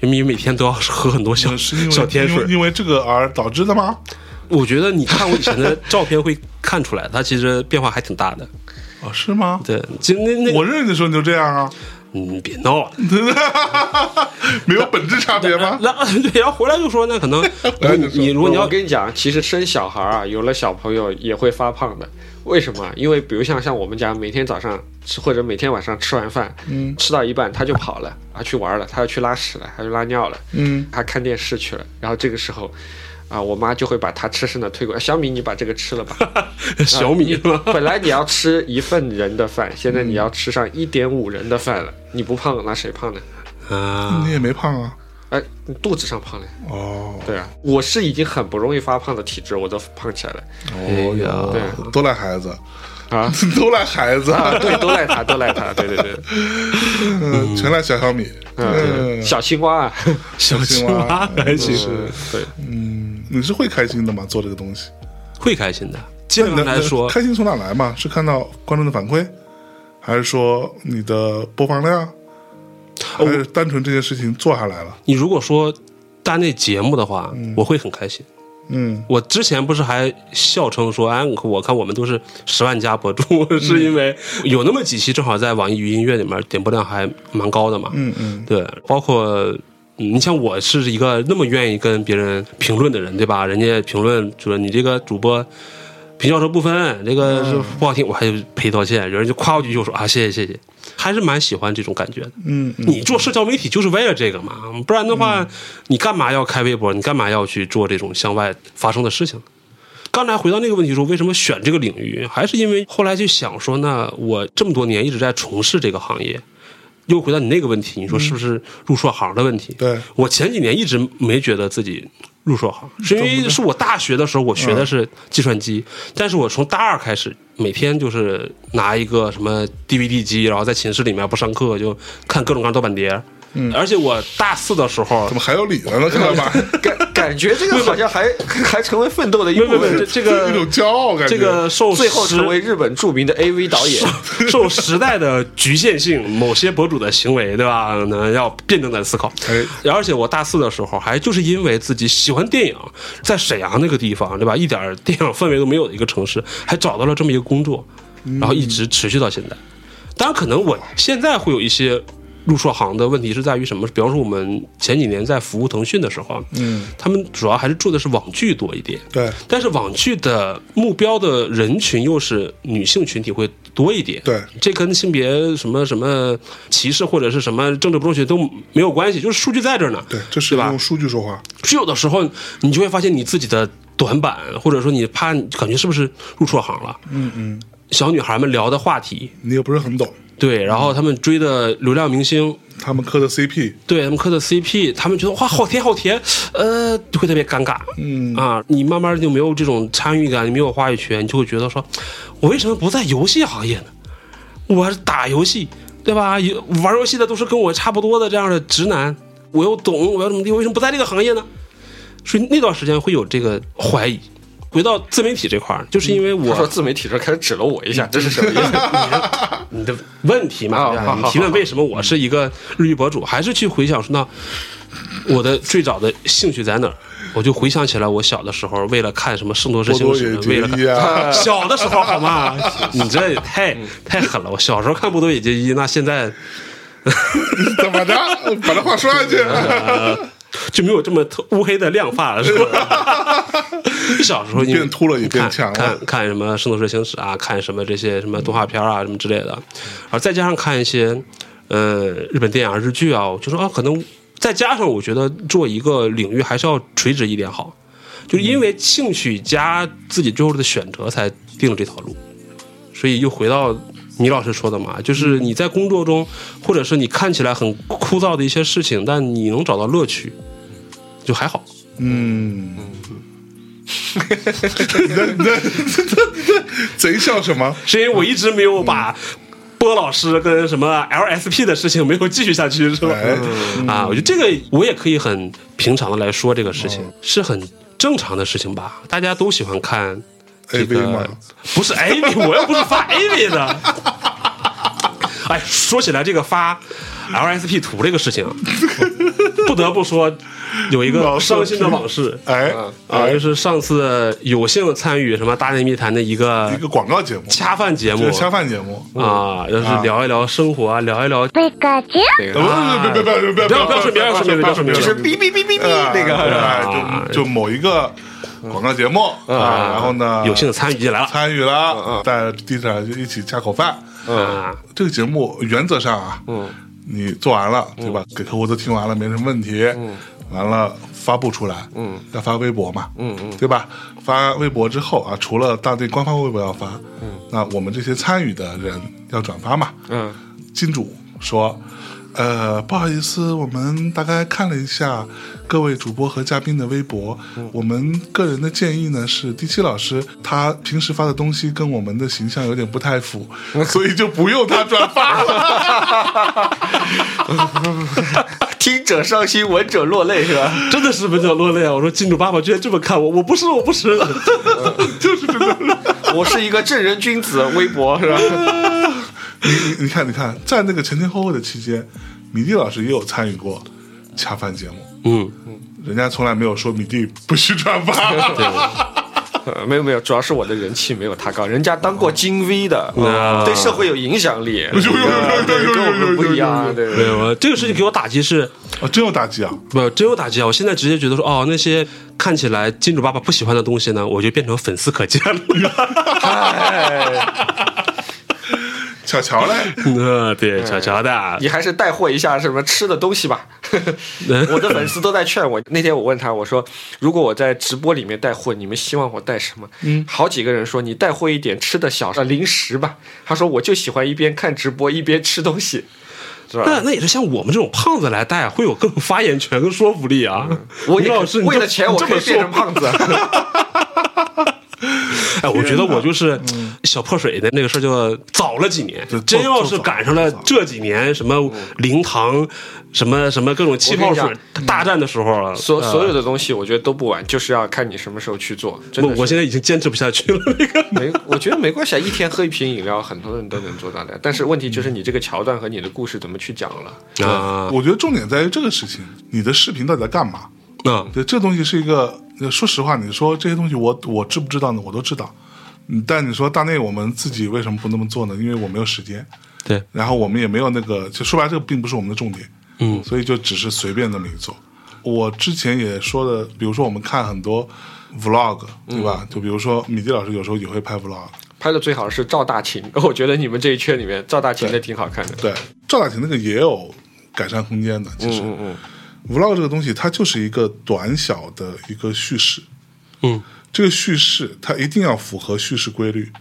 Speaker 2: 因为每天都要喝很多小
Speaker 3: 嗯是因为
Speaker 2: 小甜
Speaker 3: 因为
Speaker 2: 水。
Speaker 3: 因为这个而导致的吗？
Speaker 2: 我觉得你看我以前的照片会看出来，他其实变化还挺大的。
Speaker 3: 哦，是吗？
Speaker 2: 对，就那那
Speaker 3: [LAUGHS] 我认识的时候你就这样啊，
Speaker 2: 你别闹了。
Speaker 3: 没有本质差别吗？
Speaker 2: 那 [LAUGHS] 对，然后回来就说，那
Speaker 3: [LAUGHS]
Speaker 2: 可能
Speaker 3: 来
Speaker 2: 你
Speaker 3: 就说
Speaker 2: 你如果你
Speaker 1: 我
Speaker 2: 要
Speaker 1: 跟你讲，其实生小孩啊，有了小朋友也会发胖的。为什么啊？因为比如像像我们家，每天早上吃或者每天晚上吃完饭，
Speaker 3: 嗯
Speaker 1: 吃到一半他就跑了，他去玩了，他要去拉屎了，他去拉尿了，
Speaker 3: 嗯，
Speaker 1: 他看电视去了。然后这个时候，啊、我妈就会把他吃剩的推过来，小米，你把这个吃了吧。
Speaker 3: [LAUGHS]
Speaker 2: 小
Speaker 3: 啊
Speaker 2: 米是吧？
Speaker 1: 本来你要吃一份人的饭，现在你要吃上一点五人的饭了。你不胖，那谁胖呢？
Speaker 2: 啊，
Speaker 3: 你也没胖啊。
Speaker 1: 哎，你肚子上胖了。
Speaker 3: 哦，
Speaker 1: 对啊，我是已经很不容易发胖的体质，我都胖起来了。
Speaker 3: 哦哟，
Speaker 1: 对
Speaker 3: 都赖孩子，
Speaker 1: 啊
Speaker 3: 都赖孩子，
Speaker 1: 啊，对，都赖他，都赖他。对对对，
Speaker 3: 嗯，全赖小小米，
Speaker 1: 嗯，
Speaker 3: 嗯，
Speaker 1: 小青蛙啊， [LAUGHS]
Speaker 2: 小青蛙还行，
Speaker 1: 对，
Speaker 3: 嗯，你是会开心的吗？做这个东西，
Speaker 2: [LAUGHS] 会开心的。基本
Speaker 3: 那
Speaker 2: 上
Speaker 3: 你
Speaker 2: 来
Speaker 3: 的
Speaker 2: 说，
Speaker 3: 开心从哪来嘛？是看到观众的反馈，还是说你的播放量，还是单纯这件事情做下来了？
Speaker 2: 你如果说单那节目的话，我会很开心。
Speaker 3: 嗯，
Speaker 2: 我之前不是还笑称说，哎，我看我们都是十万加博主， [LAUGHS]
Speaker 3: 嗯
Speaker 2: 是因为有那么几期正好在网易云音乐里面点播量还蛮高的嘛。
Speaker 3: 嗯嗯
Speaker 2: 对，包括嗯你像我是一个那么愿意跟别人评论的人，对吧？人家评论说你这个主播。平翘舌不分，这个是不好听，我还赔道歉。有人就夸我几句，我说啊，谢谢谢谢，还是蛮喜欢这种感觉的。
Speaker 3: 嗯嗯，
Speaker 2: 你做社交媒体就是为了这个嘛，不然的话，你干嘛要开微博？你干嘛要去做这种向外发生的事情？刚才回到那个问题说，为什么选这个领域，还是因为后来就想说，那我这么多年一直在从事这个行业，又回到你那个问题，你说是不是入错行的问题？
Speaker 3: 嗯对
Speaker 2: 我前几年一直没觉得自己入错行，是因为是我大学的时候我学
Speaker 3: 嗯
Speaker 2: 的是计算机，但是我从大二开始每天就是拿一个什么 DVD 机，然后在寝室里面不上课就看各种各样的盗版碟。嗯，而且我大四的时候
Speaker 3: 怎，么还有理了呢？看到吧，
Speaker 1: 感感觉这个好像还还成为奋斗的一
Speaker 2: 没
Speaker 1: 部
Speaker 2: 没没，这
Speaker 1: 分，
Speaker 3: [LAUGHS]
Speaker 2: 这
Speaker 3: 一种
Speaker 2: 个
Speaker 3: 骄傲感觉。
Speaker 2: 这个受
Speaker 1: 最后
Speaker 2: 时
Speaker 1: 成为日本著名的 AV 导演。
Speaker 2: [LAUGHS] 受时代的局限性，某些博主的行为，对吧？呢，要辩证的思考。
Speaker 3: 哎，
Speaker 2: 而且我大四的时候，还就是因为自己喜欢电影，在沈阳那个地方，对吧？一点儿电影氛围都没有的一个城市，还找到了这么一个工作，然后一直持续到现在。当然，可能我现在会有一些入硕行的问题是在于什么？比方说，我们前几年在服务腾讯的时候，啊
Speaker 3: 嗯，
Speaker 2: 他们主要还是做的是网剧多一点。
Speaker 3: 对
Speaker 2: 但是网剧的目标的人群又是女性群体会多一点，
Speaker 3: 对，
Speaker 2: 这跟性别什么什么歧视或者是什么政治不正确都没有关系，就是数据在这儿呢。
Speaker 3: 对，这是
Speaker 2: 吧
Speaker 3: 用数据说话。
Speaker 2: 是有的时候你就会发现你自己的短板，或者说你怕你感觉是不是入错行了。
Speaker 3: 嗯嗯，
Speaker 2: 小女孩们聊的话题，
Speaker 3: 你也不是很懂，
Speaker 2: 对，然后他们追的流量明星，
Speaker 3: 他们磕的 CP，
Speaker 2: 对他们磕的 CP，他们觉得哇好甜好甜，呃，就会特别尴尬。
Speaker 3: 嗯
Speaker 2: 啊，你慢慢就没有这种参与感，你没有话语权，你就会觉得说，我为什么不在游戏行业呢？我打游戏，对吧？有玩游戏的都是跟我差不多的这样的直男，我又懂，我要怎么地，我为什么不在这个行业呢？所以那段时间会有这个怀疑。回到自媒体这块儿，就是因为我
Speaker 1: [LAUGHS] 我嗯说自媒体这开始指了我一下，这是什么意思？ [LAUGHS]
Speaker 2: 你的问题嘛，
Speaker 1: 啊
Speaker 2: 对吧
Speaker 1: 好好嗯
Speaker 2: 你提问为什么我是一个日语博主，还是去回想说那我的最早的兴趣在哪儿？我就回想起来，我小的时候为了看什么《圣斗士
Speaker 3: 波
Speaker 2: 星
Speaker 3: 多
Speaker 2: 矢
Speaker 3: 野》，
Speaker 2: 为
Speaker 3: 结
Speaker 2: 了看
Speaker 3: 衣啊，
Speaker 2: [LAUGHS] 小的时候好吗？ [LAUGHS] 你这也太太狠了！我小时候看《波多野结衣》，那现在
Speaker 3: 怎么着？把这话说下去。
Speaker 2: [LAUGHS] 就没有这么特乌黑的亮发了，是
Speaker 3: [LAUGHS]
Speaker 2: 吧？小时候你
Speaker 3: 变秃了也变强了
Speaker 2: 看看看什么《圣斗士星矢》啊，看什么这些什么动画片啊，什么之类的，然后再加上看一些呃日本电影、日剧啊，我就说啊，可能再加上我觉得做一个领域还是要垂直一点好，就是因为兴趣加自己最后的选择才定了这条路，所以又回到。倪老师说的嘛，就是你在工作中，或者是你看起来很枯燥的一些事情，但你能找到乐趣，就还好。
Speaker 3: 嗯，你在你在贼笑什么？
Speaker 2: 是因为我一直没有把波老师跟什么 LSP 的事情没有继续下去，是吧？
Speaker 3: 哎，
Speaker 2: 啊，我觉得这个我也可以很平常的来说这个事情，是很正常的事情吧？大家都喜欢看这
Speaker 3: AV
Speaker 2: 个
Speaker 3: 吗，
Speaker 2: [LAUGHS] 不是
Speaker 3: [LAUGHS]
Speaker 2: AV，我又不是发 AV 的。哎，说起来这个发 LSP 图这个事情啊，不得不说，有一
Speaker 3: 老
Speaker 2: 个
Speaker 3: 少
Speaker 2: 伤心的
Speaker 3: 平
Speaker 2: 往事
Speaker 3: 哎
Speaker 1: 嗯
Speaker 2: 啊，
Speaker 3: 哎
Speaker 2: 就，是上次有幸参与什么《大内密谈》的一个
Speaker 3: 一个广告节目，
Speaker 2: 恰饭节目
Speaker 3: 就是恰饭节嗯目。
Speaker 2: 啊，就是聊一聊生活啊，聊一聊
Speaker 1: 那
Speaker 3: 呃
Speaker 1: 个
Speaker 3: 不是不是不是
Speaker 2: 不要
Speaker 3: 不要
Speaker 2: 不要说
Speaker 3: 别别
Speaker 2: 名字不要说名字
Speaker 1: 就是哔哔哔哔哔那个，
Speaker 3: 哎，就就某一个广告节目啊，然后呢，
Speaker 2: 有幸参与进来了
Speaker 3: 参与了，在地上就一起恰口饭。
Speaker 2: 啊。
Speaker 3: 这个节目原则上啊，
Speaker 1: 嗯，
Speaker 3: 你做完了对吧？给客户都听完了，没什么问题。嗯，完了发布出来，嗯，要发微博嘛，嗯嗯，对吧？发微博之后啊，除了大内官方微博要发，嗯，那我们这些参与的人要转发嘛，
Speaker 1: 嗯，
Speaker 3: 金主说。呃，不好意思，我们大概看了一下各位主播和嘉宾的微博，我们个人的建议呢是，第七老师他平时发的东西跟我们的形象有点不太符，所以就不用他转发了。
Speaker 1: 听者伤心，闻者落泪是吧？
Speaker 2: 真的是闻者落泪啊！我说金主爸爸居然这么看我，我不是我不是，
Speaker 3: 就是真的。
Speaker 1: 我是一个正人君子，微博是吧？
Speaker 3: 你你你看，你看，在那个前前后后的期间，米蒂老师也有参与过恰饭节目，
Speaker 2: 嗯，
Speaker 3: 人家从来没有说米蒂不许转发。
Speaker 1: 呃 [LAUGHS] 没有没有，主要是我的人气没有他高，人家当过金 V 的，
Speaker 2: 啊
Speaker 1: 哦对社会有影响力，
Speaker 3: 有有有有有有
Speaker 1: [LAUGHS] 对跟我们不一样，对
Speaker 2: 没有啊，这个事情给我打击是
Speaker 3: 啊，真有打击啊！
Speaker 2: 不真有打击啊！我现在直接觉得说，哦，那些看起来金主爸爸不喜欢的东西呢，我就变成粉丝可见了。
Speaker 1: [LAUGHS] 哎，
Speaker 3: 巧乔嘞，
Speaker 2: 嗯，对，巧巧的，
Speaker 1: 你还是带货一下什么吃的东西
Speaker 2: [LAUGHS]
Speaker 1: 吧。我的粉丝都在劝我。那天我问他，我说如果我在直播里面带货，你们希望我带什么？嗯，好几个人说你带货一点吃的小呃零食吧。他说我就喜欢一边看直播一边吃东西，是吧？
Speaker 2: 那那也是像我们这种胖子来带，会有更有发言权跟说服力啊。
Speaker 1: 我也
Speaker 2: 吴老
Speaker 1: 可
Speaker 2: 师，你
Speaker 1: 为
Speaker 2: 这
Speaker 1: 了钱，我
Speaker 2: 这
Speaker 1: 可
Speaker 2: 么
Speaker 1: 以变
Speaker 2: 说嗯
Speaker 1: 成，胖
Speaker 2: [LAUGHS]
Speaker 1: 子。
Speaker 2: 哎，我觉得我就是小破水的那个事儿，就早了几年
Speaker 3: 对。
Speaker 2: 真要
Speaker 3: 早
Speaker 2: 是
Speaker 3: 早
Speaker 2: 赶上了这几年什么灵堂、什么什么各种气泡
Speaker 1: 我跟
Speaker 2: 水
Speaker 1: 你
Speaker 2: 大战的时候了，
Speaker 1: 所
Speaker 2: 呃
Speaker 1: 所有的东西，我觉得都不晚，就是要看你什么时候去做。真
Speaker 2: 我
Speaker 1: 的是，
Speaker 2: 我现在已经坚持不下去了。那个
Speaker 1: 没，我觉得没关系啊，一天喝一瓶饮料，很多人都能做到的。但是问题就是你这个桥段和你的故事怎么去讲了。
Speaker 2: 啊
Speaker 3: 我觉得重点在于这个事情，你的视频到底在干嘛？
Speaker 2: 啊，
Speaker 3: 对，这东西是一个，呃说实话，你说这些东西我我知不知道呢？我都知道。嗯但你说大内我们自己为什么不那么做呢？因为我没有时间，
Speaker 2: 对，
Speaker 3: 然后我们也没有那个，就说白了，这个并不是我们的重点，嗯，所以就只是随便那么一做。我之前也说的，比如说我们看很多 vlog，对吧？就比如说米蒂老师有时候也会拍 vlog，
Speaker 1: 拍的最好的是赵大秦， [LAUGHS] 我觉得你们这一圈里面赵大秦的挺好看的。
Speaker 3: 对，赵大秦那个也有改善空间的。其实、
Speaker 1: 嗯嗯
Speaker 3: vlog 这个东西，它就是一个短小的一个叙事，
Speaker 2: 嗯，
Speaker 3: 这个叙事它一定要符合叙事规律。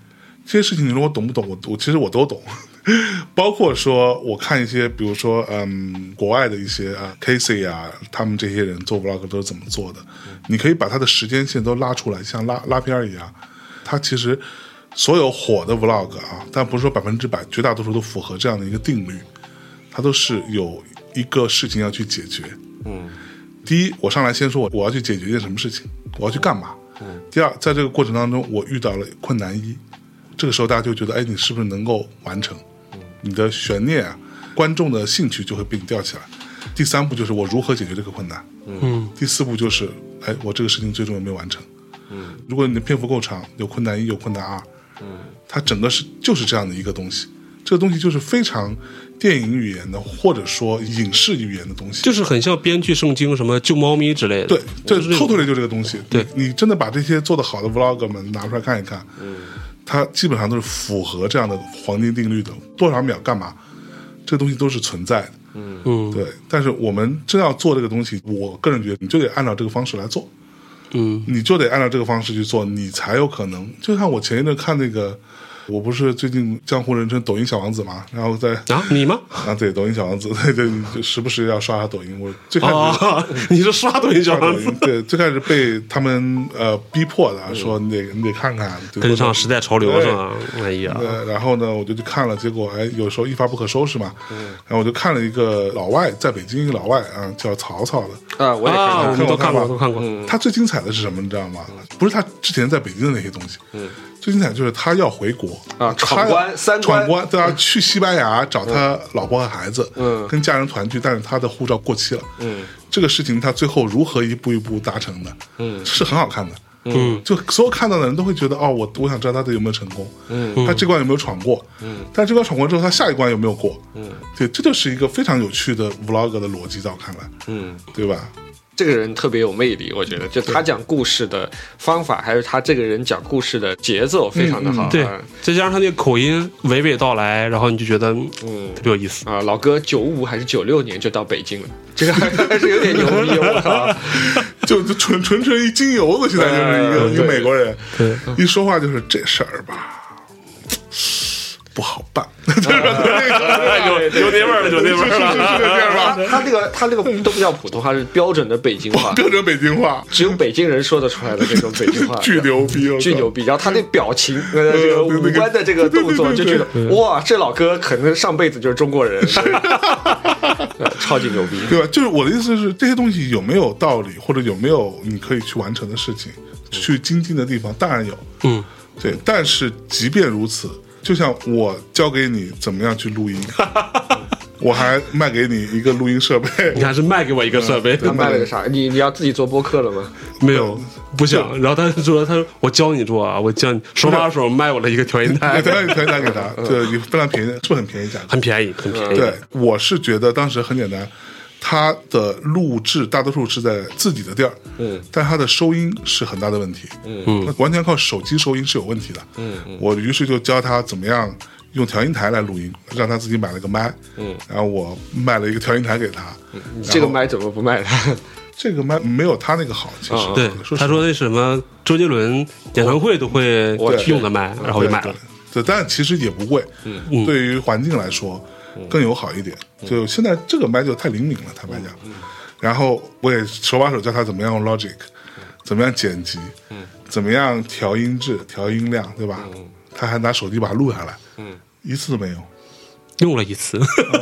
Speaker 3: 这些事情你说我懂不懂？我我其实我都懂， [LAUGHS] 包括说我看一些，比如说嗯，国外的一些啊，Casey 啊，他们这些人做 vlog 都是怎么做的。
Speaker 1: 嗯
Speaker 3: 你可以把他的时间线都拉出来，像拉拉片儿一样。他其实所有火的 vlog 啊，但不是说百分之百，绝大多数都符合这样的一个定律，它都是有一个事情要去解决。第一，我上来先说我我要去解决一件什么事情，我要去干嘛。第二，在这个过程当中，我遇到了困难一，这个时候大家就觉得，哎，你是不是能够完成？你的悬念啊，观众的兴趣就会被你吊起来。第三步就是我如何解决这个困难。嗯。第四步就是，哎，我这个事情最终有没有完成？嗯。如果你的篇幅够长，有困难一，有困难二。嗯。它整个是就是这样的一个东西，这个东西就是非常电影语言的，或者说影视语言的东西。
Speaker 2: 就是很像编剧圣经什么救猫咪之类的。
Speaker 3: 对，这
Speaker 2: 就是这种
Speaker 3: totally 就这个东西。
Speaker 2: 对
Speaker 3: 你，你真的把这些做得好的 vlog 们拿出来看一看，嗯，它基本上都是符合这样的黄金定律的，多少秒干嘛，这东西都是存在的。
Speaker 2: 嗯
Speaker 3: 对，但是我们真要做这个东西，我个人觉得你就得按照这个方式来做，
Speaker 2: 嗯
Speaker 3: 你就得按照这个方式去做，你才有可能。就像我前一阵看那个，我不是最近江湖人称抖音小王子嘛，然后
Speaker 2: [LAUGHS]
Speaker 3: 在。
Speaker 2: 啊，你吗？
Speaker 3: 啊，对，抖音小王子， [LAUGHS] 对对，你就时不时要刷刷抖音。我最开始
Speaker 2: 啊， [LAUGHS] 嗯你是刷抖音小王子，
Speaker 3: 对，最开始被他们呃逼迫
Speaker 1: 嗯
Speaker 3: 的，说你得你得看看，对
Speaker 2: 跟上时代潮流是吧？哎呀，
Speaker 1: 啊
Speaker 3: 呃，然后呢，我就去看了，结果哎，有时候一发不可收拾嘛。
Speaker 1: 嗯
Speaker 3: 然后我就看了一个老外，在北京一个老外啊，叫曹操的。
Speaker 1: 啊，我也看
Speaker 2: 啊，
Speaker 1: 看
Speaker 2: 我们都看过，嗯
Speaker 3: 看过
Speaker 2: 都看过。
Speaker 1: 嗯
Speaker 3: 他最精彩的是什么，你知道吗？不是他之前在北京的那些东西，最精彩就是他要回国
Speaker 1: 嗯啊
Speaker 3: 他
Speaker 1: 闯关三关
Speaker 3: 闯关，对啊，去西班牙找他老婆和孩子，
Speaker 1: 嗯
Speaker 3: 跟家人团聚，但是他的护照过期了，嗯，这个事情它最后如何一步一步达成的，
Speaker 1: 嗯
Speaker 3: 是很好看的。
Speaker 2: 嗯
Speaker 3: 就所有看到的人都会觉得，哦，我我想知道他到底有没有成功，
Speaker 1: 嗯
Speaker 3: 他这关有没有闯过，
Speaker 1: 嗯，
Speaker 3: 但这关闯过之后，他下一关有没有过？
Speaker 1: 嗯
Speaker 3: 对，这就是一个非常有趣的 vlog 的逻辑，在我看来，
Speaker 1: 嗯，
Speaker 3: 对吧？
Speaker 1: 这个人特别有魅力，我觉得，就他讲故事的方法，还有他这个人讲故事的节奏非常的好。
Speaker 2: 嗯对
Speaker 1: 啊，
Speaker 2: 再加上他那个口音娓娓道来，然后你就觉得嗯
Speaker 1: 嗯
Speaker 2: 特别有意思。
Speaker 1: 啊，老哥九五还是九六年就到北京了，这个还是有点牛逼，我靠！
Speaker 3: 就就纯纯纯一金油子，现在就是一个、
Speaker 1: 嗯
Speaker 3: 一个美国人，
Speaker 2: 对，
Speaker 3: 一说话就是这事儿吧，不好办，就是那
Speaker 2: 有有那味 [LAUGHS] 儿了，有那味儿
Speaker 3: 是 [LAUGHS] 是是是这样
Speaker 1: 他
Speaker 3: 吧
Speaker 1: 他这个他这个都不叫普通话，是标准的北京话
Speaker 3: [LAUGHS] 个，标准北京话，
Speaker 1: 只有北京人说得出来的这种北京话，
Speaker 3: 巨牛逼，我靠
Speaker 1: 巨牛！逼。然后他那表情，呃，这个五官的这个动作，就觉得哇，这老哥可能上辈子就是中国人， [LAUGHS] 呃超级牛逼。
Speaker 3: 对吧？就是我的意思是，这些东西有没有道理，或者有没有你可以去完成的事情，去精进的地方，当然有。
Speaker 2: 嗯，
Speaker 3: 对，但是即便如此，就像我教给你怎么样去录音， [LAUGHS] 我还卖给你一个录音设备， [LAUGHS]
Speaker 2: 你看是卖给我一个设备，
Speaker 1: 他卖了个啥？你你要自己做播客了吗？
Speaker 2: [LAUGHS] 没有不想。然后他就说：“他说我教你做啊，我教你手把手卖我了一个调音
Speaker 3: 哎，
Speaker 2: 台，
Speaker 3: 才才拿给他， [LAUGHS] 对，你非常便宜，是不是很便宜价格？
Speaker 2: 很便宜，很便宜。
Speaker 3: 对，我是觉得当时很简单，它的录制大多数是在自己的地儿，
Speaker 1: 嗯，
Speaker 3: 但它的收音是很大的问题，嗯，那完全靠手机收音是有问题的，嗯，我于是就教他怎么样。用调音台来录音，让他自己买了个麦，嗯，然后我卖了一个调音台给他，
Speaker 1: 你这个麦怎么不卖他？
Speaker 3: 这个麦没有他那个好，其实、
Speaker 1: 嗯
Speaker 2: 对
Speaker 3: 哦说，实
Speaker 2: 他说那什么周杰伦演唱会都会
Speaker 1: 我去
Speaker 2: 用的麦，然后我就买
Speaker 3: 对
Speaker 2: 了。
Speaker 3: 对，但其实也不贵，
Speaker 2: 嗯
Speaker 3: 对于环境来说更友好一点。就现在这个麦就太灵敏了，坦
Speaker 2: 嗯
Speaker 3: 白讲。然后我也手把手教他怎么样用 Logic，怎
Speaker 2: 嗯
Speaker 3: 么样剪辑，怎么样调音质、调音量，对吧？
Speaker 2: 嗯
Speaker 3: 他还拿手机把它录下来，一次都没有。
Speaker 2: 用了一次， [LAUGHS]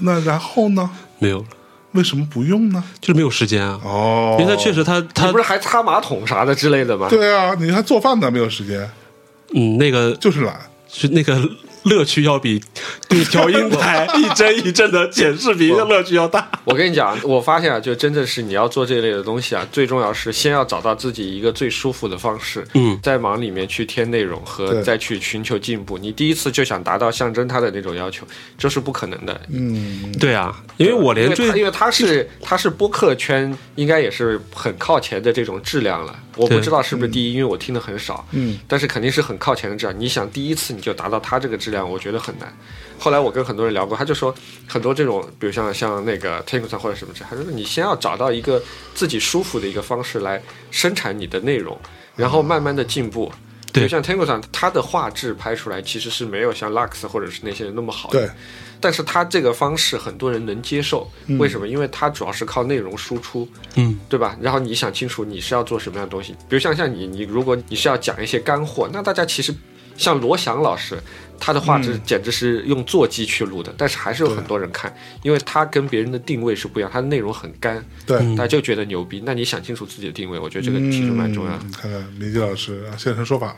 Speaker 3: 那然后呢？
Speaker 2: 没有了，
Speaker 3: 为什么不用呢？
Speaker 2: 就是没有时间啊。
Speaker 3: 哦，
Speaker 2: 因为他确实他
Speaker 1: 你
Speaker 2: 他
Speaker 1: 不是还擦马桶啥的之类的吗？
Speaker 3: 对啊，你还做饭呢，没有时间，
Speaker 2: 嗯那个
Speaker 3: 就是懒。
Speaker 2: 是那个乐趣要比对调音台一帧一帧的剪视频的乐趣要大。
Speaker 1: 我跟你讲，我发现啊，就真的是你要做这类的东西啊，最重要是先要找到自己一个最舒服的方式，
Speaker 2: 嗯
Speaker 1: 再往里面去添内容和
Speaker 3: 对
Speaker 1: 再去寻求进步。你第一次就想达到象征他的那种要求，这是不可能的。
Speaker 3: 嗯，
Speaker 2: [LAUGHS] 对啊，因为我
Speaker 1: 因
Speaker 2: 连
Speaker 1: 为他
Speaker 2: 最
Speaker 1: 因为他是他是播客圈应该也是很靠前的这种质量了，我不
Speaker 2: 对嗯
Speaker 1: 知道是不是第一，因为我听的很少，
Speaker 3: 嗯，
Speaker 1: 但是肯定是很靠前的质量。你想第一次你就达到他这个质量，我觉得很难。后来我跟很多人聊过，他就说很多这种，比如像像那个 t i k t o k 或者什么之类，他说你先要找到一个自己舒服的一个方式来生产你的内容，然后慢慢的进步。
Speaker 2: 对
Speaker 1: 就像 Tango 上，他的画质拍出来其实是没有像 Lux 或者是那些人那么好的。
Speaker 3: 对，
Speaker 2: 嗯
Speaker 1: 但是他这个方式很多人能接受，
Speaker 3: 嗯
Speaker 1: 为什么？因为他主要是靠内容输出，
Speaker 2: 嗯，
Speaker 1: 对吧？然后你想清楚你是要做什么样的东西，比如像像你，你如果你是要讲一些干货，那大家其实像罗翔老师，他的画质
Speaker 3: 嗯
Speaker 1: 简直是用座机去录的，但是还是有很多人看，因为他跟别人的定位是不一样，他的内容很干，
Speaker 3: 对。
Speaker 1: 大家就觉得牛逼。那你想清楚自己的定位，我觉得这个其实
Speaker 3: 嗯，
Speaker 1: 蛮重要的。
Speaker 3: 看看米基老师啊，现身说法了。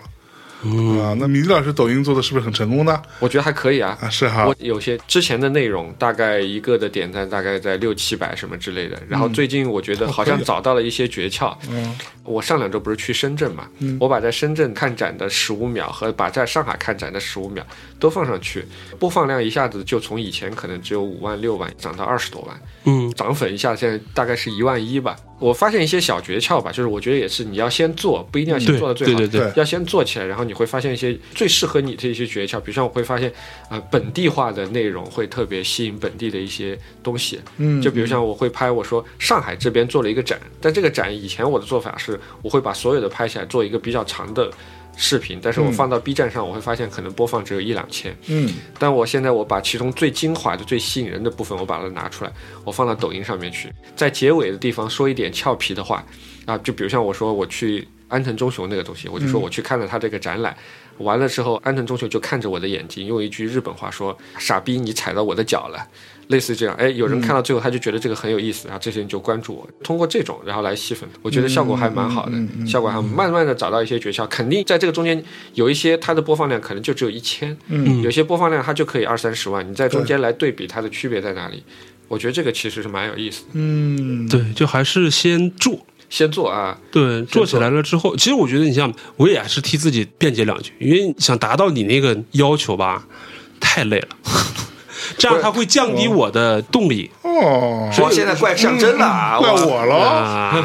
Speaker 3: 啊，那米基老师抖音做的是不是很成功呢？
Speaker 1: 我觉得还可以啊，
Speaker 3: 啊，是哈
Speaker 1: 我，有些之前的内容，大概一个的点赞大概在六七百什么之类的。然后最近我觉得好像找到了一些诀窍。
Speaker 3: 嗯
Speaker 1: 我上两周不是去深圳嘛，我把在深圳看展的十五秒和把在上海看展的十五秒都放上去，播放量一下子就从以前可能只有五万六万涨到二十多万。
Speaker 2: 嗯
Speaker 1: 涨粉一下，现在大概是一万一吧。我发现一些小诀窍吧，就是我觉得也是，你要先做，不一定要先
Speaker 2: 对
Speaker 1: 做到最好，
Speaker 2: 对对
Speaker 3: 对
Speaker 1: 要先做起来，然后你会发现一些最适合你的一些诀窍。比如像我会发现，呃，本地化的内容会特别吸引本地的一些东西。
Speaker 3: 嗯
Speaker 1: 就比如像我会拍，我说上海这边做了一个展，但这个展以前我的做法是，我会把所有的拍起来做一个比较长的视频，但是我
Speaker 3: 嗯
Speaker 1: 放到 B 站上，我会发现可能播放只有一两千。
Speaker 3: 嗯，
Speaker 1: 但我现在我把其中最精华的、最吸引人的部分，我把它拿出来，我放到抖音上面去，在结尾的地方说一点俏皮的话啊，就比如像我说我去安藤忠雄那个东西，我
Speaker 3: 嗯
Speaker 1: 就说我去看了他这个展览，完了之后，安藤忠雄就看着我的眼睛，用一句日本话说：“傻逼，你踩到我的脚了。”类似于这样，哎，有人看到最后他就觉得这个很有意思，然后这些人就关注我，通过这种然后来吸粉，我觉得效果还蛮好的，
Speaker 3: 嗯嗯嗯嗯
Speaker 1: 效果还慢慢的找到一些诀窍，肯定在这个中间有一些它的播放量可能就只有一千，
Speaker 3: 嗯
Speaker 1: 有些播放量它就可以二三十万，你在中间来对比它的区别在哪里。我我觉得这个其实是蛮有意思的。
Speaker 3: 嗯，
Speaker 2: 对，就还是先做，
Speaker 1: 先做啊，
Speaker 2: 对，做起来了之后，其实我觉得你像我也是替自己辩解两句，因为想达到你那个要求吧，太累了，这样它会降低我的动力
Speaker 3: 哦，
Speaker 1: 所以现在怪象真了啊，
Speaker 3: 怪
Speaker 1: 我
Speaker 3: 我了，
Speaker 2: 啊。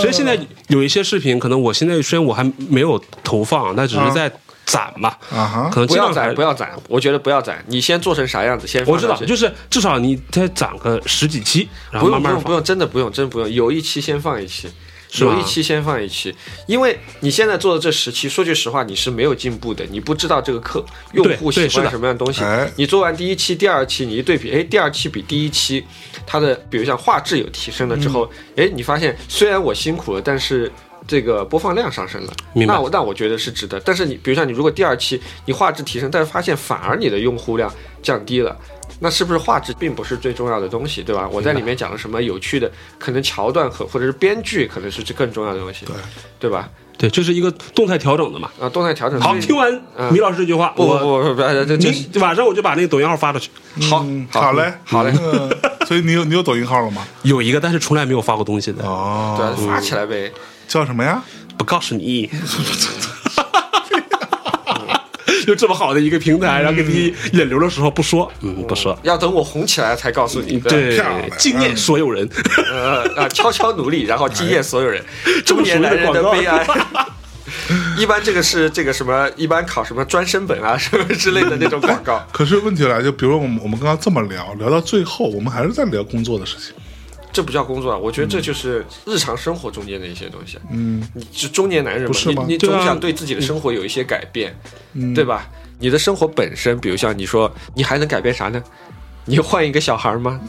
Speaker 2: 所以现在有一些视频，可能我现在虽然我还没有投放，那只是在攒吧，
Speaker 3: 啊哈，
Speaker 2: 可能
Speaker 1: 啊不
Speaker 2: 尽
Speaker 1: 要
Speaker 2: 量还
Speaker 1: 攒，不要攒，我觉得不要攒，你先做成啥样子，先放
Speaker 2: 我知道
Speaker 1: 上，去
Speaker 2: 就是至少你再攒个十几期，然后
Speaker 1: 不用
Speaker 2: 慢
Speaker 1: 不
Speaker 2: 慢
Speaker 1: 用不
Speaker 2: 放。
Speaker 1: 用，真的不用，真不用，有一期先放一期。
Speaker 2: 是吧
Speaker 1: 有一期先放一期，因为你现在做的这十期，说句实话，你是没有进步的，你不知道这个课用户喜
Speaker 2: 对是
Speaker 1: 欢
Speaker 2: 的
Speaker 1: 什么样的东西
Speaker 3: 哎。
Speaker 1: 你做完第一期、第二期，你一对比，哎，第二期比第一期，它的比如像画质有提升了之后，哎，你发现虽然我辛苦了，但是这个播放量上升了，
Speaker 2: 明白
Speaker 1: 那我那我觉得是值得。但是你比如像你如果第二期你画质提升，但是发现反而你的用户量降低了。那是不是画质并不是最重要的东西，对吧？我在里面讲了什么有趣的，可能桥段和或者是编剧可能是这更重要的东西，对对吧？
Speaker 2: 对，这是一个动态调整的嘛。
Speaker 1: 啊，动态调整。
Speaker 2: 好，
Speaker 1: 所以
Speaker 2: 听完
Speaker 1: 嗯
Speaker 2: 米老师这句话，
Speaker 1: 不不嗯
Speaker 2: 我
Speaker 1: 不不不，这这这
Speaker 2: 你晚上我就把那个抖音号发出去。
Speaker 1: 好
Speaker 3: 好嘞，
Speaker 1: 好嘞，
Speaker 3: 嗯所以你有你有抖音号了吗？
Speaker 2: 有一个，但是从来没有发过东西的，
Speaker 1: 对啊
Speaker 3: 哦，，
Speaker 1: 发起来呗。
Speaker 3: 叫什么呀？
Speaker 2: 不告诉你。 [LAUGHS] 就这么好的一个平台，然后给自己引流的时候不说，嗯，不说，
Speaker 1: 要等我红起来才告诉你，吧
Speaker 2: 对
Speaker 3: 漂亮，
Speaker 2: 纪
Speaker 1: 嗯
Speaker 2: 念所有人，
Speaker 1: [LAUGHS] 呃啊，悄悄努力，然后惊艳所有人，
Speaker 2: 这
Speaker 1: 中
Speaker 2: 么
Speaker 1: 年
Speaker 2: 熟
Speaker 1: 男
Speaker 2: 的
Speaker 1: 人
Speaker 2: 广
Speaker 1: 的
Speaker 2: 告
Speaker 1: 悲哀。 [LAUGHS] 一般这个是这个什么，一般考什么专升本啊什么之类的那种广告，
Speaker 3: 可是问题来，就比如我们我们刚刚这么聊，聊到最后，我们还是在聊工作的事情。
Speaker 1: 这不叫工作啊！我觉得这就是日常生活中间的一些东西。嗯，你是中年男人嘛，
Speaker 3: 不是吗
Speaker 1: 你你
Speaker 2: 对
Speaker 1: 总
Speaker 2: 啊
Speaker 1: 想对自己的生活有一些改变，对吧？你的生活本身，比如像你说，你还能改变啥呢？你换一个小孩吗？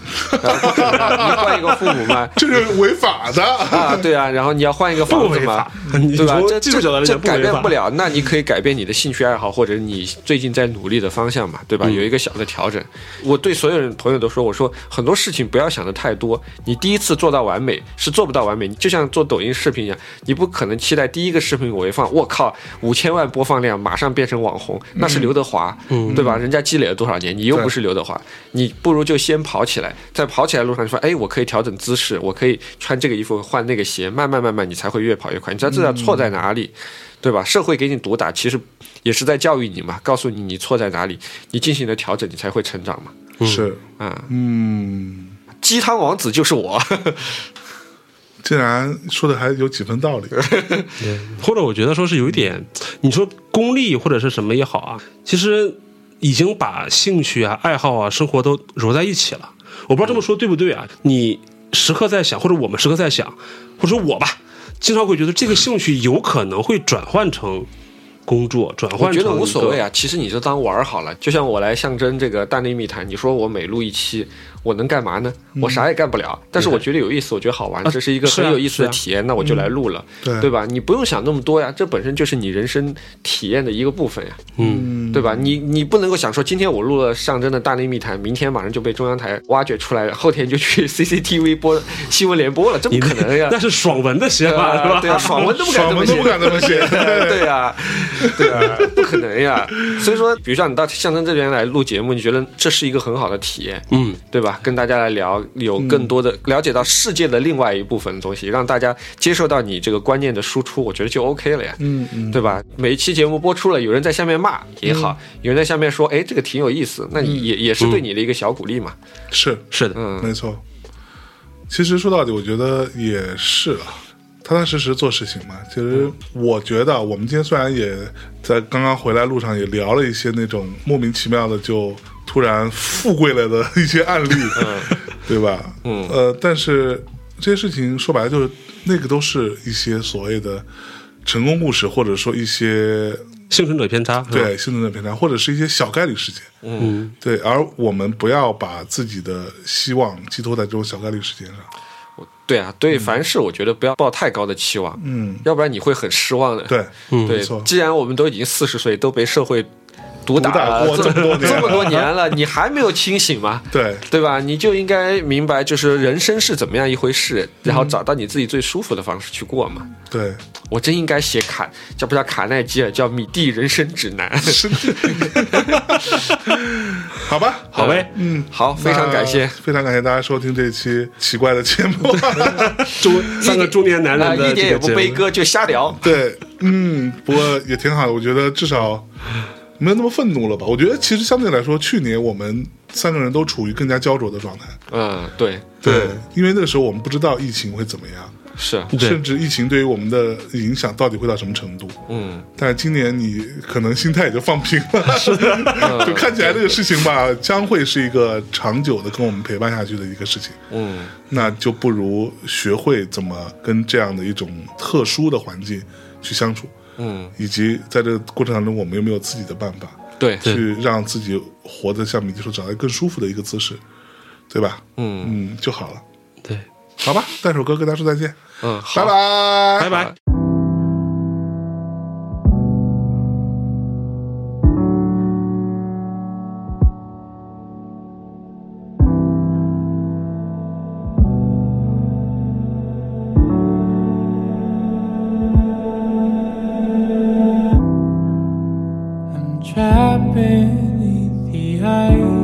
Speaker 1: 啊不可能啊你换一个父母吗？
Speaker 3: 这是违法的。
Speaker 1: 啊，对啊，然后你要换一个房子嘛，
Speaker 2: 不违法
Speaker 1: 对吧
Speaker 2: 你？从
Speaker 1: 这
Speaker 2: 技术角度
Speaker 1: 这
Speaker 2: 来
Speaker 1: 这
Speaker 2: 讲不
Speaker 1: 改
Speaker 2: 违
Speaker 1: 变
Speaker 2: 法
Speaker 1: 不了，那你可以改变你的兴趣爱好，或者你最近在努力的方向嘛，对吧？有一个小的调整。我对所有人朋友都说，我说很多事情不要想的太多，你第一次做到完美是做不到完美，就像做抖音视频一样，你不可能期待第一个视频我一放，我靠，五千万播放量马上变成网红，那是刘德华，对吧？人家积累了多少年，你又不是刘德华，你不如就先跑起来，在跑起来的路上你说，哎，我可以调整姿势，我可以穿这个衣服换那个鞋，慢慢慢慢你才会越跑越快，你才知道错在哪里。对吧？社会给你毒打，其实也是在教育你嘛，告诉你你错在哪里，你进行了调整，你才会成长嘛。
Speaker 3: [LAUGHS] 是，
Speaker 1: 啊、
Speaker 3: 嗯，
Speaker 1: 鸡汤王子就是我，
Speaker 3: 竟然说的还有几分道理。
Speaker 2: [LAUGHS] 或者我觉得说是有一点，你说功利或者是什么也好啊，其实已经把兴趣啊、爱好啊、生活都揉在一起了。我不知道这么说对不对啊？你时刻在想，或者我们时刻在想，或者说我吧，经常会觉得这个兴趣有可能会转换成工作，转
Speaker 1: 我
Speaker 2: 换成
Speaker 1: 觉得无所谓
Speaker 2: 啊。
Speaker 1: 啊。其实你就当玩儿好了，就像我来象征这个大内密谈，你说我每录一期，我能干嘛呢？我啥也干不了，但是我觉得有意思，我觉得好玩，这是一个
Speaker 2: 嗯是啊
Speaker 1: 很有意思的
Speaker 2: 是啊嗯
Speaker 1: 体验，那我就来录了，
Speaker 3: 对
Speaker 1: 对吧？你不用想那么多呀，这本身就是你人生体验的一个部分呀。
Speaker 3: 嗯，
Speaker 1: 对吧？你你不能够想说，今天我录了象征的大内密谈，明天马上就被中央台挖掘出来，后天就去 [LAUGHS] CCTV 播新闻联播了，这不
Speaker 2: 你
Speaker 1: 可能呀
Speaker 2: [LAUGHS] 那！是爽文的写
Speaker 1: 对
Speaker 2: 法、 [LAUGHS] 是吧？
Speaker 1: 啊，对啊，爽文都不
Speaker 3: 爽
Speaker 1: 敢这么
Speaker 3: 文
Speaker 1: 写
Speaker 3: 都不敢这么写。 [LAUGHS]
Speaker 1: 对呀，对啊，不可能呀。所以说，比如像你到象征这边来录节目，你觉得这是一个很好的体验，
Speaker 2: 嗯，
Speaker 1: 对吧？跟大家来聊，有更多
Speaker 3: 嗯
Speaker 1: 的了解到世界的另外一部分的东西，让大家接受到你这个观念的输出，我觉得就 OK 了呀。
Speaker 3: 嗯嗯，
Speaker 1: 对吧？每一期节目播出了，有人在下面骂也好，有人在下面说，哎，这个挺有意思，
Speaker 3: 嗯
Speaker 1: 那你也、也是对你的一个小鼓励嘛。
Speaker 3: 是，
Speaker 2: 是的，
Speaker 1: 嗯，
Speaker 3: 没错。其实说到底，我觉得也是啊，踏踏实实做事情嘛。其实我觉得啊，我们今天虽然也在刚刚回来路上也聊了一些那种莫名其妙的就突然富贵了的一些案例，对吧？嗯，呃，但是这些事情说白了就是那个都是一些所谓的成功故事，或者说一些
Speaker 2: 幸存者偏差。是吧，
Speaker 3: 对幸存者偏差，或者是一些小概率事件。嗯，对，而我们不要把自己的希望寄托在这种小概率事件上。
Speaker 1: 对啊，对凡事我觉得不要抱太高的期望，
Speaker 3: 嗯，
Speaker 1: 要不然你会很失望的。
Speaker 2: 嗯
Speaker 3: 对，
Speaker 1: 对
Speaker 3: 没错
Speaker 1: 既然我们都已经四十岁，都被社会毒打
Speaker 3: 打
Speaker 1: 了
Speaker 3: 过
Speaker 1: 这
Speaker 3: 这么多年
Speaker 1: 这么
Speaker 3: 了
Speaker 1: 多年
Speaker 3: [LAUGHS]
Speaker 1: 了，你还没有清醒吗？
Speaker 3: 对，
Speaker 1: 对吧？你就应该明白，就是人生是怎么样一回事，
Speaker 3: 嗯
Speaker 1: 然后找到你自己最舒服的方式去过嘛。
Speaker 3: 对，
Speaker 1: 我真应该写卡，叫不叫卡耐基尔？叫米蒂人生指南。
Speaker 3: 好吧，
Speaker 2: 好呗，
Speaker 1: 嗯，好，非常感
Speaker 3: 那
Speaker 1: 谢。
Speaker 3: 非常感谢大家收听这期奇怪的节目。
Speaker 2: 中三个中年男
Speaker 1: 啊，
Speaker 2: 人的
Speaker 1: 一点也不悲
Speaker 2: 悲歌。
Speaker 1: 歌，就瞎聊。
Speaker 3: 对，嗯，不过也挺好的，我觉得至少没有那么愤怒了吧。我觉得其实相对来说，去年我们三个人都处于更加焦灼的状态。
Speaker 1: 嗯，对，
Speaker 3: 对，因为那个时候我们不知道疫情会怎么样，
Speaker 1: 是，
Speaker 2: 对
Speaker 3: 甚至疫情对于我们的影响到底会到什么程度。
Speaker 1: 嗯，
Speaker 3: 但今年你可能心态也就放平了，
Speaker 1: [LAUGHS]
Speaker 3: [LAUGHS] 就看
Speaker 1: 嗯
Speaker 3: 起来这个事情吧，将会是一个长久的跟我们陪伴下去的一个事情。
Speaker 1: 嗯，
Speaker 3: 那就不如学会怎么跟这样的一种特殊的环境去相处，
Speaker 1: 嗯，
Speaker 3: 以及在这个过程当中，我们有没有自己的办法
Speaker 1: 对，
Speaker 3: 去让自己活得像米迪说，找到更舒服的一个姿势，对吧？
Speaker 1: 嗯
Speaker 3: 嗯，就好了，
Speaker 2: 对，
Speaker 3: 好吧，带首歌跟大家说再见，
Speaker 1: 嗯，
Speaker 3: 拜
Speaker 1: 好，
Speaker 3: 拜，
Speaker 2: 拜拜。
Speaker 4: I'm trapped beneath the ice.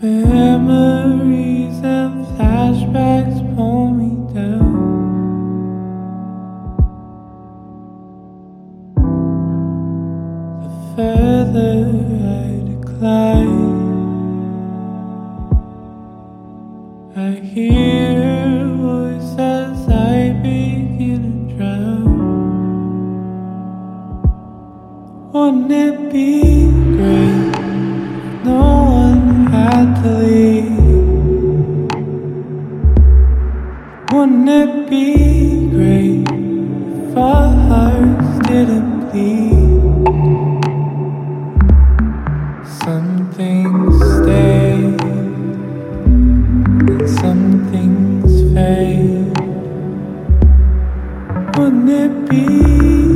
Speaker 4: Memories and flashbacks pull me down. The further I decline, I hear a voice as I begin to drown. Wouldn't it be great? if No one had to leave. Wouldn't it be great if our hearts didn't bleed? Some things stay, and some things fade. Wouldn't it be